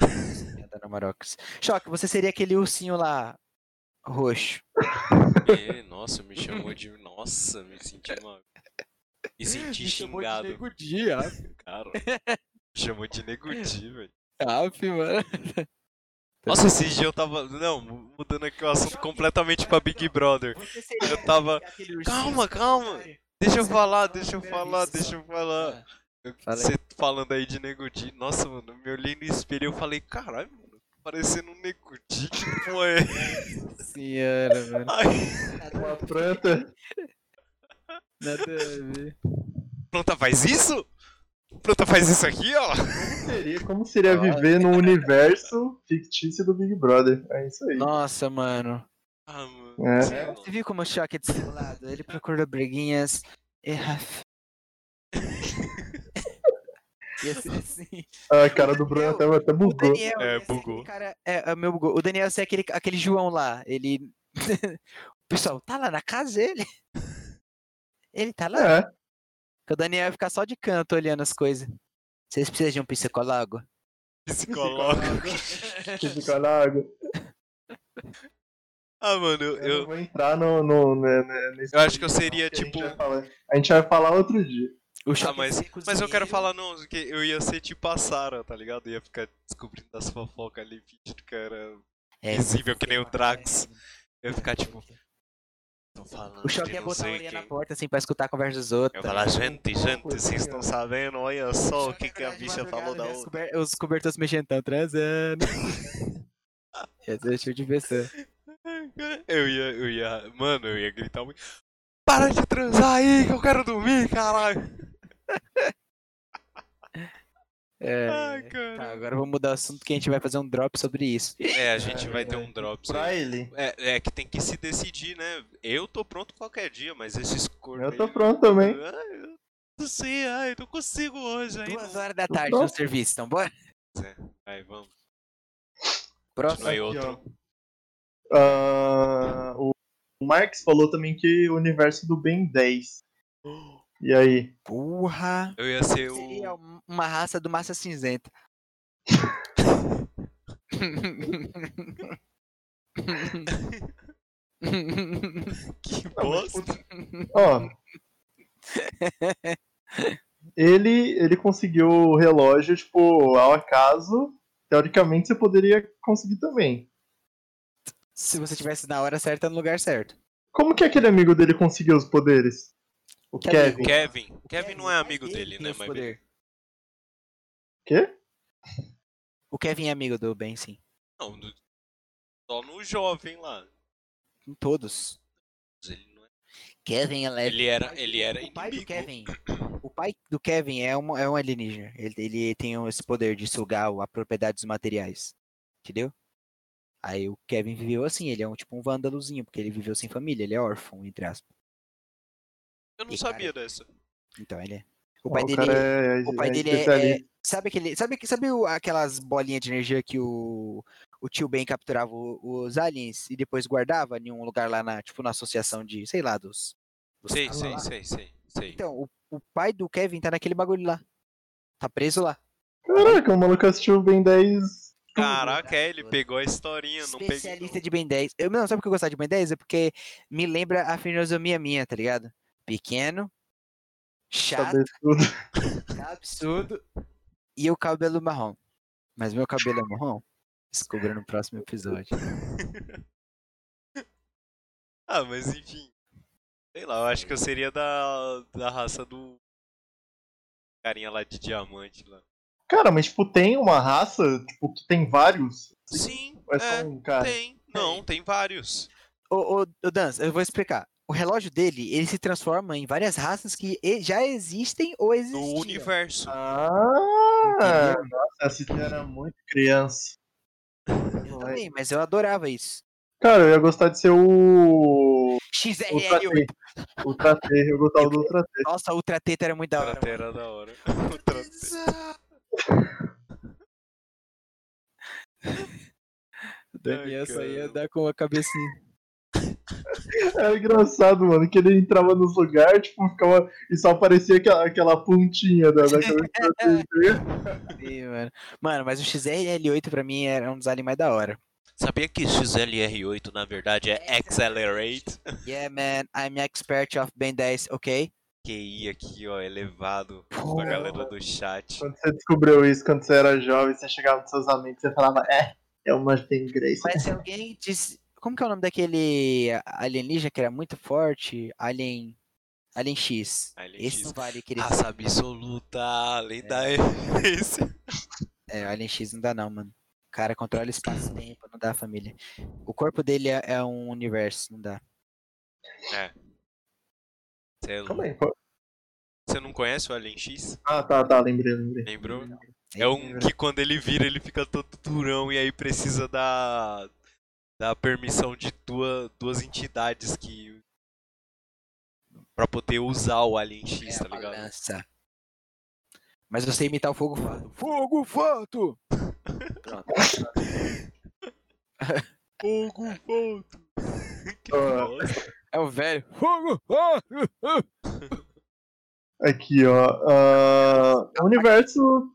[SPEAKER 3] Dona Marocas. né, Choque, você seria aquele ursinho lá roxo.
[SPEAKER 1] E, nossa, me chamou de. Nossa, me senti mal. Me senti xingado.
[SPEAKER 3] dia.
[SPEAKER 1] Cara, chamou de negudi, velho.
[SPEAKER 3] mano.
[SPEAKER 1] Nossa, esse dia eu tava. Não, mudando aqui o assunto completamente pra Big Brother.
[SPEAKER 3] Você seria
[SPEAKER 1] Eu tava-
[SPEAKER 3] aquele ursinho assim,
[SPEAKER 1] Calma, calma. Ah.
[SPEAKER 3] solitário?
[SPEAKER 1] Deixa eu falar, deixa eu falar, deixa eu falar. Eu-
[SPEAKER 3] Fala aí.
[SPEAKER 1] Você falando aí de negudi. Nossa, mano, eu me olhei no espelho e eu falei, caralho, mano, tô parecendo um negudi. Que porra é?
[SPEAKER 3] Senhora, mano.
[SPEAKER 1] <laughs> Ai,
[SPEAKER 3] Ah, tá
[SPEAKER 2] uma planta.
[SPEAKER 3] Nada a ver.
[SPEAKER 1] planta faz isso? Planta faz isso aqui, ó.
[SPEAKER 2] Seria, como seria
[SPEAKER 3] Ah.
[SPEAKER 2] viver num universo fictício do Big Brother? É isso aí.
[SPEAKER 3] Nossa, mano.
[SPEAKER 1] Ah, mano.
[SPEAKER 2] É.
[SPEAKER 1] sei lá.
[SPEAKER 3] Você viu como o Choque é dissimulado? Ele procurou briguinhas
[SPEAKER 1] <laughs>
[SPEAKER 3] e <laughs> Rafa. Ia ser assim.
[SPEAKER 2] A cara do Bruno até, até
[SPEAKER 3] O
[SPEAKER 2] bugou.
[SPEAKER 3] Daniel.
[SPEAKER 1] É,
[SPEAKER 3] ia ser aquele
[SPEAKER 1] bugou.
[SPEAKER 3] Cara, é, é, meu bugou. O Daniel ia ser aquele, aquele João lá. Ele. <laughs> o pessoal, tá lá na casa dele? <laughs> Ele tá lá.
[SPEAKER 2] É,
[SPEAKER 3] Que O Daniel ia ficar só de canto olhando as coisas. Vocês precisam de um psicólogo?
[SPEAKER 1] Psicólogo.
[SPEAKER 2] você fica na água.
[SPEAKER 1] Ah, mano, eu-
[SPEAKER 2] Eu não
[SPEAKER 1] eu,
[SPEAKER 2] vou entrar no, no, né, né, nesse
[SPEAKER 1] eu acho que eu seria
[SPEAKER 2] que a gente
[SPEAKER 1] tipo.
[SPEAKER 2] vai falar. A gente vai falar outro dia.
[SPEAKER 3] O
[SPEAKER 1] Ah,
[SPEAKER 3] Choque ia
[SPEAKER 1] mas,
[SPEAKER 3] ser
[SPEAKER 1] mas eu
[SPEAKER 3] cozinheiro.
[SPEAKER 1] quero falar, não, que eu ia ser tipo a Sarah, tá ligado? Eu ia ficar descobrindo as fofocas ali, fingindo que eu era
[SPEAKER 3] É, né?
[SPEAKER 1] visível que nem o Drax. Eu ia ficar tipo,
[SPEAKER 3] O
[SPEAKER 1] tô falando
[SPEAKER 3] Choque
[SPEAKER 1] de
[SPEAKER 3] ia
[SPEAKER 1] não
[SPEAKER 3] botar a
[SPEAKER 1] sei
[SPEAKER 3] orelha na
[SPEAKER 1] quem.
[SPEAKER 3] porta assim pra escutar a conversa dos outros.
[SPEAKER 1] Eu ia
[SPEAKER 3] tá
[SPEAKER 1] falar,
[SPEAKER 3] ligado?
[SPEAKER 1] gente, gente, vocês estão sabendo, olha só o que, que a bicha falou da
[SPEAKER 3] os,
[SPEAKER 1] outra.
[SPEAKER 3] cobertores os cobertores mexendo tão
[SPEAKER 1] <laughs>
[SPEAKER 3] transando. <laughs> Esse é o tipo de pessoa.
[SPEAKER 1] Eu ia, eu ia, mano, eu ia gritar muito. Para de transar aí, que eu quero dormir, caralho.
[SPEAKER 3] É,
[SPEAKER 1] Ai,
[SPEAKER 3] tá,
[SPEAKER 1] cara.
[SPEAKER 3] agora eu vou mudar o assunto que a gente vai fazer um drop sobre isso.
[SPEAKER 1] É, a gente vai ter um drops aí.
[SPEAKER 2] Pra ele.
[SPEAKER 1] É, é que tem que se decidir, né? Eu tô pronto qualquer dia, mas esses corpos.
[SPEAKER 2] Eu tô pronto também.
[SPEAKER 1] Não sei, ai, não consigo hoje ainda.
[SPEAKER 3] Duas horas da tarde
[SPEAKER 2] Não.
[SPEAKER 3] no serviço, então bora.
[SPEAKER 1] Aí, vamos.
[SPEAKER 3] Próximo.
[SPEAKER 1] Continua aí
[SPEAKER 2] Aqui,
[SPEAKER 1] é outro.
[SPEAKER 2] ó. Ah, o Marx falou também que o universo do Ben 10. E aí?
[SPEAKER 3] Porra.
[SPEAKER 1] Eu ia ser
[SPEAKER 3] Seria
[SPEAKER 1] o.
[SPEAKER 3] um- uma raça do Massa Cinzenta.
[SPEAKER 1] Que
[SPEAKER 2] Não, mas,
[SPEAKER 1] bosta.
[SPEAKER 2] puta-
[SPEAKER 1] <laughs>
[SPEAKER 2] Ó. Ele, ele conseguiu o relógio, tipo, ao acaso. Teoricamente, você poderia conseguir também.
[SPEAKER 3] Se você tivesse na hora certa, no lugar certo.
[SPEAKER 2] Como que aquele amigo dele conseguiu os poderes? O
[SPEAKER 3] Que é?
[SPEAKER 2] Kevin.
[SPEAKER 3] amigo?
[SPEAKER 1] Kevin. Kevin não é amigo
[SPEAKER 3] ele
[SPEAKER 1] dele,
[SPEAKER 3] tem
[SPEAKER 1] né?
[SPEAKER 3] esse
[SPEAKER 1] Mas
[SPEAKER 3] poder.
[SPEAKER 2] Quê?
[SPEAKER 3] O Kevin é amigo do Ben, sim.
[SPEAKER 1] não, no- só no jovem lá.
[SPEAKER 3] Em todos.
[SPEAKER 1] Ele, não é-
[SPEAKER 4] Kevin, ela é.
[SPEAKER 1] ele era, ele era
[SPEAKER 3] o pai do
[SPEAKER 1] inimigo.
[SPEAKER 3] Kevin. O pai do Kevin é um, é um alienígena. Ele, ele tem um- esse poder de sugar o- a propriedade dos materiais. Entendeu? Aí o Kevin viveu assim, ele é um tipo um vândalozinho, porque ele viveu sem família, ele é órfão, entre aspas.
[SPEAKER 1] Eu não
[SPEAKER 3] Ih,
[SPEAKER 1] sabia dessa.
[SPEAKER 3] Então ele é. O pai
[SPEAKER 2] Ó,
[SPEAKER 3] dele
[SPEAKER 2] cara
[SPEAKER 3] é-
[SPEAKER 2] é,
[SPEAKER 3] O pai
[SPEAKER 2] é
[SPEAKER 3] dele é, é-
[SPEAKER 2] especialista.
[SPEAKER 3] Sabe aquele. Sabe, que- sabe o- aquelas bolinhas de energia que o, o tio Ben capturava o- os aliens e depois guardava em um lugar lá na, tipo, na associação de, sei lá, dos. dos
[SPEAKER 1] Sei,
[SPEAKER 3] caras
[SPEAKER 1] sei,
[SPEAKER 3] lá?
[SPEAKER 1] sei, sei, sei.
[SPEAKER 3] Então, o, o pai do Kevin tá naquele bagulho lá. Tá preso lá.
[SPEAKER 2] Caraca, o maluco assistiu o Ben 10.
[SPEAKER 1] Caraca, é, ele pegou a historinha, não peguei.
[SPEAKER 3] Então, Especialista de Ben 10. Eu, não, sabe por que eu gostava de Ben 10? É porque me lembra a filosofia minha, tá ligado? Pequeno, chato,
[SPEAKER 2] Saber tudo.
[SPEAKER 3] absurdo e o cabelo marrom. Mas meu cabelo é marrom? Descubra no próximo episódio.
[SPEAKER 1] Ah, mas enfim. Sei lá, eu acho que eu seria da, da raça do. Carinha lá de diamante lá.
[SPEAKER 2] Cara, mas tipo, tem uma raça tipo, que tem vários?
[SPEAKER 1] Sim,
[SPEAKER 2] Ou é só um cara?
[SPEAKER 1] tem. Não, tem vários.
[SPEAKER 3] Ô, ô, ô Danz, eu vou explicar. O relógio dele, ele se transforma em várias raças que e- já existem ou
[SPEAKER 1] No
[SPEAKER 3] existem.
[SPEAKER 1] universo.
[SPEAKER 2] Ah! Nossa, essa ideia era muito criança.
[SPEAKER 3] Eu também, mas eu adorava isso.
[SPEAKER 2] Cara, eu ia gostar de ser o. Ultra
[SPEAKER 3] XRL8.
[SPEAKER 2] T. Ultra T, eu gostava do Ultra T.
[SPEAKER 3] Nossa, a Ultra Teta era muito da hora.
[SPEAKER 1] Tratera da hora. O trate- <laughs>
[SPEAKER 3] O
[SPEAKER 1] Daniel Ai, só ia caramba.
[SPEAKER 3] dar com a cabecinha.
[SPEAKER 2] Era engraçado, mano, que ele entrava nos lugares, tipo, ficava. E só aparecia aquela, aquela pontinha da, da cabeça do Ultra T.
[SPEAKER 3] mano. mano, mas o XRL8 pra mim era um dos aliens mais da hora.
[SPEAKER 1] Sabia que XLR8 na verdade é Accelerate?
[SPEAKER 3] Yeah, man, I'm expert of Ben 10, ok?
[SPEAKER 1] QI aqui, ó, elevado
[SPEAKER 3] Pô.
[SPEAKER 1] pra galera do chat.
[SPEAKER 2] Quando você descobriu isso, quando você era jovem, você chegava nos seus amigos e falava, é, eu manjo de inglês.
[SPEAKER 3] Mas se alguém disse. Como que é o nome daquele alienígena que era muito forte? Alien. Alien X.
[SPEAKER 1] Alien
[SPEAKER 3] Esse
[SPEAKER 1] X. Ah.
[SPEAKER 3] não vale, querido.
[SPEAKER 1] Raça absoluta, além da <laughs> evidência.
[SPEAKER 3] É, Alien X não dá não, mano. O cara controla espaço-tempo, não dá família. O corpo dele é, é um universo, não dá.
[SPEAKER 1] Cê é louco.
[SPEAKER 2] Calma aí, pô.
[SPEAKER 1] Você não conhece o Alien X?
[SPEAKER 2] Ah, tá, tá, lembrei, lembrei.
[SPEAKER 1] Lembrou? É um que quando ele vira, ele fica todo durão e aí precisa da, da permissão de duas, duas entidades que. Pra poder usar o Alien X,
[SPEAKER 3] É
[SPEAKER 1] tá
[SPEAKER 3] uma
[SPEAKER 1] ligado?
[SPEAKER 3] lança. Mas eu sei imitar o fogo fato. Fogo fato! Pronto.
[SPEAKER 1] Fogo, <laughs> volto! que
[SPEAKER 2] Ah.
[SPEAKER 1] bosta.
[SPEAKER 3] É o velho. Fogo fato!
[SPEAKER 2] Aqui, ó. ah, é um universo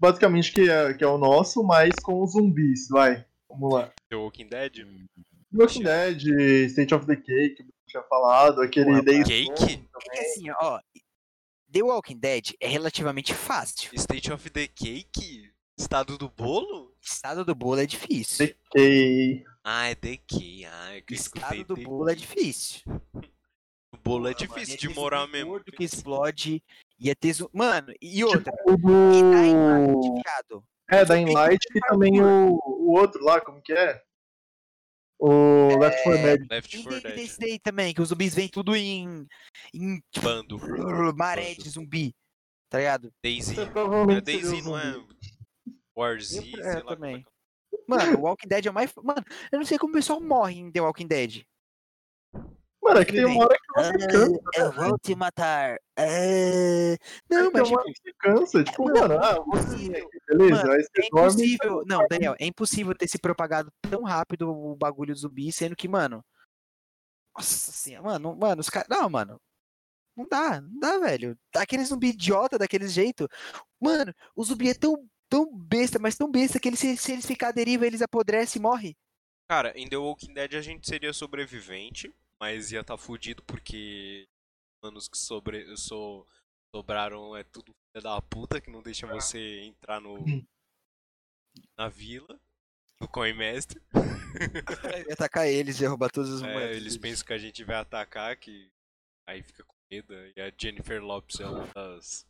[SPEAKER 2] basicamente que é, que é o nosso, mas com zumbis, vai. Vamos lá.
[SPEAKER 1] The Walking Dead?
[SPEAKER 2] The Walking Dead, State of the Cake, que eu tinha falado, aquele
[SPEAKER 3] Porra,
[SPEAKER 2] Days
[SPEAKER 1] Cake?
[SPEAKER 3] É que assim, ó. The Walking Dead é relativamente fácil.
[SPEAKER 1] State of the Cake? Estado do bolo?
[SPEAKER 3] Estado do bolo é difícil.
[SPEAKER 2] The Cake.
[SPEAKER 1] Ah, é The Cake. Ah, é que eu escutei
[SPEAKER 3] Estado do
[SPEAKER 1] The
[SPEAKER 3] bolo é Ah, difícil.
[SPEAKER 1] O bolo é
[SPEAKER 3] Mano,
[SPEAKER 1] difícil
[SPEAKER 3] ia
[SPEAKER 1] de
[SPEAKER 3] ter
[SPEAKER 1] morar
[SPEAKER 3] zumbi
[SPEAKER 1] mesmo.
[SPEAKER 3] gordo que explode, ia ter zumbi... Mano, e outra,
[SPEAKER 2] é O
[SPEAKER 3] e da Inlight,
[SPEAKER 2] do.
[SPEAKER 3] viado.
[SPEAKER 2] É, da Inlight e também o, o outro lá, como que é? O Left 4 Dead.
[SPEAKER 1] Left é
[SPEAKER 3] E
[SPEAKER 1] 4
[SPEAKER 3] tem
[SPEAKER 1] Dead.
[SPEAKER 3] esse daí também, que os zumbis vêm tudo em... em
[SPEAKER 1] Bando.
[SPEAKER 3] brrr, maré de zumbi, tá ligado?
[SPEAKER 1] Daisy.
[SPEAKER 2] Você
[SPEAKER 1] É
[SPEAKER 2] provavelmente seria um
[SPEAKER 1] Daisy, não é?
[SPEAKER 2] zumbi.
[SPEAKER 1] Warzy,
[SPEAKER 3] Eu-
[SPEAKER 1] sei
[SPEAKER 3] é,
[SPEAKER 1] lá. como
[SPEAKER 3] também.
[SPEAKER 1] que
[SPEAKER 3] Mano, o Walking Dead é o mais... Mano, eu não sei como o pessoal morre em The Walking Dead.
[SPEAKER 2] Mano, é que tem uma hora que
[SPEAKER 4] Ah,
[SPEAKER 2] você cansa.
[SPEAKER 4] eu vou te matar. Ah,
[SPEAKER 2] Não,
[SPEAKER 4] Não, mas
[SPEAKER 2] tem
[SPEAKER 4] tipo,
[SPEAKER 2] uma
[SPEAKER 3] é
[SPEAKER 2] hora que você cansa. Tipo,
[SPEAKER 4] não,
[SPEAKER 2] mano, ah,
[SPEAKER 4] é impossível.
[SPEAKER 2] beleza.
[SPEAKER 3] Mano,
[SPEAKER 2] aí você dorme.
[SPEAKER 3] É impossível. Não, Daniel, é impossível ter se propagado tão rápido o bagulho do zumbi, sendo que, mano. Nossa senhora, mano, mano, os caras. Não, mano. Não dá, não dá, velho. Aquele zumbi idiota daquele jeito. Mano, o zumbi é tão, tão besta, mas tão besta que ele, se, se eles ficar à deriva, eles
[SPEAKER 4] <laughs>
[SPEAKER 3] apodrecem e morrem.
[SPEAKER 1] Cara, em The Walking Dead a gente seria sobrevivente, mas ia estar tá fudido porque os humanos que sobre, so- sobraram é tudo filha da puta que não
[SPEAKER 2] Tá.
[SPEAKER 1] deixa você entrar no
[SPEAKER 2] Hum.
[SPEAKER 1] na vila do Coimestre.
[SPEAKER 3] Eu ia atacar eles, ia roubar todos os
[SPEAKER 1] É,
[SPEAKER 3] moleques
[SPEAKER 1] eles
[SPEAKER 3] deles.
[SPEAKER 1] pensam que a gente vai atacar, que aí fica com medo. E a Jennifer Lopes é uma das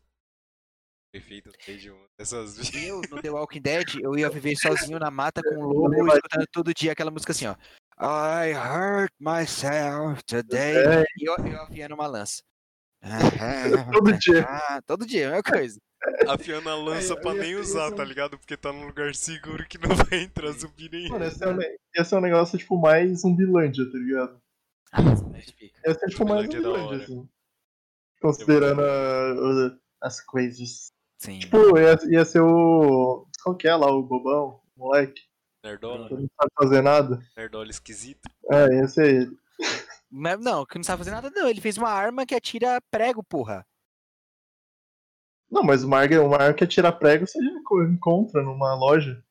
[SPEAKER 1] prefeitas desde uma dessas <laughs> vidas.
[SPEAKER 3] Eu, no The Walking Dead, eu ia viver sozinho na mata com um lobo,
[SPEAKER 2] lembro
[SPEAKER 3] escutando todo dia aquela música assim, ó. I hurt myself today.
[SPEAKER 2] É,
[SPEAKER 3] E eu, eu afiando uma lança.
[SPEAKER 2] <laughs> todo dia.
[SPEAKER 3] Ah, todo dia, a mesma coisa.
[SPEAKER 1] Afiando a lança
[SPEAKER 2] Aí,
[SPEAKER 1] pra
[SPEAKER 2] aí eu um
[SPEAKER 1] nem usar,
[SPEAKER 2] penso-
[SPEAKER 1] tá ligado? Porque tá num lugar seguro que não vai entrar zumbi nem.
[SPEAKER 2] Mano, esse é, um, ne- esse é um negócio, tipo, mais zumbilândia, tá ligado? Esse é, tipo, mais
[SPEAKER 1] Zumbilândia é da hora.
[SPEAKER 2] zumbilândia, assim. Considerando a- a- as coisas.
[SPEAKER 3] Sim.
[SPEAKER 2] Tipo, ia, ia ser o... Qual que é lá, o bobão? o moleque,
[SPEAKER 1] Nerdola,
[SPEAKER 2] que não sabe fazer nada.
[SPEAKER 1] nerdola esquisito.
[SPEAKER 2] É, ia ser ele.
[SPEAKER 3] Mas não, que não sabe fazer nada, não. Ele fez uma arma que atira prego, porra.
[SPEAKER 2] Não, mas o Marg, o Marg que atira prego, você já enco- encontra numa loja.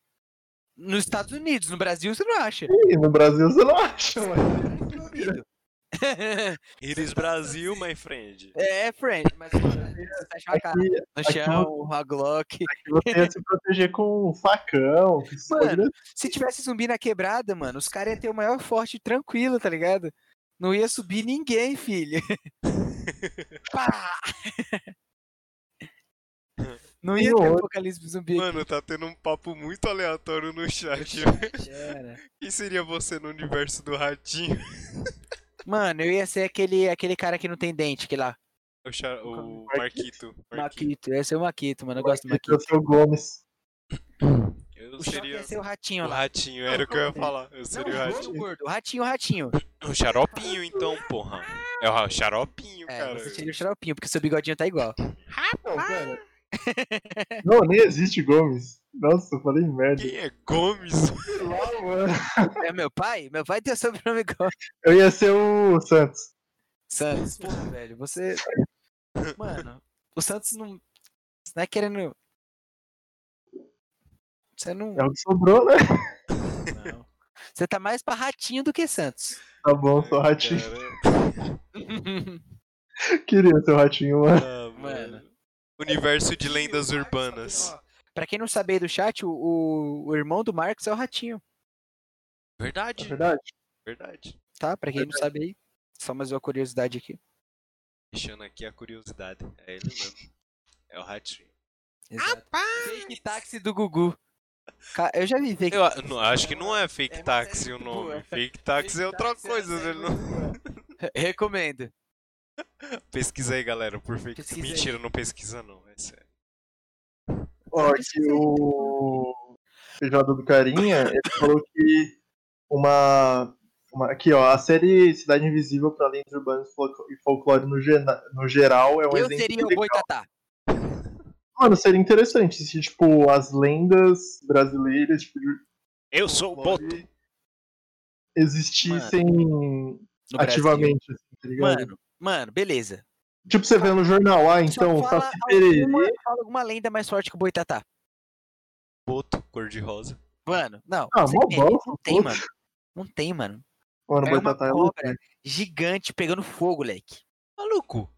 [SPEAKER 3] Nos Estados Unidos, no Brasil, você não acha.
[SPEAKER 2] E no Brasil você não acha, mas...
[SPEAKER 3] Duvido. <laughs>
[SPEAKER 1] Iris Brasil, my friend.
[SPEAKER 3] é, friend.
[SPEAKER 2] <laughs>
[SPEAKER 3] Mas mano, você acha uma cara
[SPEAKER 2] Aqui,
[SPEAKER 3] no
[SPEAKER 2] aqui
[SPEAKER 3] chão, uma Glock.
[SPEAKER 2] aqui você ia se proteger com um facão. com isso,
[SPEAKER 3] Mano,
[SPEAKER 2] né?
[SPEAKER 3] Se tivesse zumbi na quebrada, mano, os caras iam ter o maior forte tranquilo, tá ligado? Não ia subir
[SPEAKER 1] <laughs>
[SPEAKER 3] ninguém, filho. Pá! Não ia
[SPEAKER 2] Tem
[SPEAKER 3] ter
[SPEAKER 2] outro.
[SPEAKER 3] apocalipse zumbi.
[SPEAKER 1] Mano, tá tendo um papo muito aleatório no chat.
[SPEAKER 3] aqui, cara.
[SPEAKER 1] Quem seria você no universo do ratinho?
[SPEAKER 3] Mano, eu ia ser aquele, aquele cara que não tem dente, que lá.
[SPEAKER 1] O, cha- o
[SPEAKER 2] Marquito.
[SPEAKER 1] Marquito.
[SPEAKER 3] Maquito. Eu ia ser o Maquito, mano. Eu gosto do
[SPEAKER 2] Eu
[SPEAKER 3] Maquito.
[SPEAKER 2] sou o Gomes.
[SPEAKER 1] Eu
[SPEAKER 3] O Xarope
[SPEAKER 1] seria
[SPEAKER 3] ia ser o ratinho
[SPEAKER 1] o
[SPEAKER 3] lá.
[SPEAKER 1] ratinho, era o que eu ia falar. Eu
[SPEAKER 3] Não,
[SPEAKER 1] seria o
[SPEAKER 3] o
[SPEAKER 1] ratinho.
[SPEAKER 3] gordo, gordo. O ratinho, o ratinho.
[SPEAKER 1] O xaropinho, então, porra. É o xaropinho,
[SPEAKER 3] É,
[SPEAKER 1] cara.
[SPEAKER 3] você tira o xaropinho, porque seu bigodinho tá igual.
[SPEAKER 2] Não, cara. <laughs> Não, nem existe Gomes. Nossa, eu falei merda.
[SPEAKER 1] Quem é Gomes?
[SPEAKER 2] Sei lá, mano.
[SPEAKER 3] É meu pai? Meu pai tem o sobrenome igual.
[SPEAKER 2] Eu ia ser o Santos.
[SPEAKER 3] Santos, porra,
[SPEAKER 1] <laughs>
[SPEAKER 3] velho, você. Mano, o Santos não. Você não é querendo. Você não.
[SPEAKER 1] um
[SPEAKER 2] É o que sobrou, né?
[SPEAKER 3] não. Você tá mais pra ratinho do que Santos.
[SPEAKER 2] Tá bom, sou o Ratinho.
[SPEAKER 1] É, Cara,
[SPEAKER 2] Queria ser o
[SPEAKER 1] <laughs>
[SPEAKER 2] Ratinho, mano.
[SPEAKER 1] ah,
[SPEAKER 3] Mano.
[SPEAKER 1] mano. Universo de lendas
[SPEAKER 3] tá
[SPEAKER 1] urbanas.
[SPEAKER 3] Pra quem não sabe aí do chat, o, o, o irmão do Marcos é o ratinho,
[SPEAKER 2] É
[SPEAKER 1] Verdade,
[SPEAKER 2] verdade?
[SPEAKER 1] verdade.
[SPEAKER 3] tá? Pra quem não sabe aí. Só mais uma curiosidade aqui.
[SPEAKER 1] Deixando aqui a curiosidade. É ele mesmo. É o ratinho.
[SPEAKER 3] Exato. Fake táxi do Gugu. Ca- Eu já vi fake
[SPEAKER 1] Eu a- não, acho que não é
[SPEAKER 3] É
[SPEAKER 1] fake
[SPEAKER 3] uma
[SPEAKER 1] taxi
[SPEAKER 3] série
[SPEAKER 1] o
[SPEAKER 3] muito boa.
[SPEAKER 1] nome. Fake taxi é outra coisa. Ele não...
[SPEAKER 3] Recomendo.
[SPEAKER 1] Pesquisa aí, galera, por fake
[SPEAKER 3] Pesquisa aí.
[SPEAKER 1] Mentira, não pesquisa não. É sério.
[SPEAKER 2] Ó,
[SPEAKER 3] Mas
[SPEAKER 2] que
[SPEAKER 3] isso aí-
[SPEAKER 2] o Feijoada do Carinha, ele falou que uma, uma- Aqui, ó, a série Cidade Invisível para Lendas Urbanas e Folclo- e Folclore no, gena- no geral é um
[SPEAKER 3] Eu
[SPEAKER 2] exemplo.
[SPEAKER 3] seria o
[SPEAKER 2] legal.
[SPEAKER 3] Boitatá.
[SPEAKER 2] Mano, seria interessante se, tipo, as lendas brasileiras tipo, de
[SPEAKER 1] Eu sou o Boto.
[SPEAKER 2] folclore existissem
[SPEAKER 3] no Brasil.
[SPEAKER 2] ativamente, assim, tá ligado?
[SPEAKER 3] Mano, mano, beleza.
[SPEAKER 2] Tipo, você vê no jornal, ah, então,
[SPEAKER 3] Só fala
[SPEAKER 2] Saci Pererê.
[SPEAKER 3] alguma, fala alguma lenda mais forte que o Boitatá.
[SPEAKER 1] Boto, cor de rosa.
[SPEAKER 3] Mano, não.
[SPEAKER 2] Ah,
[SPEAKER 3] você
[SPEAKER 2] mó
[SPEAKER 3] tem,
[SPEAKER 2] bola,
[SPEAKER 3] não tem,
[SPEAKER 2] pô.
[SPEAKER 3] mano. Não tem, mano.
[SPEAKER 2] Mano,
[SPEAKER 3] É uma
[SPEAKER 2] Boitatá é louco,
[SPEAKER 3] cobra
[SPEAKER 2] né?
[SPEAKER 3] gigante pegando fogo, leque.
[SPEAKER 1] Maluco.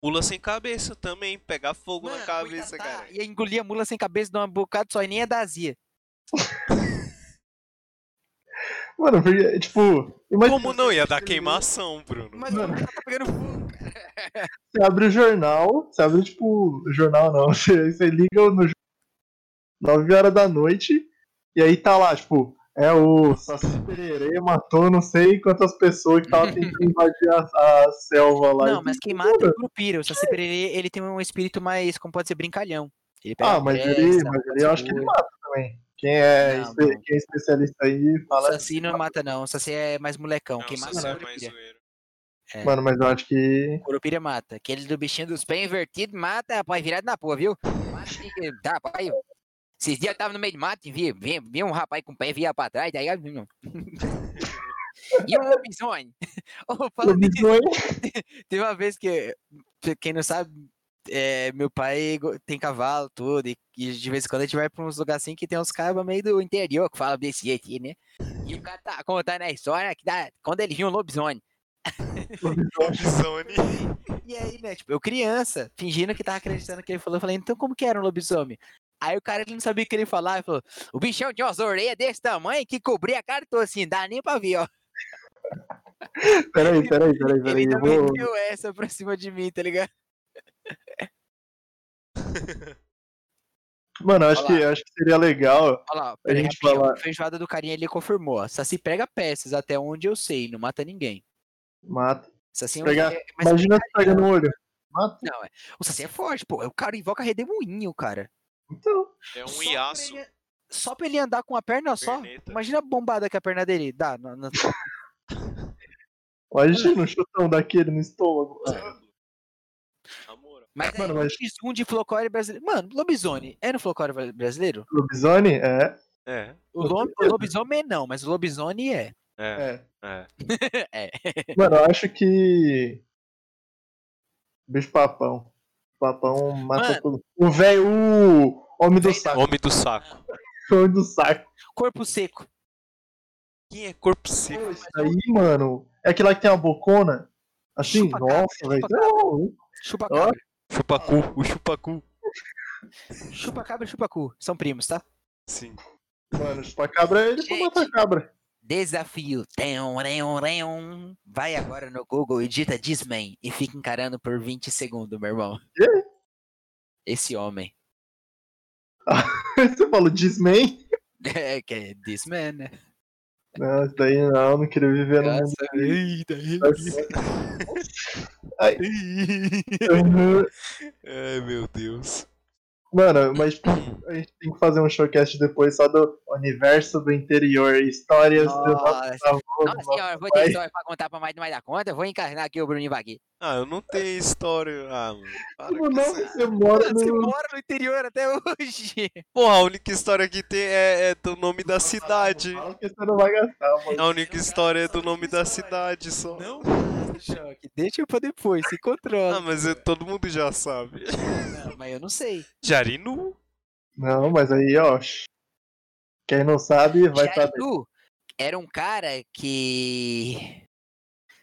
[SPEAKER 1] Pula sem cabeça também, pegar fogo na cabeça,
[SPEAKER 3] Boitatá
[SPEAKER 1] cara.
[SPEAKER 3] Ia engolir a mula sem cabeça de uma bocada só e nem é da azia.
[SPEAKER 2] Mano, porque, tipo, imagina
[SPEAKER 1] Como não? Ia dar queimação, Bruno.
[SPEAKER 3] Mas o Boitatá tá pegando fogo.
[SPEAKER 2] Você abre o jornal, você abre tipo. o Jornal não, <laughs> você, você liga no jor- 9 horas da noite e aí tá lá, tipo, é o Saci Pererê matou não sei quantas pessoas que tava tentando invadir a, a selva lá.
[SPEAKER 3] Não,
[SPEAKER 2] E-
[SPEAKER 3] mas quem mata é o Curupira. O Saci Pererê, ele tem um espírito mais, como pode ser, brincalhão. Ele pega
[SPEAKER 2] Ah, mas ele,
[SPEAKER 3] pressa,
[SPEAKER 2] mas ele
[SPEAKER 3] faz
[SPEAKER 2] eu acho que ele
[SPEAKER 3] coisa.
[SPEAKER 2] mata também. Quem é,
[SPEAKER 3] é Não,
[SPEAKER 2] espe-
[SPEAKER 3] não.
[SPEAKER 2] Quem é especialista aí
[SPEAKER 3] O
[SPEAKER 2] fala.
[SPEAKER 3] Saci não mata, não. O Saci é mais molecão.
[SPEAKER 1] Não,
[SPEAKER 3] quem mata
[SPEAKER 1] Saci
[SPEAKER 3] é
[SPEAKER 1] é
[SPEAKER 3] o
[SPEAKER 1] mais <laughs>
[SPEAKER 3] Curupira.
[SPEAKER 1] zoeiro.
[SPEAKER 3] É.
[SPEAKER 2] Mano, mas eu acho que.
[SPEAKER 3] Curupira mata. Aquele do bichinho dos pés invertido mata, rapaz, virado na porra, viu? Mata e- Tá, rapaz. Esses dias eu tava no meio do mato e vi, vi, vi um rapaz com o pé via pra trás, daí eu... <laughs> E um lobisomem. <laughs> Ô, falando nisso, Teve uma vez que, pra quem não sabe, é, meu pai go- tem cavalo, tudo, e, e de vez em quando a gente vai pra uns lugares assim que tem uns caras meio do interior que falam desse jeito aí, né? E o cara tá contando a história que dá, quando ele viu um lobisomem.
[SPEAKER 1] Lobisomem.
[SPEAKER 3] E aí, né, tipo, eu criança, fingindo que tava acreditando que ele falou, eu falei, então como que era um lobisomem? Aí o cara ele não sabia o que ele falava, ele falou, o bichão tinha umas orelhas desse tamanho que cobria a cara toda assim, dá nem pra ver, ó.
[SPEAKER 2] <laughs> Peraí, peraí, peraí, peraí.
[SPEAKER 3] Ele
[SPEAKER 2] Eu
[SPEAKER 3] também
[SPEAKER 2] vou...
[SPEAKER 3] deu essa pra cima de mim, tá ligado?
[SPEAKER 2] Mano, eu acho
[SPEAKER 3] Olha
[SPEAKER 2] que, eu acho que seria legal.
[SPEAKER 3] Olha lá, peraí,
[SPEAKER 2] gente
[SPEAKER 3] rapidinho,
[SPEAKER 2] fala-
[SPEAKER 3] a feijoada do carinha ele confirmou. ó. Saci prega peças, até onde eu sei, não mata ninguém.
[SPEAKER 2] Mata.
[SPEAKER 3] Saci é um-
[SPEAKER 2] Prega-
[SPEAKER 3] é- mas
[SPEAKER 2] Imagina se pega no olho. Mata.
[SPEAKER 3] Não, é- o Saci é forte, pô. O cara invoca redemoinho, cara.
[SPEAKER 2] Então.
[SPEAKER 1] É
[SPEAKER 3] Só
[SPEAKER 1] um
[SPEAKER 3] pra
[SPEAKER 1] iaço.
[SPEAKER 3] ele- Só pra ele andar com a perna só.
[SPEAKER 1] Perneta.
[SPEAKER 3] Imagina a bombada que a perna dele dá. na- na-
[SPEAKER 2] Imagina um chutão daquele no estômago.
[SPEAKER 3] É.
[SPEAKER 1] Amor,
[SPEAKER 3] Mas aí,
[SPEAKER 2] Mano,
[SPEAKER 3] um
[SPEAKER 2] mas-
[SPEAKER 3] X1 de Flocore brasileiro. Mano, lobisomem. É no Flocore bra- brasileiro?
[SPEAKER 2] Lobisone? É.
[SPEAKER 1] É,
[SPEAKER 3] O,
[SPEAKER 2] Com
[SPEAKER 3] lo- o
[SPEAKER 2] certeza.
[SPEAKER 3] lobisomem não, mas o lobisomem é.
[SPEAKER 1] é, é.
[SPEAKER 2] É.
[SPEAKER 3] <laughs> é.
[SPEAKER 2] Mano, eu acho que. Bicho papão. Papão mata
[SPEAKER 3] Mano.
[SPEAKER 2] tudo. O velho. o Homem do saco.
[SPEAKER 1] Homem do saco.
[SPEAKER 2] Homem do saco.
[SPEAKER 3] Corpo seco.
[SPEAKER 1] Quem é corpo seco?
[SPEAKER 2] Pô, Isso aí, mano. É aquele lá que tem uma bocona. Assim?
[SPEAKER 3] um- Chupa cabra,
[SPEAKER 2] Nossa,
[SPEAKER 3] chupa
[SPEAKER 2] velho.
[SPEAKER 3] cabra.
[SPEAKER 2] Não,
[SPEAKER 3] Chupa
[SPEAKER 2] Ó.
[SPEAKER 3] cabra.
[SPEAKER 1] Chupa cu, o chupa cu.
[SPEAKER 3] Chupa cabra e chupa cu. São primos, tá?
[SPEAKER 1] Sim.
[SPEAKER 2] Mano, chupa cabra é ele pra
[SPEAKER 3] Gente.
[SPEAKER 2] matar cabra. <laughs>
[SPEAKER 3] Desafio. Tem, reum, reum. Vai agora no Google e digita Disney e fica encarando por 20 segundos, meu irmão.
[SPEAKER 2] Quê?
[SPEAKER 3] Esse homem. <laughs>
[SPEAKER 2] Você falou Disney?
[SPEAKER 3] É, que é Disman, né?
[SPEAKER 2] Não, isso daí não, não queria viver no mundo.
[SPEAKER 3] Nossa, eita, eita.
[SPEAKER 2] desse. Ai, aham.
[SPEAKER 1] Ai, É, meu Deus.
[SPEAKER 2] Mano, mas tipo, a gente tem que fazer um showcast depois só do universo do interior, histórias do nosso
[SPEAKER 3] Nossa,
[SPEAKER 2] avô, do
[SPEAKER 3] nossa
[SPEAKER 2] nosso
[SPEAKER 3] senhora, vou
[SPEAKER 2] pai.
[SPEAKER 3] ter história pra contar pra mais demais da conta. Vou encarnar aqui o Bruno Vagui.
[SPEAKER 1] Ah, eu não tenho história. Ah, mano. Para
[SPEAKER 2] Como
[SPEAKER 1] com
[SPEAKER 2] Tipo, não
[SPEAKER 1] isso.
[SPEAKER 2] você mora no...
[SPEAKER 3] mora no interior até <laughs> hoje.
[SPEAKER 1] Porra, a única história que tem é, é do nome da cidade.
[SPEAKER 2] Fala que você não vai gastar, mano.
[SPEAKER 1] A única história é do nome da cidade só.
[SPEAKER 3] Não, choque. Deixa eu pra depois, se
[SPEAKER 1] Ah,
[SPEAKER 3] controla.
[SPEAKER 1] mas eu- todo mundo já sabe.
[SPEAKER 3] Não, mas eu não sei.
[SPEAKER 1] <laughs> Jarinu?
[SPEAKER 2] Não, mas aí, ó. shh. Quem não sabe, vai
[SPEAKER 3] Jairu
[SPEAKER 2] saber.
[SPEAKER 3] era um cara que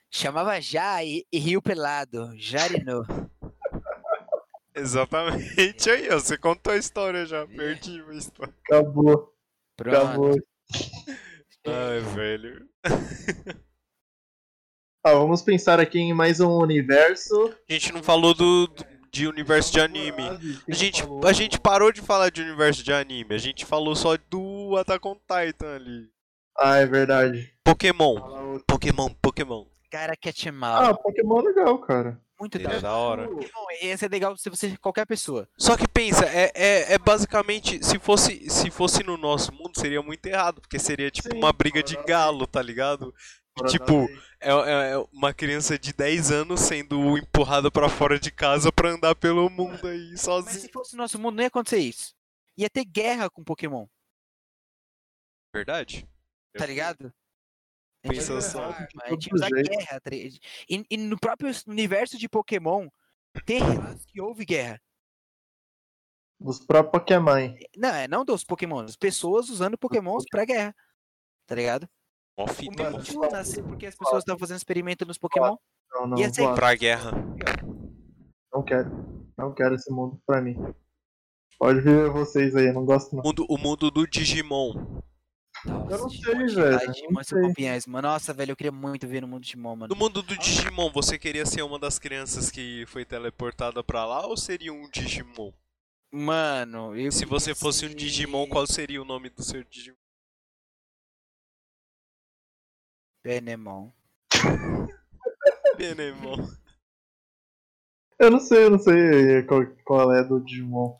[SPEAKER 3] chamava Já e, e Rio Pelado, Jarinu.
[SPEAKER 1] Exatamente aí, ó. Você contou a história já. Perdi a história.
[SPEAKER 2] Acabou,
[SPEAKER 3] Pronto.
[SPEAKER 2] acabou.
[SPEAKER 1] Ai, velho.
[SPEAKER 2] Tá, vamos pensar aqui em mais um universo.
[SPEAKER 1] A gente não falou do, do- de universo de anime. A gente, a gente parou de falar de universo de anime, a gente falou só do Attack on Titan ali.
[SPEAKER 2] Ah, é verdade.
[SPEAKER 1] Pokémon, Pokémon, Pokémon.
[SPEAKER 3] Cara que é
[SPEAKER 2] Ah,
[SPEAKER 3] chamado.
[SPEAKER 2] Pokémon é legal, cara.
[SPEAKER 3] Muito
[SPEAKER 1] Ele
[SPEAKER 3] da
[SPEAKER 1] é
[SPEAKER 3] hora.
[SPEAKER 1] da hora.
[SPEAKER 3] Bom, Esse é legal se você qualquer pessoa.
[SPEAKER 1] Só que pensa, é, é, é basicamente, se fosse, se fosse no nosso mundo, seria muito errado, porque seria tipo
[SPEAKER 2] Sim,
[SPEAKER 1] uma briga de
[SPEAKER 2] claro.
[SPEAKER 1] galo, tá ligado? Tipo, É, é- é uma criança de 10 anos sendo empurrada pra fora de casa pra andar pelo mundo aí
[SPEAKER 3] Mas se
[SPEAKER 1] sozinho.
[SPEAKER 3] fosse nosso mundo, não ia acontecer isso. Ia ter guerra com Pokémon,
[SPEAKER 1] Verdade?
[SPEAKER 3] tá ligado? A gente
[SPEAKER 1] Pensa
[SPEAKER 3] ia
[SPEAKER 1] só.
[SPEAKER 3] usar arma, a gente ia
[SPEAKER 2] todo
[SPEAKER 3] usar
[SPEAKER 2] jeito.
[SPEAKER 3] guerra. tá ligado? E, e no próprio universo de Pokémon, tem relatos que houve guerra.
[SPEAKER 2] Dos próprios Pokémon.
[SPEAKER 3] Não, é não dos Pokémon, das pessoas usando Pokémons pra guerra. Tá ligado?
[SPEAKER 1] Mó
[SPEAKER 3] O
[SPEAKER 1] fita, mano.
[SPEAKER 3] Mewtwo nasceu assim? porque as pessoas estavam fazendo experimento nos Pokémon.
[SPEAKER 2] Não, não,
[SPEAKER 3] E esse aí?
[SPEAKER 2] Vlad,
[SPEAKER 1] Pra guerra.
[SPEAKER 2] não quero. Não quero esse mundo pra mim. Pode ver vocês aí, eu não gosto não.
[SPEAKER 1] Mundo, o mundo do Digimon.
[SPEAKER 2] Eu não
[SPEAKER 3] Nossa,
[SPEAKER 2] sei,
[SPEAKER 3] Digimon,
[SPEAKER 2] velho,
[SPEAKER 3] Digimon,
[SPEAKER 2] eu não
[SPEAKER 3] são
[SPEAKER 2] sei.
[SPEAKER 3] campeões, mano. Nossa, velho, eu queria muito ver no mundo de Digimon, mano.
[SPEAKER 1] No mundo do Digimon, você queria ser uma das crianças que foi teleportada pra lá ou seria um Digimon?
[SPEAKER 3] Mano, eu
[SPEAKER 1] E se você
[SPEAKER 3] queria
[SPEAKER 1] fosse um Digimon,
[SPEAKER 3] ser-
[SPEAKER 1] qual seria o nome do seu Digimon?
[SPEAKER 3] Benemon.
[SPEAKER 1] Benemon.
[SPEAKER 2] Eu não sei, eu não sei qual, qual é do Digimon.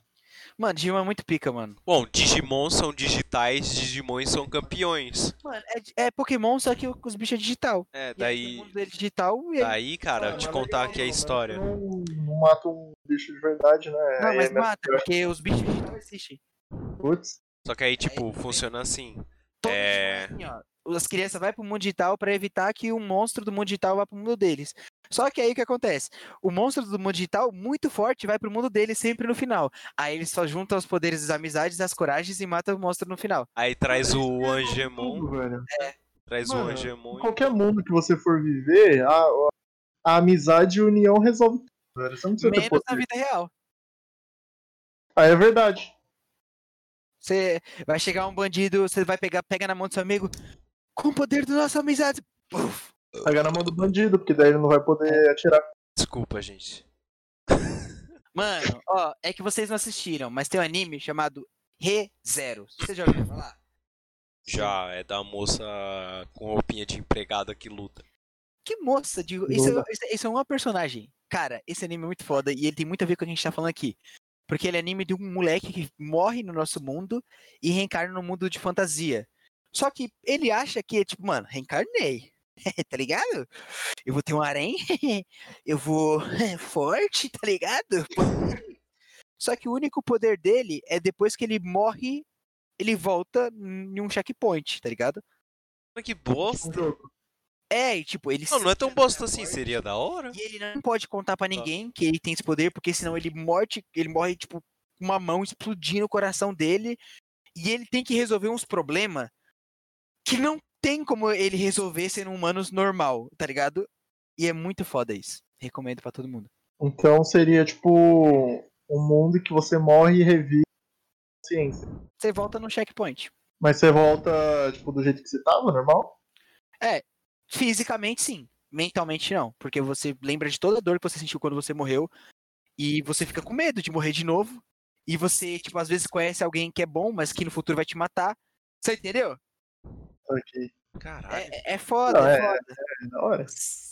[SPEAKER 3] Mano, Digimon é muito pica, mano.
[SPEAKER 1] Bom, Digimon são digitais, Digimons são campeões.
[SPEAKER 3] Mano, é, é Pokémon, só que os bichos é digital.
[SPEAKER 1] É,
[SPEAKER 3] E aí,
[SPEAKER 1] daí.
[SPEAKER 3] o mundo dele é digital e aí-
[SPEAKER 1] Daí, cara,
[SPEAKER 2] Ah,
[SPEAKER 1] te
[SPEAKER 2] mas
[SPEAKER 1] contar
[SPEAKER 2] legal,
[SPEAKER 1] aqui a
[SPEAKER 2] mano,
[SPEAKER 1] história.
[SPEAKER 2] Não, não mata um bicho de verdade, né?
[SPEAKER 3] Não,
[SPEAKER 2] Aí
[SPEAKER 3] mas
[SPEAKER 2] é mesmo-
[SPEAKER 3] mata, porque os bichos digital existem.
[SPEAKER 2] Putz,
[SPEAKER 1] Só que aí, tipo, funciona assim.
[SPEAKER 3] Todos
[SPEAKER 1] É.
[SPEAKER 3] são assim, ó. As crianças vão pro mundo digital pra evitar que o monstro do mundo digital vá pro mundo deles. Só que aí o que acontece? O monstro do mundo digital, muito forte, vai pro mundo deles sempre no final. Aí eles só juntam os poderes das amizades, das coragens e matam o monstro no final.
[SPEAKER 1] Aí traz
[SPEAKER 2] Mas
[SPEAKER 1] o
[SPEAKER 2] é tudo,
[SPEAKER 1] Angemon,
[SPEAKER 2] velho.
[SPEAKER 1] traz o
[SPEAKER 2] Mano,
[SPEAKER 1] Angemon.
[SPEAKER 2] Em qualquer mundo que você for viver, a, a amizade e a união resolve tudo, velho. Você não precisa ter
[SPEAKER 3] Menos na
[SPEAKER 2] é poder.
[SPEAKER 3] vida real.
[SPEAKER 2] Ah, é verdade.
[SPEAKER 3] Você vai chegar um bandido, você vai pegar, pega na mão do seu amigo, com o poder da nossa amizade. Puf.
[SPEAKER 2] Pegar na mão do bandido, porque daí ele não vai poder atirar.
[SPEAKER 1] Desculpa, gente.
[SPEAKER 3] Mano, ó, é que vocês não assistiram, mas tem um anime chamado Re-Zero. Você já ouviu falar?
[SPEAKER 1] Já, é da moça com roupinha de empregada que luta.
[SPEAKER 3] Que moça, digo. Isso,
[SPEAKER 2] Lula.
[SPEAKER 3] é- isso, é- isso é uma personagem. Cara, esse anime é muito foda e ele tem muito a ver com o que a gente tá falando aqui. Porque ele é anime de um moleque que morre no nosso mundo e reencarna no mundo de fantasia. Só que ele acha que, tipo, mano, reencarnei. <laughs> tá ligado? Eu vou ter um harém, <laughs> eu vou <laughs> forte, tá ligado? <laughs> Só que o único poder dele é depois que ele morre, ele volta em um checkpoint, tá ligado?
[SPEAKER 1] Mas que
[SPEAKER 2] Um
[SPEAKER 1] bosta.
[SPEAKER 2] jogo.
[SPEAKER 3] É, e tipo, ele
[SPEAKER 1] Não, não é tão
[SPEAKER 3] senta no
[SPEAKER 1] bosta assim,
[SPEAKER 3] checkpoint.
[SPEAKER 1] seria da hora.
[SPEAKER 3] E ele não pode contar pra ninguém que ele tem esse poder, porque senão ele morte, ele morre, tipo, com uma mão explodindo o coração dele. E ele tem que resolver uns problemas que não tem como ele resolver sendo um humano normal, tá ligado? E é muito foda isso. Recomendo pra todo mundo.
[SPEAKER 2] Então seria tipo um mundo que você morre e revive a ciência.
[SPEAKER 3] Você volta no checkpoint.
[SPEAKER 2] Mas você volta, tipo, do jeito que você tava, normal?
[SPEAKER 3] Fisicamente, sim. Mentalmente, não. Porque você lembra de toda a dor que você sentiu quando você morreu. E você fica com medo de morrer de novo. E você, tipo, às vezes conhece alguém que é bom, mas que no futuro vai te matar. Você entendeu?
[SPEAKER 2] Ok.
[SPEAKER 1] Caralho.
[SPEAKER 3] É, é foda,
[SPEAKER 2] Não,
[SPEAKER 3] é,
[SPEAKER 2] é-
[SPEAKER 3] foda.
[SPEAKER 2] É da hora.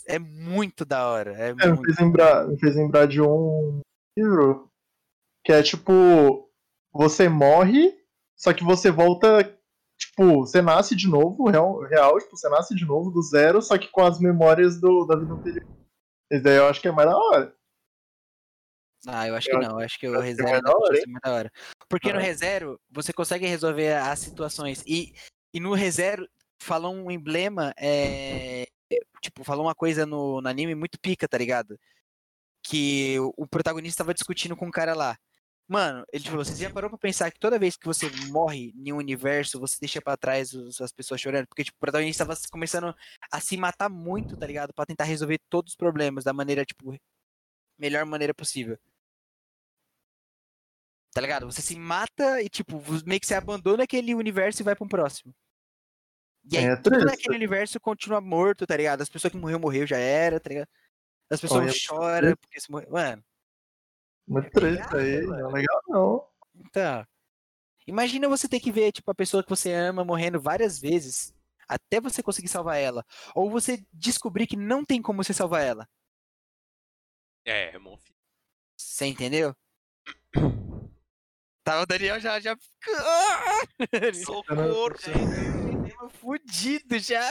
[SPEAKER 3] É muito da hora. É,
[SPEAKER 2] É, me
[SPEAKER 3] muito.
[SPEAKER 2] fez lembrar, me fez lembrar de um livro que é tipo você morre, só que você volta, tipo, você nasce de novo, real, real tipo, você nasce de novo do zero, só que com as memórias do, da vida anterior. Esse daí eu acho que é mais da hora.
[SPEAKER 3] Ah, eu acho
[SPEAKER 2] eu
[SPEAKER 3] que não. Eu acho que o
[SPEAKER 2] acho que é
[SPEAKER 3] Rezero
[SPEAKER 2] mais
[SPEAKER 3] ainda
[SPEAKER 2] da hora,
[SPEAKER 3] continua
[SPEAKER 2] hein?
[SPEAKER 3] sendo mais da hora. Porque no
[SPEAKER 2] Ah.
[SPEAKER 3] Rezero, você consegue resolver as situações. E, e no Rezero, falou um emblema, é, é, tipo, falou uma coisa no, no anime muito pica, tá ligado? Que o, o protagonista tava discutindo com um cara lá. Mano, ele falou, você já parou pra pensar que toda vez que você morre em um universo, você deixa pra trás os- as pessoas chorando? Porque, tipo, o protagonista tava se- começando a se matar muito, tá ligado? Pra tentar resolver todos os problemas da maneira, tipo, melhor maneira possível. Tá ligado? Você se mata e, tipo, vo- meio que você abandona aquele universo e vai pra um próximo. E aí,
[SPEAKER 2] É
[SPEAKER 3] tudo
[SPEAKER 2] triste.
[SPEAKER 3] naquele universo continua morto, tá ligado? As pessoas que morreu, morreu, já era, tá ligado? As pessoas
[SPEAKER 2] Olha,
[SPEAKER 3] choram porque se morreu. Mano,
[SPEAKER 2] Muito treta aí,
[SPEAKER 3] legal,
[SPEAKER 2] não é legal não.
[SPEAKER 3] então. Imagina você ter que ver, tipo, a pessoa que você ama morrendo várias vezes até você conseguir salvar ela. Ou você descobrir que não tem como você salvar ela.
[SPEAKER 1] É, irmão.
[SPEAKER 3] Você entendeu? <coughs> Tá, o Daniel já. já... Ah! <laughs> Ele
[SPEAKER 1] Socorro, gente.
[SPEAKER 3] tava fudido já.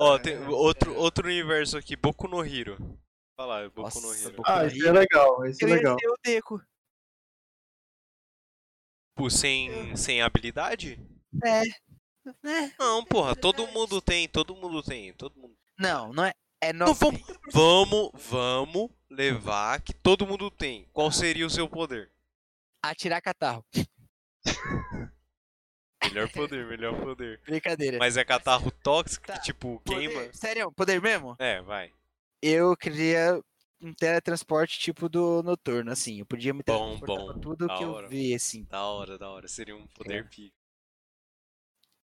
[SPEAKER 1] Ó, tem outro, outro universo aqui, Boku no Hiro. Fala, Boku no
[SPEAKER 3] Nossa,
[SPEAKER 1] Hiro.
[SPEAKER 3] Boku
[SPEAKER 2] Ah,
[SPEAKER 3] no
[SPEAKER 2] isso é
[SPEAKER 3] Hero.
[SPEAKER 2] legal, isso é
[SPEAKER 3] Eu ia
[SPEAKER 2] legal.
[SPEAKER 3] ser o Deco.
[SPEAKER 1] Tipo, sem, sem habilidade?
[SPEAKER 3] É. É.
[SPEAKER 1] Não, porra, todo mundo tem, todo mundo tem, todo mundo.
[SPEAKER 3] Não, não é. É
[SPEAKER 1] Não,
[SPEAKER 3] 90.
[SPEAKER 1] vamos, vamos, vamos levar que todo mundo tem. Qual seria o seu poder?
[SPEAKER 3] Atirar catarro.
[SPEAKER 1] Melhor poder, melhor poder.
[SPEAKER 3] Brincadeira.
[SPEAKER 1] Mas é catarro tóxico
[SPEAKER 3] Tá,
[SPEAKER 1] que, tipo,
[SPEAKER 3] Poder-
[SPEAKER 1] queima?
[SPEAKER 3] Sério, poder mesmo?
[SPEAKER 1] É, vai.
[SPEAKER 3] eu queria um teletransporte tipo do noturno, assim. Eu podia me
[SPEAKER 1] Bom,
[SPEAKER 3] teletransportar pra
[SPEAKER 1] bom,
[SPEAKER 3] tudo
[SPEAKER 1] da
[SPEAKER 3] que
[SPEAKER 1] hora.
[SPEAKER 3] eu vi, assim.
[SPEAKER 1] Da hora, da hora. Seria um poder pico.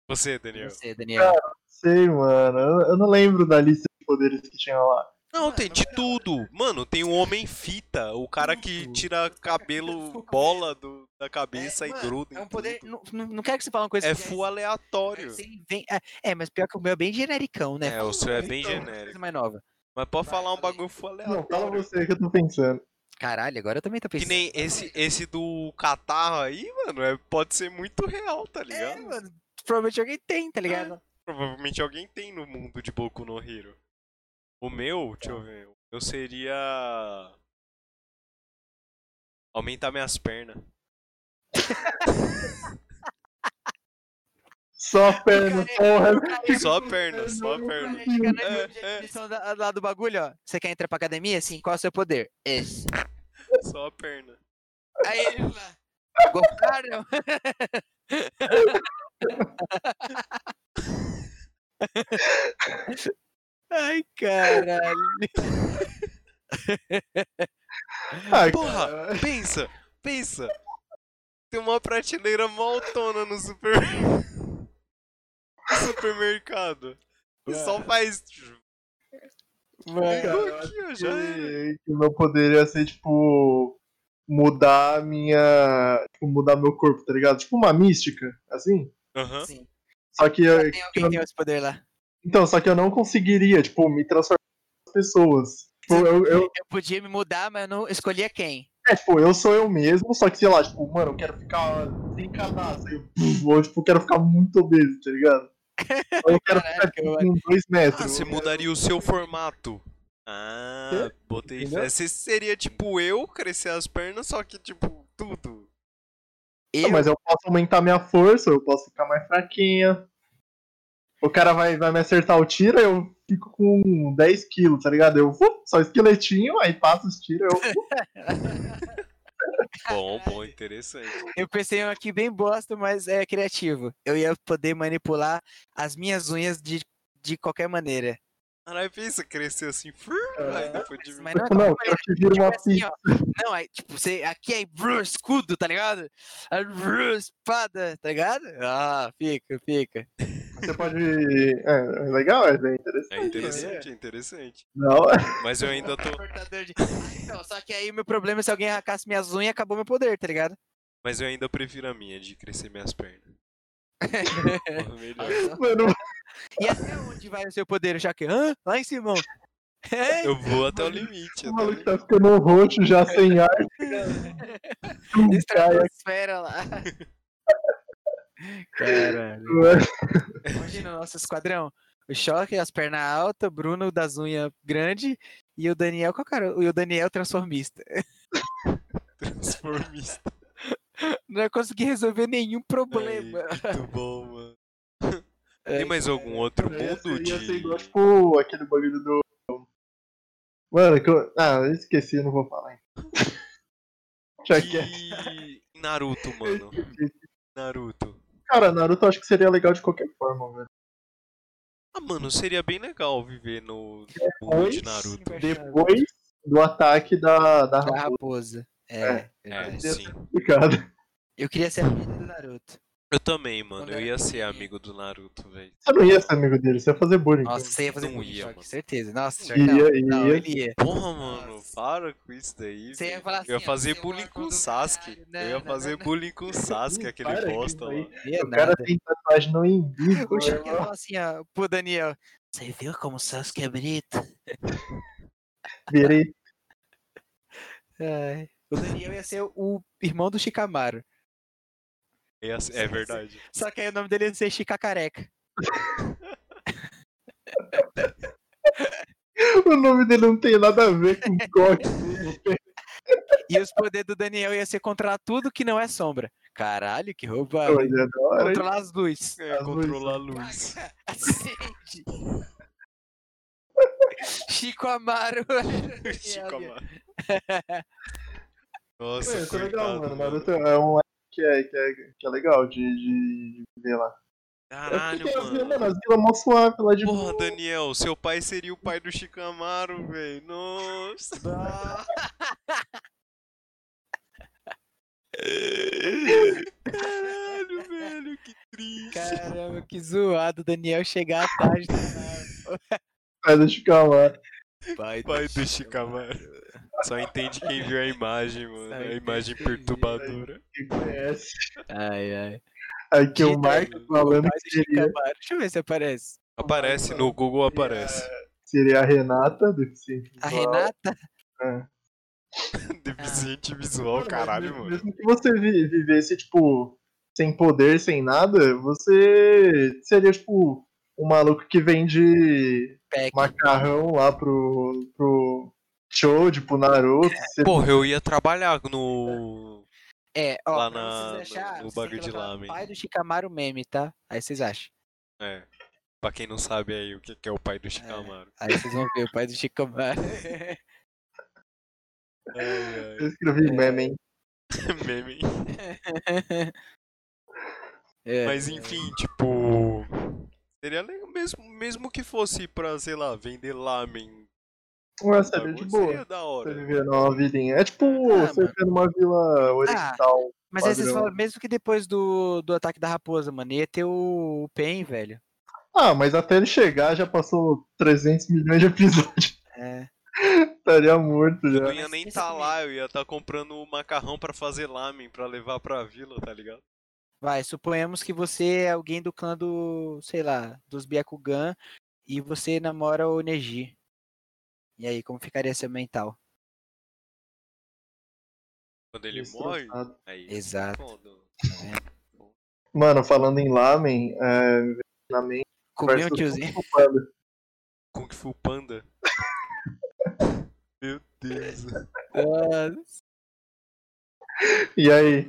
[SPEAKER 1] Você, Daniel.
[SPEAKER 3] Você, Daniel.
[SPEAKER 2] Sei, mano. Eu, eu não lembro da lista de poderes que tinha lá.
[SPEAKER 1] Não, tem de tudo. Mano, tem o homem fita, o cara que
[SPEAKER 2] Tudo.
[SPEAKER 1] tira cabelo, bola do, da cabeça e
[SPEAKER 3] mano,
[SPEAKER 1] gruda.
[SPEAKER 3] É
[SPEAKER 1] em
[SPEAKER 3] um poder.
[SPEAKER 1] tudo.
[SPEAKER 3] Não, não, não quero que você fale uma coisa
[SPEAKER 1] É
[SPEAKER 3] que já
[SPEAKER 1] full aleatório.
[SPEAKER 3] existe, assim, vem- é, é, mas pior que o meu é bem genericão, né?
[SPEAKER 1] É, o seu é bem
[SPEAKER 3] Então,
[SPEAKER 1] genérico.
[SPEAKER 3] Coisa mais nova.
[SPEAKER 1] Mas pode
[SPEAKER 3] Vai,
[SPEAKER 1] falar um
[SPEAKER 3] fala aí.
[SPEAKER 1] bagulho full
[SPEAKER 2] Não, fala
[SPEAKER 1] aleatório.
[SPEAKER 2] você que eu tô pensando.
[SPEAKER 3] Caralho, agora eu também tô
[SPEAKER 1] Que
[SPEAKER 3] pensando.
[SPEAKER 1] nem esse, esse do catarro aí, mano, é- pode ser muito real, tá
[SPEAKER 3] É,
[SPEAKER 1] ligado?
[SPEAKER 3] mano, provavelmente alguém tem, tá ligado?
[SPEAKER 1] Provavelmente alguém tem no mundo de Boku no Hero. O meu, deixa eu ver, o meu seria. Aumentar minhas pernas.
[SPEAKER 2] Só a perna, porra.
[SPEAKER 1] Só a
[SPEAKER 3] <laughs>
[SPEAKER 1] perna, só a perna.
[SPEAKER 3] Fica na
[SPEAKER 1] É, é.
[SPEAKER 3] definição da- lá do bagulho, ó. Você quer entrar pra academia? Sim, qual é o seu poder? Esse.
[SPEAKER 1] Só a perna.
[SPEAKER 3] Aí ele lá.
[SPEAKER 2] <laughs>
[SPEAKER 3] Gostaram? Ai, caralho.
[SPEAKER 2] Ah,
[SPEAKER 1] Porra,
[SPEAKER 2] cara.
[SPEAKER 1] pensa, pensa. Tem uma prateleira maltona no super... <laughs> no supermercado. E só faz.
[SPEAKER 2] Mano,
[SPEAKER 1] Ligou aqui, ó, já era.
[SPEAKER 2] que que o meu poder ia ser, tipo, mudar a minha. Tipo, mudar meu corpo, tá ligado? Tipo uma mística, assim.
[SPEAKER 1] Aham.
[SPEAKER 3] Sim.
[SPEAKER 2] Só que.
[SPEAKER 3] Já
[SPEAKER 2] eu-
[SPEAKER 3] tem alguém que tem esse poder lá.
[SPEAKER 2] Então, só que eu não conseguiria, tipo, me transformar nas pessoas. Tipo, eu, eu,
[SPEAKER 3] Eu podia me mudar, mas eu não escolhia quem.
[SPEAKER 2] é, tipo, eu sou eu mesmo, só que, sei lá, tipo, mano, eu quero ficar sem cadastro. Eu, puf, ou, tipo, eu quero ficar muito obeso,
[SPEAKER 1] <laughs>
[SPEAKER 2] tá ligado? Ou Eu quero
[SPEAKER 3] Caralho,
[SPEAKER 2] ficar
[SPEAKER 3] que eu-
[SPEAKER 2] tipo, com dois metros.
[SPEAKER 1] Ah, você
[SPEAKER 2] Eu quero-
[SPEAKER 1] mudaria o seu formato. Ah, botei
[SPEAKER 2] Entendeu?
[SPEAKER 1] fé. Você seria tipo eu, crescer as pernas, só que tipo, tudo.
[SPEAKER 2] Não,
[SPEAKER 3] Eu,
[SPEAKER 2] Ah, mas eu posso aumentar minha força, eu posso ficar mais fraquinha. O cara vai, vai me acertar o tiro, eu fico com 10 quilos, tá ligado? Eu uh, só esqueletinho, aí passo os tiros, eu. uh,
[SPEAKER 1] Bom, bom, interessante.
[SPEAKER 3] eu pensei em um aqui bem bosta, mas é criativo. Eu ia poder manipular as minhas unhas de, de qualquer maneira.
[SPEAKER 1] Caralho, pensa, crescer assim, fur,
[SPEAKER 2] Ah.
[SPEAKER 1] aí depois de
[SPEAKER 3] Mas não <laughs> é
[SPEAKER 2] tipo, não, eu
[SPEAKER 3] qualquer maneira,
[SPEAKER 2] quero que vire uma
[SPEAKER 3] tipo assim,
[SPEAKER 2] pizza.
[SPEAKER 3] ó. Não, aí, tipo, você aqui é brrr, escudo, tá ligado? Aí, brrr, espada, tá ligado? Ah, fica, fica. assim.
[SPEAKER 2] Você pode. É, é legal, é bem interessante.
[SPEAKER 1] É interessante, é interessante.
[SPEAKER 3] <laughs>
[SPEAKER 2] Não, <laughs>
[SPEAKER 1] Mas eu ainda tô.
[SPEAKER 3] Cortador de- Ah, então, só que aí meu problema é se alguém arrancasse minhas unhas, acabou meu poder, tá ligado?
[SPEAKER 1] Mas eu ainda prefiro a minha de crescer minhas <laughs> pernas. Porra, melhor.
[SPEAKER 2] mano,
[SPEAKER 3] E até onde vai o seu poder, já que? Hã? Lá em cima. É,
[SPEAKER 1] Eu vou até o limite. até
[SPEAKER 2] o
[SPEAKER 1] o
[SPEAKER 2] maluco
[SPEAKER 1] limite.
[SPEAKER 2] tá ficando roxo já sem
[SPEAKER 3] <laughs>
[SPEAKER 2] ar. Hum,
[SPEAKER 3] é
[SPEAKER 2] cara,
[SPEAKER 3] estratosfera lá. <laughs> Caralho.
[SPEAKER 2] mano.
[SPEAKER 3] Imagina o nosso esquadrão. O Choque, as pernas altas, o Bruno das unhas grande e o Daniel, qual cara? E o Daniel transformista.
[SPEAKER 1] Transformista.
[SPEAKER 3] Não ia conseguir resolver nenhum problema.
[SPEAKER 1] Muito bom, mano.
[SPEAKER 3] Ai,
[SPEAKER 2] É,
[SPEAKER 1] Tem mais algum
[SPEAKER 3] é
[SPEAKER 1] outro
[SPEAKER 2] Ia
[SPEAKER 1] mundo
[SPEAKER 2] ser- ia ser igual,
[SPEAKER 1] de.
[SPEAKER 2] tipo, aquele bagulho do. Mano, que eu... Ah, eu esqueci, eu não vou <laughs> falar. Já que é.
[SPEAKER 1] de... Naruto, mano. Naruto.
[SPEAKER 2] Cara, Naruto eu acho que seria legal de qualquer forma, velho.
[SPEAKER 1] Ah, mano, seria bem legal viver no no mundo
[SPEAKER 2] Depois-
[SPEAKER 1] de Naruto.
[SPEAKER 2] Depois do ataque da, da
[SPEAKER 3] Da
[SPEAKER 2] raposa,
[SPEAKER 3] Ah, raposa. É.
[SPEAKER 2] É.
[SPEAKER 1] É,
[SPEAKER 3] verdade.
[SPEAKER 1] sim.
[SPEAKER 2] cara.
[SPEAKER 3] Eu queria ser amigo do Naruto.
[SPEAKER 1] Eu também, mano.
[SPEAKER 3] Quando
[SPEAKER 1] Eu
[SPEAKER 3] era
[SPEAKER 1] ia ser
[SPEAKER 3] pequenininho.
[SPEAKER 1] amigo do Naruto, velho.
[SPEAKER 2] <laughs> Você não ia ser amigo dele, você ia fazer bullying.
[SPEAKER 3] Nossa, você ia fazer
[SPEAKER 1] Não
[SPEAKER 3] muito
[SPEAKER 1] ia,
[SPEAKER 3] choque,
[SPEAKER 1] mano.
[SPEAKER 3] certeza. Nossa,
[SPEAKER 2] Ia,
[SPEAKER 3] Jorgão, não,
[SPEAKER 2] ia.
[SPEAKER 3] ele ia.
[SPEAKER 1] Porra, mano,
[SPEAKER 3] Nossa.
[SPEAKER 1] para com isso daí.
[SPEAKER 3] Você ia
[SPEAKER 1] velho.
[SPEAKER 3] falar assim,
[SPEAKER 1] Eu ia
[SPEAKER 3] ó,
[SPEAKER 1] fazer
[SPEAKER 3] seu
[SPEAKER 1] bullying
[SPEAKER 3] órgão
[SPEAKER 1] com o
[SPEAKER 3] do
[SPEAKER 1] Sasuke.
[SPEAKER 3] caralho. Não,
[SPEAKER 1] Eu ia
[SPEAKER 3] não,
[SPEAKER 1] fazer
[SPEAKER 3] não.
[SPEAKER 1] bullying com o
[SPEAKER 3] <laughs>
[SPEAKER 1] Sasuke, aquele
[SPEAKER 2] Para com
[SPEAKER 1] bosta
[SPEAKER 2] isso aí.
[SPEAKER 1] lá.
[SPEAKER 3] Ia
[SPEAKER 2] O cara
[SPEAKER 3] nada.
[SPEAKER 2] tem tatuagem no imbigo.
[SPEAKER 3] O Choque ia
[SPEAKER 2] irmão.
[SPEAKER 3] falar assim, ó, pro Daniel. Você viu como o Sasuke é bonito?
[SPEAKER 2] Virei.
[SPEAKER 3] Ai, O Daniel ia ser o irmão do Shikamaru.
[SPEAKER 1] Ia ser- É
[SPEAKER 3] <laughs>
[SPEAKER 1] verdade.
[SPEAKER 3] Só que aí o nome dele ia ser Chica Careca.
[SPEAKER 2] O nome dele não tem nada a ver com o Goku.
[SPEAKER 3] E os poderes do Daniel ia ser controlar tudo que não é sombra. Caralho, que roubado. hein?
[SPEAKER 2] Mas é da hora, hein?
[SPEAKER 3] Controlar as luzes. <laughs>
[SPEAKER 1] É,
[SPEAKER 2] As
[SPEAKER 1] controlar a luz.
[SPEAKER 3] Acende. Chico Amaro.
[SPEAKER 1] <laughs> Chico Amaro.
[SPEAKER 3] <laughs>
[SPEAKER 2] Pô,
[SPEAKER 1] Nossa,
[SPEAKER 2] Isso é legal,
[SPEAKER 1] coitado,
[SPEAKER 2] mano.
[SPEAKER 1] mano.
[SPEAKER 2] Naruto é um anime que é, que é, que é legal de, de, de ver lá. <laughs>
[SPEAKER 1] Caralho,
[SPEAKER 2] é porque,
[SPEAKER 1] mano.
[SPEAKER 2] mano, as vilas mó suave lá de
[SPEAKER 1] Porra,
[SPEAKER 2] boa.
[SPEAKER 1] Daniel, seu pai seria o pai do Chicamaro, velho. Nossa. Caralho, velho, que triste.
[SPEAKER 3] Caramba, que zoado. o Daniel chegar à tarde. na-
[SPEAKER 2] Mas deixa eu calmar.
[SPEAKER 1] Pai do Chicamaro. Só entende quem viu a imagem, mano. A imagem perturbadora.
[SPEAKER 2] Quem conhece.
[SPEAKER 3] Ai, ai.
[SPEAKER 2] Aqui o
[SPEAKER 3] Dita aí,
[SPEAKER 2] Marco falando
[SPEAKER 3] Pai do
[SPEAKER 2] que seria,
[SPEAKER 3] Shikamaru. Deixa eu ver se aparece.
[SPEAKER 1] Aparece, no Google aparece.
[SPEAKER 2] seria a Renata, deficiente.
[SPEAKER 3] A
[SPEAKER 2] visual.
[SPEAKER 3] Renata?
[SPEAKER 2] É.
[SPEAKER 1] <laughs> Deficiente visual,
[SPEAKER 2] Mano,
[SPEAKER 1] caralho,
[SPEAKER 2] mesmo-
[SPEAKER 1] mano.
[SPEAKER 2] Mesmo que você vi- vivesse, tipo, sem poder, sem nada, você seria, tipo, um maluco que vende
[SPEAKER 3] Pack.
[SPEAKER 2] macarrão lá pro, pro show, tipo, Naruto. Você-
[SPEAKER 1] Porra, eu ia trabalhar no.
[SPEAKER 3] É, ó,
[SPEAKER 1] Lá
[SPEAKER 3] pra
[SPEAKER 1] na-
[SPEAKER 3] vocês achar,
[SPEAKER 1] no- no
[SPEAKER 3] vocês
[SPEAKER 1] bagulho
[SPEAKER 3] têm que
[SPEAKER 1] de
[SPEAKER 3] colocar
[SPEAKER 1] lame.
[SPEAKER 3] Pai do Shikamaru meme, tá? Aí vocês acham.
[SPEAKER 1] É. Pra quem não sabe aí o que que é o pai do Shikamaru.
[SPEAKER 3] Aí vocês vão ver o pai do Shikamaru.
[SPEAKER 1] Ai,
[SPEAKER 2] Eu escrevi meme, hein?
[SPEAKER 1] ai. É, Meme.
[SPEAKER 3] <laughs> É,
[SPEAKER 1] Mas enfim, tipo. Seria legal mesmo, mesmo que fosse pra, sei lá, vender lamen.
[SPEAKER 2] Ué, seria de
[SPEAKER 1] bagulho,
[SPEAKER 2] boa.
[SPEAKER 1] Seria da
[SPEAKER 2] Você
[SPEAKER 1] hora.
[SPEAKER 2] viver numa vidinha. É tipo
[SPEAKER 3] Ah,
[SPEAKER 2] você
[SPEAKER 3] mano. Ah.
[SPEAKER 2] viver numa vila oriental.
[SPEAKER 3] Mas aí vocês
[SPEAKER 2] Padrão.
[SPEAKER 3] falam, mesmo que depois do, do ataque da raposa, mano, ia ter o, o Pen, velho.
[SPEAKER 2] Ah. mas até ele chegar já passou 300 milhões de episódios. <laughs>
[SPEAKER 3] É.
[SPEAKER 2] Estaria morto
[SPEAKER 1] Eu não
[SPEAKER 2] já.
[SPEAKER 1] ia nem
[SPEAKER 3] pensa
[SPEAKER 1] estar tá
[SPEAKER 3] comigo.
[SPEAKER 1] lá, eu ia estar comprando o macarrão pra fazer lamen, pra levar pra vila, tá ligado?
[SPEAKER 3] Vai, suponhamos que você é alguém do clã do, sei lá, dos Byakugan e você namora o Neji. E aí, como ficaria seu mental?
[SPEAKER 1] Quando ele morre, aí.
[SPEAKER 3] Exato.
[SPEAKER 1] foda.
[SPEAKER 2] Mano, falando em lamen, é, na mente,
[SPEAKER 3] Comer um
[SPEAKER 2] Versus-
[SPEAKER 3] <laughs> tiozinho.
[SPEAKER 1] Kung Fu Panda. <laughs> Meu Deus.
[SPEAKER 3] Ah,
[SPEAKER 2] e aí?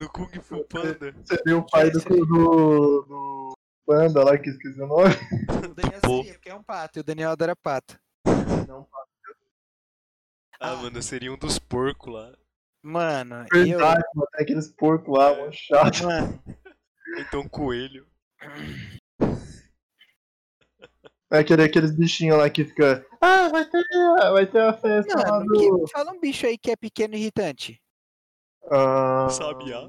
[SPEAKER 1] Do Kung Fu Panda.
[SPEAKER 2] Você viu o pai do, do, do Panda lá que esqueci o nome?
[SPEAKER 3] o Daniel
[SPEAKER 1] Pô.
[SPEAKER 3] seria, porque é um pato, e o Daniel adora pato.
[SPEAKER 2] Não,
[SPEAKER 1] Ah,
[SPEAKER 3] Ah.
[SPEAKER 1] mano, seria um dos porcos lá.
[SPEAKER 3] Mano, eu.
[SPEAKER 2] verdade, mano, tem aqueles porcos lá, mano, chato.
[SPEAKER 3] <laughs> Mano,
[SPEAKER 1] Então, coelho.
[SPEAKER 2] É aquele, aqueles bichinhos lá que fica. Ah, vai ter, a- vai ter a festa lá
[SPEAKER 3] mano,
[SPEAKER 2] do.
[SPEAKER 3] que- fala um bicho aí que é pequeno e irritante.
[SPEAKER 2] Ah,
[SPEAKER 1] Sabiá.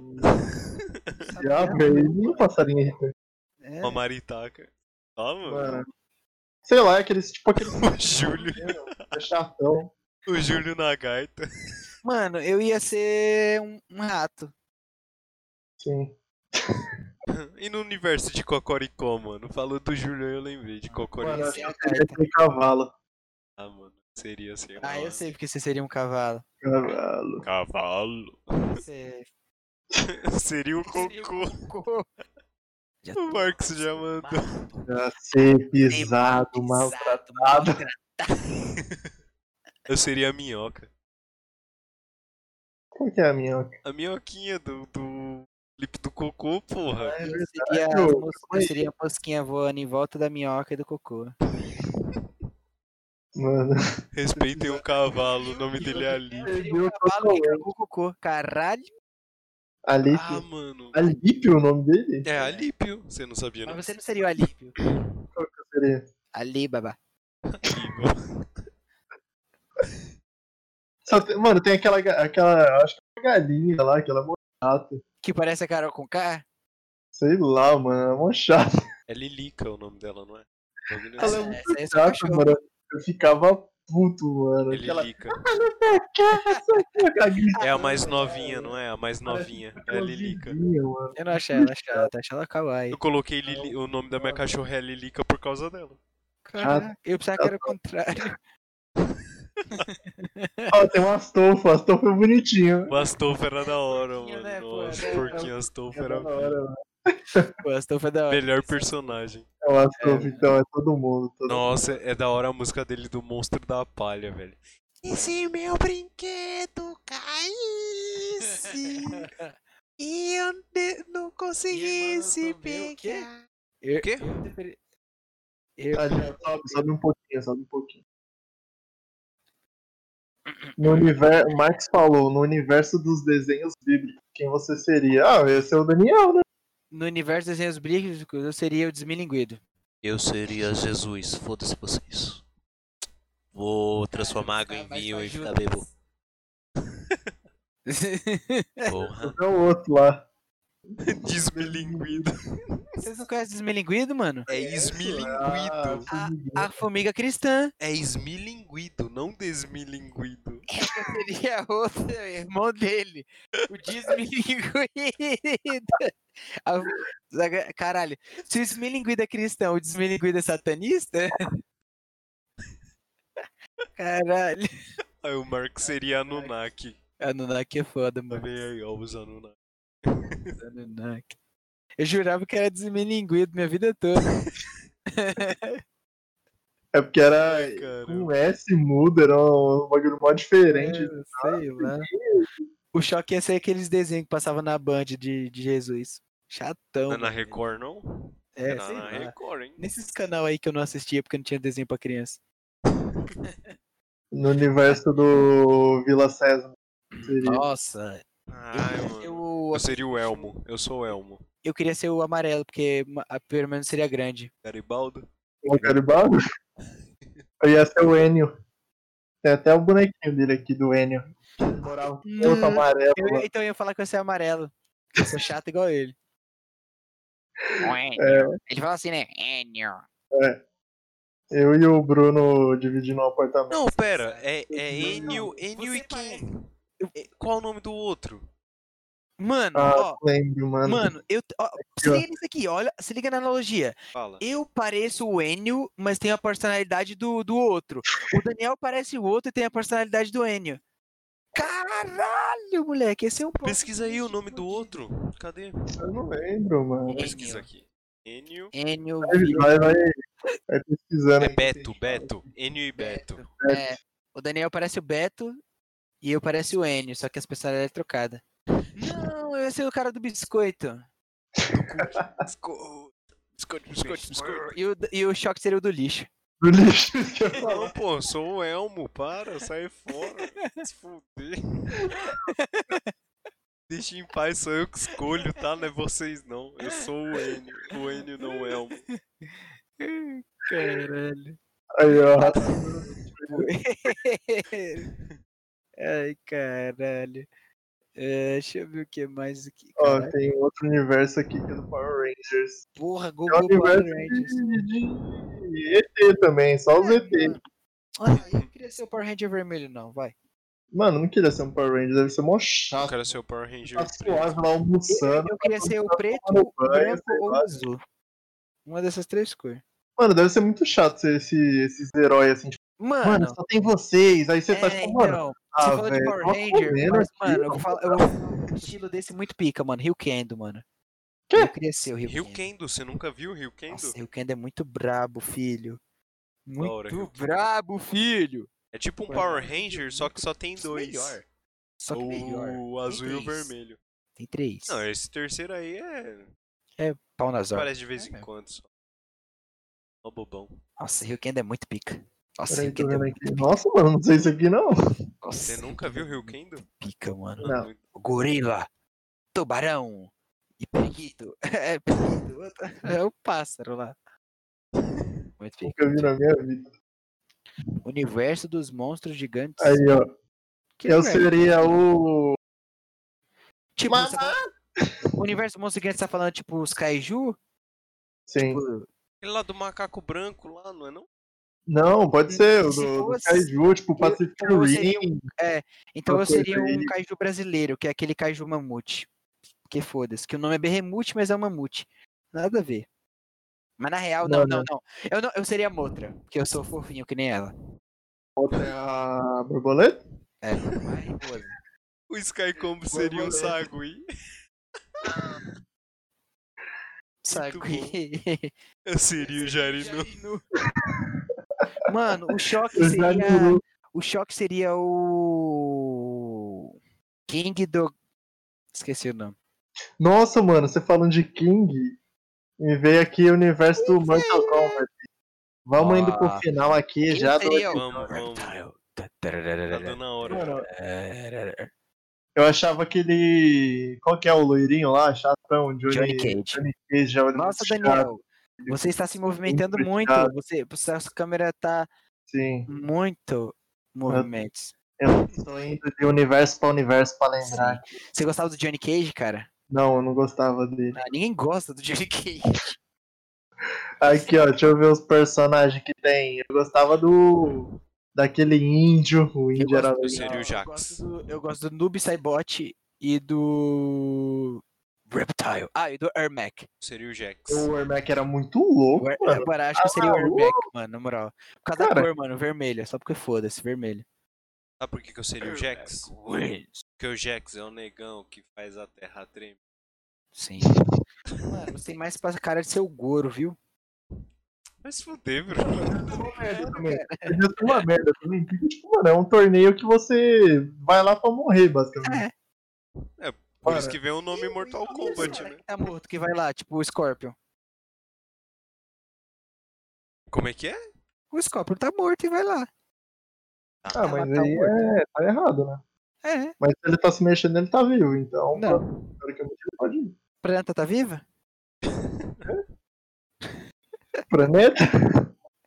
[SPEAKER 2] Sabiá, baby. Um passarinho irritante.
[SPEAKER 3] É,
[SPEAKER 1] Uma maritaca. Ah, mano.
[SPEAKER 2] Mano. Sei lá, aqueles, tipo
[SPEAKER 3] <laughs>
[SPEAKER 2] aqueles.
[SPEAKER 1] <laughs> O Júlio.
[SPEAKER 2] É chatão.
[SPEAKER 1] O Júlio na gaita.
[SPEAKER 3] Mano, eu ia ser um, um rato.
[SPEAKER 2] Sim.
[SPEAKER 1] E no universo de Cocoricó, mano? Falou do Júlio eu lembrei de
[SPEAKER 2] Mano,
[SPEAKER 1] Cocoricó.
[SPEAKER 2] acho
[SPEAKER 3] ser
[SPEAKER 2] que
[SPEAKER 3] a
[SPEAKER 2] eu queria ter um cavalo.
[SPEAKER 1] Ah, mano. Seria assim.
[SPEAKER 3] Ah, eu sei porque você seria um cavalo.
[SPEAKER 2] Cavalo.
[SPEAKER 1] Cavalo. <laughs>
[SPEAKER 3] Você
[SPEAKER 1] seria o
[SPEAKER 3] Seria o
[SPEAKER 1] cocô.
[SPEAKER 3] <laughs> cocô. Já tá
[SPEAKER 1] O Marcos já mandou.
[SPEAKER 2] Já ser pisado, mal.
[SPEAKER 3] maltratado.
[SPEAKER 1] Eu seria a minhoca.
[SPEAKER 2] Qual que é a minhoca?
[SPEAKER 1] A minhoquinha do. do... Flip do cocô,
[SPEAKER 2] É
[SPEAKER 1] porra.
[SPEAKER 3] Eu seria, as
[SPEAKER 2] ô,
[SPEAKER 3] mos-
[SPEAKER 2] mas-
[SPEAKER 3] eu seria a mosquinha voando em volta da minhoca e do cocô.
[SPEAKER 2] Mano.
[SPEAKER 1] Respeitem o cavalo, o nome dele é Ali.
[SPEAKER 3] Eu seria
[SPEAKER 2] Meu
[SPEAKER 3] um cavalo que
[SPEAKER 2] cocô.
[SPEAKER 3] cagou o cocô. Caralho.
[SPEAKER 2] Alípio.
[SPEAKER 1] Ah, mano.
[SPEAKER 2] Alípio o nome dele?
[SPEAKER 1] É Alípio. Você não sabia, não?
[SPEAKER 3] Mas você não seria o Alípio.
[SPEAKER 2] Qual que seria?
[SPEAKER 3] Alibaba.
[SPEAKER 1] Alípio.
[SPEAKER 2] Só tem- mano, tem aquela, ga- aquela. Acho que é uma galinha lá, aquela mó chata.
[SPEAKER 3] Que parece a Carol com K.
[SPEAKER 2] Sei lá, mano, ela é mó chata.
[SPEAKER 1] É Lilica o nome dela, não é? O bagulho é
[SPEAKER 2] Ela é
[SPEAKER 1] assim.
[SPEAKER 3] Essa aí é
[SPEAKER 2] muito
[SPEAKER 3] só
[SPEAKER 2] chata,
[SPEAKER 3] cachorro.
[SPEAKER 2] mano. Eu ficava puto, mano.
[SPEAKER 1] É
[SPEAKER 2] Aquela
[SPEAKER 1] Lilica.
[SPEAKER 2] aquela
[SPEAKER 1] É a mais novinha, não é? A mais novinha. É
[SPEAKER 2] aquela
[SPEAKER 1] Lilica.
[SPEAKER 2] vizinha, mano.
[SPEAKER 3] Eu não achei ela chata, achei ela kawaii.
[SPEAKER 1] Eu coloquei Lili- o nome da minha cachorra é Lilica por causa dela.
[SPEAKER 3] Caraca, eu pensava que era o contrário. <laughs>
[SPEAKER 2] Ó, tem um Astolfo, o Astolfo é bonitinho.
[SPEAKER 1] O Astolfo era é da hora,
[SPEAKER 3] Porquinho, né,
[SPEAKER 1] mano.
[SPEAKER 3] pô?
[SPEAKER 1] Nossa,
[SPEAKER 3] Era-
[SPEAKER 1] porquinho Astolfo
[SPEAKER 2] É da
[SPEAKER 1] era
[SPEAKER 2] hora,
[SPEAKER 1] o
[SPEAKER 2] mano.
[SPEAKER 3] Pô, a estofa é da hora.
[SPEAKER 1] melhor personagem.
[SPEAKER 2] É o Astolfo, então, é todo mundo. Todo
[SPEAKER 1] Nossa, é da hora a música dele do Monstro da Palha, velho. E se meu brinquedo caísse e eu de- não
[SPEAKER 3] E,
[SPEAKER 1] conseguisse
[SPEAKER 3] mano, eu também, o quê?
[SPEAKER 1] pegar?
[SPEAKER 3] Eu,
[SPEAKER 1] Quê?
[SPEAKER 3] eu preferi- eu-
[SPEAKER 2] Ali, sobe, sobe um pouquinho, sobe um pouquinho. No universo, o Max falou, no universo dos desenhos bíblicos, quem você seria? Ah, esse é o Daniel, né?
[SPEAKER 3] no universo dos desenhos bíblicos, eu seria o desmilinguido. <laughs>
[SPEAKER 1] Eu seria Jesus, foda-se vocês. Vou transformar água
[SPEAKER 3] Vai
[SPEAKER 1] em
[SPEAKER 3] pra
[SPEAKER 1] vinho e ficar
[SPEAKER 3] Judas.
[SPEAKER 1] bebo. Porra.
[SPEAKER 2] É o outro lá.
[SPEAKER 1] <laughs> Desmilinguido.
[SPEAKER 3] Vocês não conhecem o desmilinguido, mano?
[SPEAKER 1] É
[SPEAKER 2] Ah,
[SPEAKER 1] esmilinguido.
[SPEAKER 3] é A formiga cristã.
[SPEAKER 1] É esmilinguido, não desmilinguido.
[SPEAKER 3] Eu seria <laughs> outro irmão dele. O <laughs> desmilinguido. A- Zaga- Caralho. Se o desmilinguido é cristão, o desmilinguido é satanista? <laughs> Caralho.
[SPEAKER 1] Aí o Mark seria Anunnaki.
[SPEAKER 3] Anunnaki é foda, mano.
[SPEAKER 1] Também aí, ó, os Anunnaki.
[SPEAKER 3] Anunnaki. Eu jurava que era desmininguido minha vida toda. né?
[SPEAKER 2] É porque era
[SPEAKER 1] Cara,
[SPEAKER 2] com S muda, era um bagulho mó diferente.
[SPEAKER 3] É, sei lá. O choque ia ser aqueles desenhos que passavam na Band de, de Jesus. Chatão.
[SPEAKER 1] não é na
[SPEAKER 3] mano.
[SPEAKER 1] Record, não?
[SPEAKER 3] É,
[SPEAKER 1] na,
[SPEAKER 3] sei
[SPEAKER 1] na
[SPEAKER 3] lá.
[SPEAKER 1] Record, hein?
[SPEAKER 3] Nesses canal aí que eu não assistia porque não tinha desenho pra criança.
[SPEAKER 2] No universo do Vila César.
[SPEAKER 3] Ah,
[SPEAKER 2] Seria.
[SPEAKER 4] Nossa,
[SPEAKER 1] Ai,
[SPEAKER 4] eu,
[SPEAKER 1] mano. Eu...
[SPEAKER 3] Eu,
[SPEAKER 1] seria o Elmo. Eu sou o Elmo.
[SPEAKER 3] eu queria ser o amarelo, porque ma- a- pelo menos seria grande.
[SPEAKER 1] Garibaldo?
[SPEAKER 2] O Garibaldo? Eu ia ser o Enio. Tem até o bonequinho dele aqui, do Enio. Morava com
[SPEAKER 3] Hum.
[SPEAKER 2] tanto amarelo.
[SPEAKER 3] Eu-
[SPEAKER 2] lá.
[SPEAKER 3] então eu ia falar que eu ia ser amarelo. Eu sou chato igual ele.
[SPEAKER 4] o Enio. Ele fala assim, né? Enio.
[SPEAKER 2] Eu e o Bruno dividindo um apartamento.
[SPEAKER 1] Não, pera. É, é
[SPEAKER 2] Não,
[SPEAKER 3] um
[SPEAKER 1] Enio, Enio e quem? É, Qual o nome do outro?
[SPEAKER 3] Mano,
[SPEAKER 2] Ah,
[SPEAKER 3] ó.
[SPEAKER 2] lembro, mano.
[SPEAKER 3] Mano, eu. ó, se liga nisso aqui, olha, se liga na analogia.
[SPEAKER 1] Fala.
[SPEAKER 3] Eu pareço o Enio, mas tenho a personalidade do, do outro. O Daniel parece o outro e tem a personalidade do Enio. Caralho, moleque, esse é um ponto.
[SPEAKER 1] Pesquisa aí o nome do outro. Cadê?
[SPEAKER 2] Eu não lembro, mano.
[SPEAKER 4] Enio.
[SPEAKER 1] Pesquisa aqui. Enio.
[SPEAKER 3] Enio.
[SPEAKER 2] Vai, vai, vai pesquisando.
[SPEAKER 1] É
[SPEAKER 2] aí.
[SPEAKER 1] Beto, Beto. Enio e Beto.
[SPEAKER 3] É, o Daniel parece o Beto e eu parece o Enio, só que as personalidades trocadas. Não, eu ia ser o cara do biscoito.
[SPEAKER 1] Biscoito, biscoito, biscoito. biscoito.
[SPEAKER 3] E o, e o choque seria o do lixo.
[SPEAKER 2] Do lixo que eu falo.
[SPEAKER 1] Não, pô, sou o Elmo, para, sai fora. Se fuder. <laughs> Deixa em paz, sou eu que escolho, tá? Não é vocês não. Eu sou o Enio. O Enio não é o Elmo.
[SPEAKER 3] Caralho.
[SPEAKER 2] Aí, ó.
[SPEAKER 3] Ai, caralho. É, deixa eu ver o que mais aqui.
[SPEAKER 2] ó.
[SPEAKER 3] caralho.
[SPEAKER 2] Tem outro universo aqui que é do Power Rangers.
[SPEAKER 3] Porra,
[SPEAKER 2] É um
[SPEAKER 3] Google Power
[SPEAKER 2] universo
[SPEAKER 3] Rangers. É,
[SPEAKER 2] de, de ET também, só os ET.
[SPEAKER 3] Ah, eu não queria ser o Power Ranger vermelho, não, vai.
[SPEAKER 2] Mano, não queria ser um Power Ranger, deve ser mó
[SPEAKER 1] Eu
[SPEAKER 2] chato.
[SPEAKER 1] quero ser o Power Ranger.
[SPEAKER 2] Tá
[SPEAKER 1] preto.
[SPEAKER 2] suave lá almoçando.
[SPEAKER 3] Eu queria ser o preto,
[SPEAKER 2] tomando
[SPEAKER 3] o
[SPEAKER 2] banho,
[SPEAKER 3] branco
[SPEAKER 2] sei
[SPEAKER 3] ou o
[SPEAKER 2] lá.
[SPEAKER 3] azul. Uma dessas três cores.
[SPEAKER 2] Mano, deve ser muito chato ser esse, esses heróis assim, tipo, mano,
[SPEAKER 3] Mano,
[SPEAKER 2] só tem vocês. Aí você tá
[SPEAKER 3] é,
[SPEAKER 2] tipo, mano,
[SPEAKER 3] então,
[SPEAKER 2] ah,
[SPEAKER 3] você falou de
[SPEAKER 2] velho,
[SPEAKER 3] Power
[SPEAKER 2] tá
[SPEAKER 3] Ranger,
[SPEAKER 2] comendo
[SPEAKER 3] mas,
[SPEAKER 2] aqui,
[SPEAKER 3] mano, eu vou
[SPEAKER 2] ó.
[SPEAKER 3] falar, eu vou falar um estilo desse muito pica, mano. Rio Kendo, mano.
[SPEAKER 2] Quê?
[SPEAKER 3] Eu queria ser o Rio
[SPEAKER 1] Rio Kendo, você nunca viu o Rio Kendo?
[SPEAKER 3] Nossa, Rio Kendo é muito brabo, filho.
[SPEAKER 1] Da hora, Rio
[SPEAKER 3] Muito
[SPEAKER 1] Kendo.
[SPEAKER 3] brabo, filho.
[SPEAKER 1] É tipo um
[SPEAKER 3] Ué,
[SPEAKER 1] Power Ranger, só que só tem dois.
[SPEAKER 4] melhor.
[SPEAKER 3] Só que melhor.
[SPEAKER 1] O azul e o
[SPEAKER 4] três.
[SPEAKER 1] vermelho.
[SPEAKER 3] Tem três.
[SPEAKER 1] Não, esse terceiro aí é.
[SPEAKER 3] Pau nas horas.
[SPEAKER 1] Parece de vez
[SPEAKER 3] É
[SPEAKER 1] em
[SPEAKER 3] mesmo.
[SPEAKER 1] quando só. Ó, bobão.
[SPEAKER 3] Nossa, Rio Kendo é muito pica. Nossa,
[SPEAKER 2] Peraí,
[SPEAKER 3] Rio
[SPEAKER 2] tô
[SPEAKER 3] Kendo é
[SPEAKER 2] vendo
[SPEAKER 3] muito
[SPEAKER 2] aqui. Nossa, mano, não sei isso aqui não.
[SPEAKER 3] Nossa,
[SPEAKER 1] Você
[SPEAKER 3] Rio
[SPEAKER 1] nunca
[SPEAKER 3] Kendo
[SPEAKER 1] viu
[SPEAKER 3] é
[SPEAKER 1] o Rio
[SPEAKER 3] muito
[SPEAKER 1] Kendo?
[SPEAKER 3] Pica, mano.
[SPEAKER 2] Não.
[SPEAKER 1] Muito-
[SPEAKER 3] Gorila, tubarão e periquito. <laughs> É, periquito. outro- <laughs> É o pássaro lá. Muito pica.
[SPEAKER 2] Nunca vi na minha vida.
[SPEAKER 3] Universo dos monstros gigantes.
[SPEAKER 2] Aí, ó.
[SPEAKER 3] Que
[SPEAKER 2] Eu
[SPEAKER 3] universo?
[SPEAKER 2] seria o.
[SPEAKER 3] Tipo,
[SPEAKER 2] Mas-
[SPEAKER 3] você tá falando- O universo dos monstros gigantes tá falando, tipo, os kaiju?
[SPEAKER 2] Sim.
[SPEAKER 3] Tipo,
[SPEAKER 1] Aquele lá do macaco branco lá, não é não?
[SPEAKER 2] Não, pode ser, o
[SPEAKER 3] Se
[SPEAKER 2] do, do
[SPEAKER 3] fosse-
[SPEAKER 2] Kaiju, tipo Pacific
[SPEAKER 3] então eu seria
[SPEAKER 2] Rim.
[SPEAKER 3] Então
[SPEAKER 2] Uma
[SPEAKER 3] eu
[SPEAKER 2] coisa
[SPEAKER 3] seria um
[SPEAKER 2] aí.
[SPEAKER 3] kaiju brasileiro, que é aquele kaiju mamute. Que foda-se, que o nome é Berremute, mas é um mamute. Nada a ver. Mas na real, não,
[SPEAKER 2] Não,
[SPEAKER 3] não, não. Eu, não eu seria Motra, porque eu sou fofinho que nem ela.
[SPEAKER 2] Outra é a borboleta? <laughs>
[SPEAKER 3] É, maravilhoso.
[SPEAKER 1] O Sky Combo <laughs> seria o
[SPEAKER 2] moleque.
[SPEAKER 1] Sagui.
[SPEAKER 3] Saco.
[SPEAKER 1] bom.
[SPEAKER 3] <laughs>
[SPEAKER 1] Eu seria o Jarinu.
[SPEAKER 3] Mano, o choque
[SPEAKER 2] O
[SPEAKER 3] seria.
[SPEAKER 2] Janiru.
[SPEAKER 3] O choque seria o. King do. Esqueci o nome.
[SPEAKER 2] Nossa, mano, você falando de King, me veio aqui o universo do Mortal Kombat. Vamos indo pro
[SPEAKER 3] Ah.
[SPEAKER 2] final aqui já. do-
[SPEAKER 3] seria o-
[SPEAKER 1] Vamos, vamos. Tá dando a hora.
[SPEAKER 2] Mano, eu achava aquele. Qual que é o loirinho lá? Chatão, Johnny,
[SPEAKER 3] Johnny Cage.
[SPEAKER 2] Johnny Cage, já olhei
[SPEAKER 3] Nossa,
[SPEAKER 2] muito chato,
[SPEAKER 3] Daniel, você está se movimentando muito.
[SPEAKER 2] complicado.
[SPEAKER 3] Você, sua câmera está
[SPEAKER 2] Sim.
[SPEAKER 3] muito movimentos.
[SPEAKER 2] Eu tô indo de universo pra universo pra
[SPEAKER 3] Sim.
[SPEAKER 2] lembrar.
[SPEAKER 3] Você gostava do Johnny Cage, cara?
[SPEAKER 2] Não, eu não gostava dele.
[SPEAKER 3] Ah, ninguém gosta do Johnny Cage.
[SPEAKER 2] Aqui, ó, deixa eu ver os personagens que tem. Eu gostava do. Daquele índio. O índio era.
[SPEAKER 1] do
[SPEAKER 2] legal.
[SPEAKER 1] Seria o
[SPEAKER 3] Eu
[SPEAKER 1] Jax.
[SPEAKER 3] gosto do, eu gosto do Noob Saibot e do Reptile. Ah, e do Ermac.
[SPEAKER 1] Seria o Jax.
[SPEAKER 2] O Ermac era muito
[SPEAKER 3] O
[SPEAKER 2] louco,
[SPEAKER 3] Er-
[SPEAKER 2] mano.
[SPEAKER 3] Agora acho que seria o
[SPEAKER 2] maluco?
[SPEAKER 3] Ermac, mano, na moral. Por causa da
[SPEAKER 2] Cara.
[SPEAKER 3] cor, mano, vermelha. Só porque foda-se, vermelho.
[SPEAKER 1] Sabe por que, que eu seria o Jax? Porque o Jax é o negão que faz a terra tremer.
[SPEAKER 3] Sim. Mano, você tem mais pra cara de ser o Goro, viu?
[SPEAKER 1] Mas se fuder, <laughs> bro.
[SPEAKER 2] é uma merda né, também. Podia ser uma merda também. Porque, tipo, mano, é um torneio que você vai lá pra morrer, basicamente.
[SPEAKER 1] Por
[SPEAKER 2] Cara,
[SPEAKER 1] isso que vem o nome Mortal Kombat,
[SPEAKER 3] Esse cara
[SPEAKER 1] né?
[SPEAKER 3] que Tá morto que vai lá, tipo o Scorpion.
[SPEAKER 1] Como é que é?
[SPEAKER 3] O Scorpion tá morto e vai lá.
[SPEAKER 2] Ah, mas aí é, tá errado, né?
[SPEAKER 3] É.
[SPEAKER 2] Mas se ele tá se mexendo, ele tá vivo. Então,
[SPEAKER 3] Não.
[SPEAKER 2] teoricamente, ele pode ir.
[SPEAKER 3] Pranta tá viva?
[SPEAKER 2] Planeta?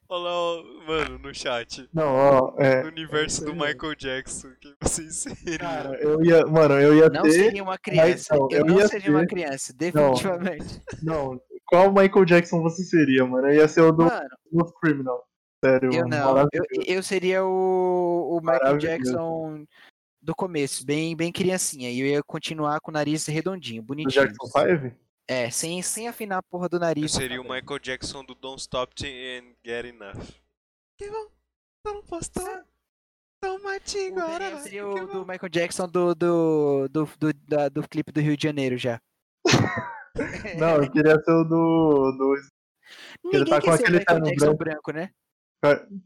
[SPEAKER 1] Olha lá, ó, mano, no chat.
[SPEAKER 2] Não, ó,
[SPEAKER 1] No
[SPEAKER 2] é.
[SPEAKER 1] universo
[SPEAKER 2] isso
[SPEAKER 1] do
[SPEAKER 2] aí.
[SPEAKER 1] Michael Jackson, quem você seria?
[SPEAKER 2] Cara, eu ia. Mano, eu ia
[SPEAKER 3] Não
[SPEAKER 2] ter.
[SPEAKER 3] seria uma criança.
[SPEAKER 2] então,
[SPEAKER 3] eu,
[SPEAKER 2] eu
[SPEAKER 3] não
[SPEAKER 2] ia
[SPEAKER 3] seria uma
[SPEAKER 2] ser-
[SPEAKER 3] criança, definitivamente.
[SPEAKER 2] Não, qual Michael Jackson você seria, mano? Eu ia ser o do
[SPEAKER 3] Mano,
[SPEAKER 2] Smooth Criminal. Sério,
[SPEAKER 3] eu
[SPEAKER 2] mano.
[SPEAKER 3] não. Eu,
[SPEAKER 2] maravilhoso.
[SPEAKER 3] eu seria o, o Michael
[SPEAKER 2] Maravilhoso.
[SPEAKER 3] Jackson do começo, bem, bem criancinha. E eu ia continuar com o nariz redondinho,
[SPEAKER 2] Do
[SPEAKER 3] bonitinho.
[SPEAKER 2] Jackson 5?
[SPEAKER 3] É, sem, sem afinar a porra do
[SPEAKER 1] Eu
[SPEAKER 3] nariz.
[SPEAKER 1] seria o Michael Jackson do Don't Stop Ti- and Get Enough. Que bom, eu não posso tomar. Toma ti
[SPEAKER 3] O
[SPEAKER 1] agora,
[SPEAKER 3] Daniel
[SPEAKER 1] vai,
[SPEAKER 3] seria
[SPEAKER 1] que
[SPEAKER 3] o
[SPEAKER 1] bom.
[SPEAKER 3] do Michael Jackson do, do, do, do, da- do clipe do Rio de Janeiro <laughs> já.
[SPEAKER 2] Não, eu queria ser o do. do...
[SPEAKER 3] Ninguém
[SPEAKER 2] tá com
[SPEAKER 3] quer ser
[SPEAKER 2] aquele
[SPEAKER 3] Michael
[SPEAKER 2] terno
[SPEAKER 3] Jackson branco, né?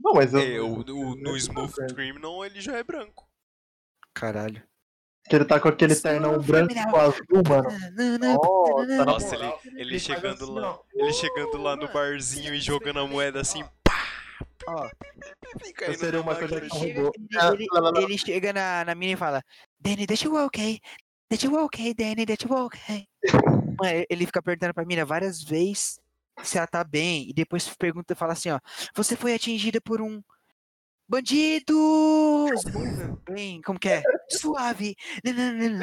[SPEAKER 2] Não, mas eu.
[SPEAKER 1] É, o, o-
[SPEAKER 2] eu-
[SPEAKER 1] no Smooth
[SPEAKER 2] né.
[SPEAKER 1] Criminal ele já é branco.
[SPEAKER 3] Caralho.
[SPEAKER 2] Que ele tá com aquele
[SPEAKER 3] Smooth
[SPEAKER 2] ternão branco
[SPEAKER 3] Criminal.
[SPEAKER 2] com azul, mano. Nossa, na
[SPEAKER 1] Nossa, ele,
[SPEAKER 2] moral,
[SPEAKER 1] ele chegando lá. Ele chegando lá
[SPEAKER 2] é,
[SPEAKER 1] no barzinho e jogando a moeda assim,
[SPEAKER 2] Ó,
[SPEAKER 1] pica
[SPEAKER 2] eu seria uma coisa que
[SPEAKER 3] máquina.
[SPEAKER 2] <laughs> roubou.
[SPEAKER 3] Ele- Ele chega na, na mina e fala: Danny, deixa eu ok. Deixa eu ok, Danny, deixa eu ok. <laughs> Mano, ele fica perguntando pra mina várias vezes se ela tá bem. E depois pergunta fala assim: ó, você foi atingida por um. Bandido! Bem, como que é? Suave! Nananana,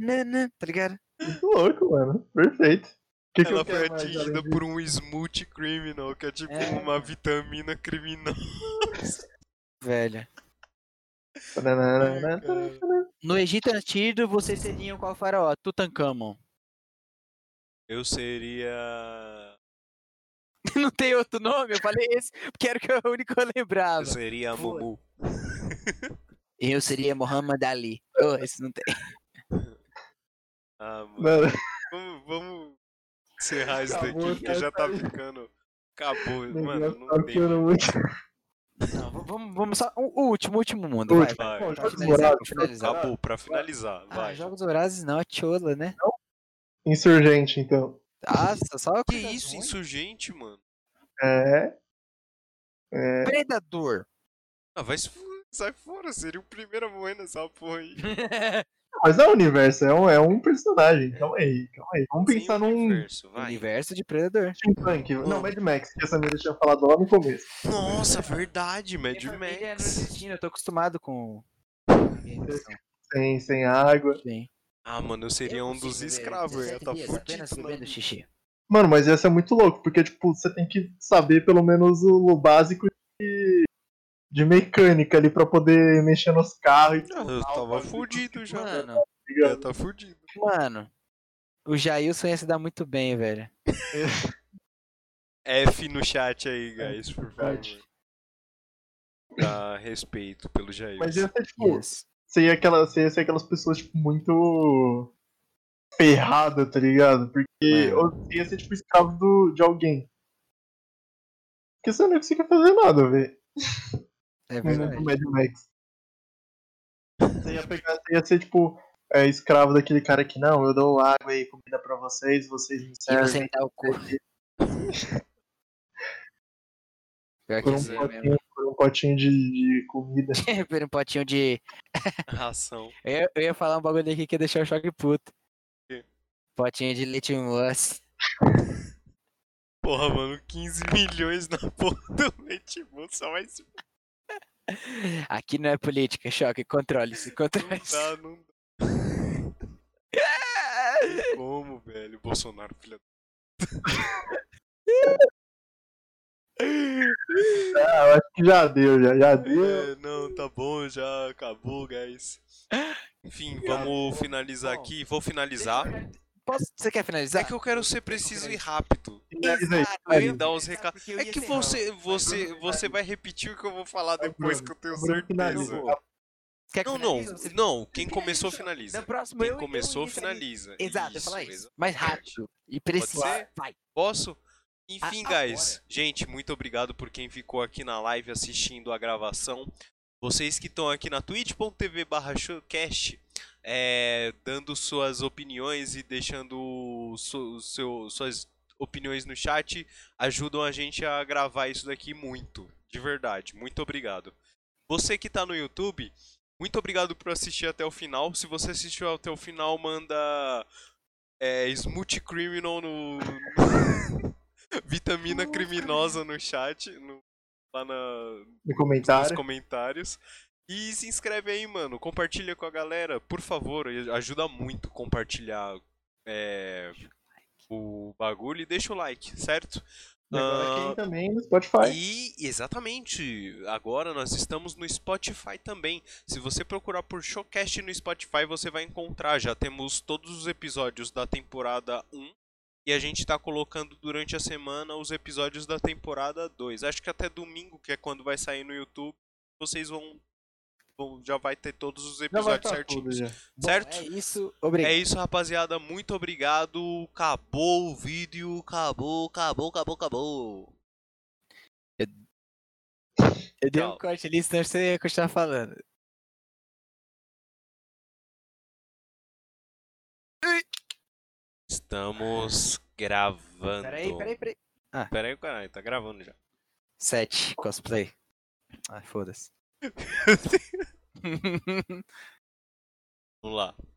[SPEAKER 3] nananana, Tá ligado?
[SPEAKER 2] Muito louco, mano. Perfeito. Que
[SPEAKER 1] <laughs>
[SPEAKER 2] que
[SPEAKER 1] Ela
[SPEAKER 2] eu
[SPEAKER 1] foi
[SPEAKER 2] quero mais,
[SPEAKER 1] atingida
[SPEAKER 2] além disso? né?
[SPEAKER 1] por um smooth criminal, que é tipo
[SPEAKER 3] É.
[SPEAKER 1] uma vitamina criminal.
[SPEAKER 3] Velho.
[SPEAKER 2] Tananana.
[SPEAKER 3] No Egito Antigo, vocês seriam qual faraó? Tutankhamon.
[SPEAKER 1] Eu seria.
[SPEAKER 3] <laughs> Não tem outro nome? Eu falei esse porque era o que eu- o único que eu lembrava.
[SPEAKER 1] Eu seria a
[SPEAKER 3] Boa.
[SPEAKER 1] Mumu.
[SPEAKER 3] Eu seria Muhammad Ali. Oh, esse não tem.
[SPEAKER 1] Ah, mano.
[SPEAKER 2] Mano,
[SPEAKER 1] Vamos, vamos encerrar isso
[SPEAKER 2] Acabou,
[SPEAKER 1] daqui, que já tá
[SPEAKER 2] cara.
[SPEAKER 1] ficando. Acabou,
[SPEAKER 2] o
[SPEAKER 1] mano,
[SPEAKER 2] negócio
[SPEAKER 1] não
[SPEAKER 2] tá
[SPEAKER 1] tem.
[SPEAKER 2] ficando muito.
[SPEAKER 3] Não, v- vamos, vamos só. O o último, o último mundo.
[SPEAKER 2] O
[SPEAKER 3] vai,
[SPEAKER 2] último,
[SPEAKER 1] vai,
[SPEAKER 3] vai, pra
[SPEAKER 2] Jogos
[SPEAKER 3] finalizar, pra
[SPEAKER 2] Vorazes,
[SPEAKER 3] finalizar.
[SPEAKER 1] Acabou, pra finalizar,
[SPEAKER 3] Ah,
[SPEAKER 1] vai.
[SPEAKER 3] Jogos Horazes não, é Chola, né?
[SPEAKER 2] Insurgente, então.
[SPEAKER 3] Nossa, só
[SPEAKER 1] Que
[SPEAKER 3] coisa
[SPEAKER 1] isso,
[SPEAKER 3] ruim.
[SPEAKER 1] insurgente, mano?
[SPEAKER 2] É. É.
[SPEAKER 3] Predador. <laughs>
[SPEAKER 1] Ah, vai se fu- <laughs> Sai fora, seria o primeiro a morrer nessa porra aí.
[SPEAKER 2] Mas não é um universo, é um, é um personagem. Calma aí, calma aí. Vamos
[SPEAKER 1] Sem
[SPEAKER 2] pensar num
[SPEAKER 1] universo, vai.
[SPEAKER 3] Universo de Predador.
[SPEAKER 2] steampunk. Não, Mad Max, que essa menina tinha falado lá no começo.
[SPEAKER 1] Nossa, verdade, Mad
[SPEAKER 3] Minha família é
[SPEAKER 1] Max.
[SPEAKER 3] nordestina, Eu tô acostumado com.
[SPEAKER 2] Sem, sem água.
[SPEAKER 3] Bem.
[SPEAKER 1] Ah, mano, eu seria um dos escravos, eu ia tá
[SPEAKER 3] Apenas
[SPEAKER 1] fudido.
[SPEAKER 3] bebendo
[SPEAKER 1] mano.
[SPEAKER 3] xixi.
[SPEAKER 2] Mano, mas ia ser muito louco, porque, tipo, você tem que saber pelo menos o, o básico de, de mecânica ali pra poder mexer nos carros e
[SPEAKER 1] Ah, Eu tava fudido já, mano.
[SPEAKER 3] Mano,
[SPEAKER 1] Eu ia tá fudido.
[SPEAKER 3] mano. O Jailson ia se dar muito bem, velho.
[SPEAKER 1] F no chat aí,
[SPEAKER 2] É
[SPEAKER 1] guys, por favor.
[SPEAKER 2] Chat.
[SPEAKER 1] Dá respeito pelo Jair.
[SPEAKER 2] Mas ia ser, tipo,
[SPEAKER 3] Yes.
[SPEAKER 2] você ia, aquela, você ia ser aquelas pessoas, tipo, muito ferrada, tá ligado? Porque
[SPEAKER 3] Mano.
[SPEAKER 2] ou você ia ser, tipo, escravo do, de alguém. Porque você não conseguia fazer nada, velho.
[SPEAKER 1] Uhum.
[SPEAKER 3] É verdade.
[SPEAKER 2] No Mad Max. Você ia pegar, você ia ser, tipo, é, escravo daquele cara que, não, eu dou água e comida pra vocês, vocês me
[SPEAKER 3] E
[SPEAKER 2] servem.
[SPEAKER 3] você é me dá o cu. Pior que
[SPEAKER 2] Por um,
[SPEAKER 3] isso é mesmo.
[SPEAKER 2] potinho, por um potinho de, de comida. <laughs>
[SPEAKER 3] <laughs> Por um potinho de.
[SPEAKER 1] <laughs> Ração.
[SPEAKER 3] Eu ia, eu ia falar um bagulho aqui que ia deixar o choque puto.
[SPEAKER 1] quê?
[SPEAKER 3] Potinho de leite moço.
[SPEAKER 1] Porra, mano, 15 milhões na porra do leite moço, só vai se
[SPEAKER 3] Aqui não é política, choque. Controle-se,
[SPEAKER 1] não
[SPEAKER 3] controle-se.
[SPEAKER 1] dá, não dá. Como, velho? Bolsonaro, filha
[SPEAKER 2] Ah, eu acho que já deu, já, já
[SPEAKER 1] da.
[SPEAKER 2] deu.
[SPEAKER 1] É, não, tá bom, já acabou, guys. Enfim, vamos finalizar aqui. Vou finalizar.
[SPEAKER 3] <laughs> posso, você quer finalizar?
[SPEAKER 1] É que eu quero ser preciso e rápido.
[SPEAKER 2] Finaliza aí.
[SPEAKER 3] Exato,
[SPEAKER 1] Ah, Eu ia
[SPEAKER 3] ia
[SPEAKER 1] dar uns
[SPEAKER 3] finalizar,
[SPEAKER 1] recados.
[SPEAKER 3] porque eu
[SPEAKER 1] É
[SPEAKER 3] ia
[SPEAKER 1] que
[SPEAKER 3] encerrar.
[SPEAKER 1] você, você, você vai repetir o que eu vou falar depois, que eu tenho
[SPEAKER 2] Bruno
[SPEAKER 1] certeza.
[SPEAKER 2] finaliza.
[SPEAKER 3] Quer que
[SPEAKER 1] Não, não,
[SPEAKER 3] finalize? Você-
[SPEAKER 1] não. Quem
[SPEAKER 3] Finaliza.
[SPEAKER 1] começou,
[SPEAKER 3] No
[SPEAKER 1] finaliza.
[SPEAKER 3] próximo eu
[SPEAKER 1] Quem
[SPEAKER 3] eu
[SPEAKER 1] começou,
[SPEAKER 3] iniciarei.
[SPEAKER 1] finaliza.
[SPEAKER 3] Exato, eu ia
[SPEAKER 1] Isso,
[SPEAKER 3] falar isso.
[SPEAKER 1] exa-
[SPEAKER 3] Mais rápido e preciso.
[SPEAKER 1] ser?
[SPEAKER 3] Vai.
[SPEAKER 1] Posso? Enfim,
[SPEAKER 3] A- agora.
[SPEAKER 1] guys, gente, muito obrigado por quem ficou aqui na live assistindo a gravação. Vocês que estão aqui na twitch.tv barra showcast, é, dando suas opiniões e deixando su- seu- suas opiniões no chat, ajudam a gente a gravar isso daqui muito, de verdade. Muito obrigado. Você que está no YouTube, muito obrigado por assistir até o final. Se você assistiu até o final, manda é, Smooth Criminal no. Vitamina Criminosa no chat, no- lá na,
[SPEAKER 2] No
[SPEAKER 1] nos
[SPEAKER 2] comentário.
[SPEAKER 1] comentários. E se inscreve aí, mano. Compartilha com a galera, por favor. e Ajuda muito compartilhar é, o bagulho e deixa o like, certo?
[SPEAKER 2] E Agora
[SPEAKER 1] Ah,
[SPEAKER 2] quem também no Spotify.
[SPEAKER 1] e exatamente, agora nós estamos no Spotify também. Se você procurar por Showcast no Spotify, você vai encontrar. Já temos todos os episódios da temporada 1 e a gente está colocando durante a semana os episódios da temporada 2. Acho que até domingo, que é quando vai sair no YouTube, vocês vão, vão- já vai ter todos os
[SPEAKER 2] Já vai
[SPEAKER 1] episódios
[SPEAKER 2] estar tudo
[SPEAKER 1] certinhos.
[SPEAKER 2] já.
[SPEAKER 3] Bom,
[SPEAKER 1] Certo?
[SPEAKER 3] É isso.
[SPEAKER 1] É
[SPEAKER 3] Obrigado.
[SPEAKER 1] isso, rapaziada. Muito obrigado. Acabou o vídeo. Acabou, acabou, acabou, acabou.
[SPEAKER 3] eu dei
[SPEAKER 1] tchau.
[SPEAKER 3] um corte ali, senão você ia continuar falando.
[SPEAKER 1] Estamos gravando.
[SPEAKER 3] Peraí, peraí, peraí.
[SPEAKER 1] Peraí, o caralho, tá gravando já.
[SPEAKER 3] Sete, cosplay. Ai, foda-se.
[SPEAKER 1] Vamos lá.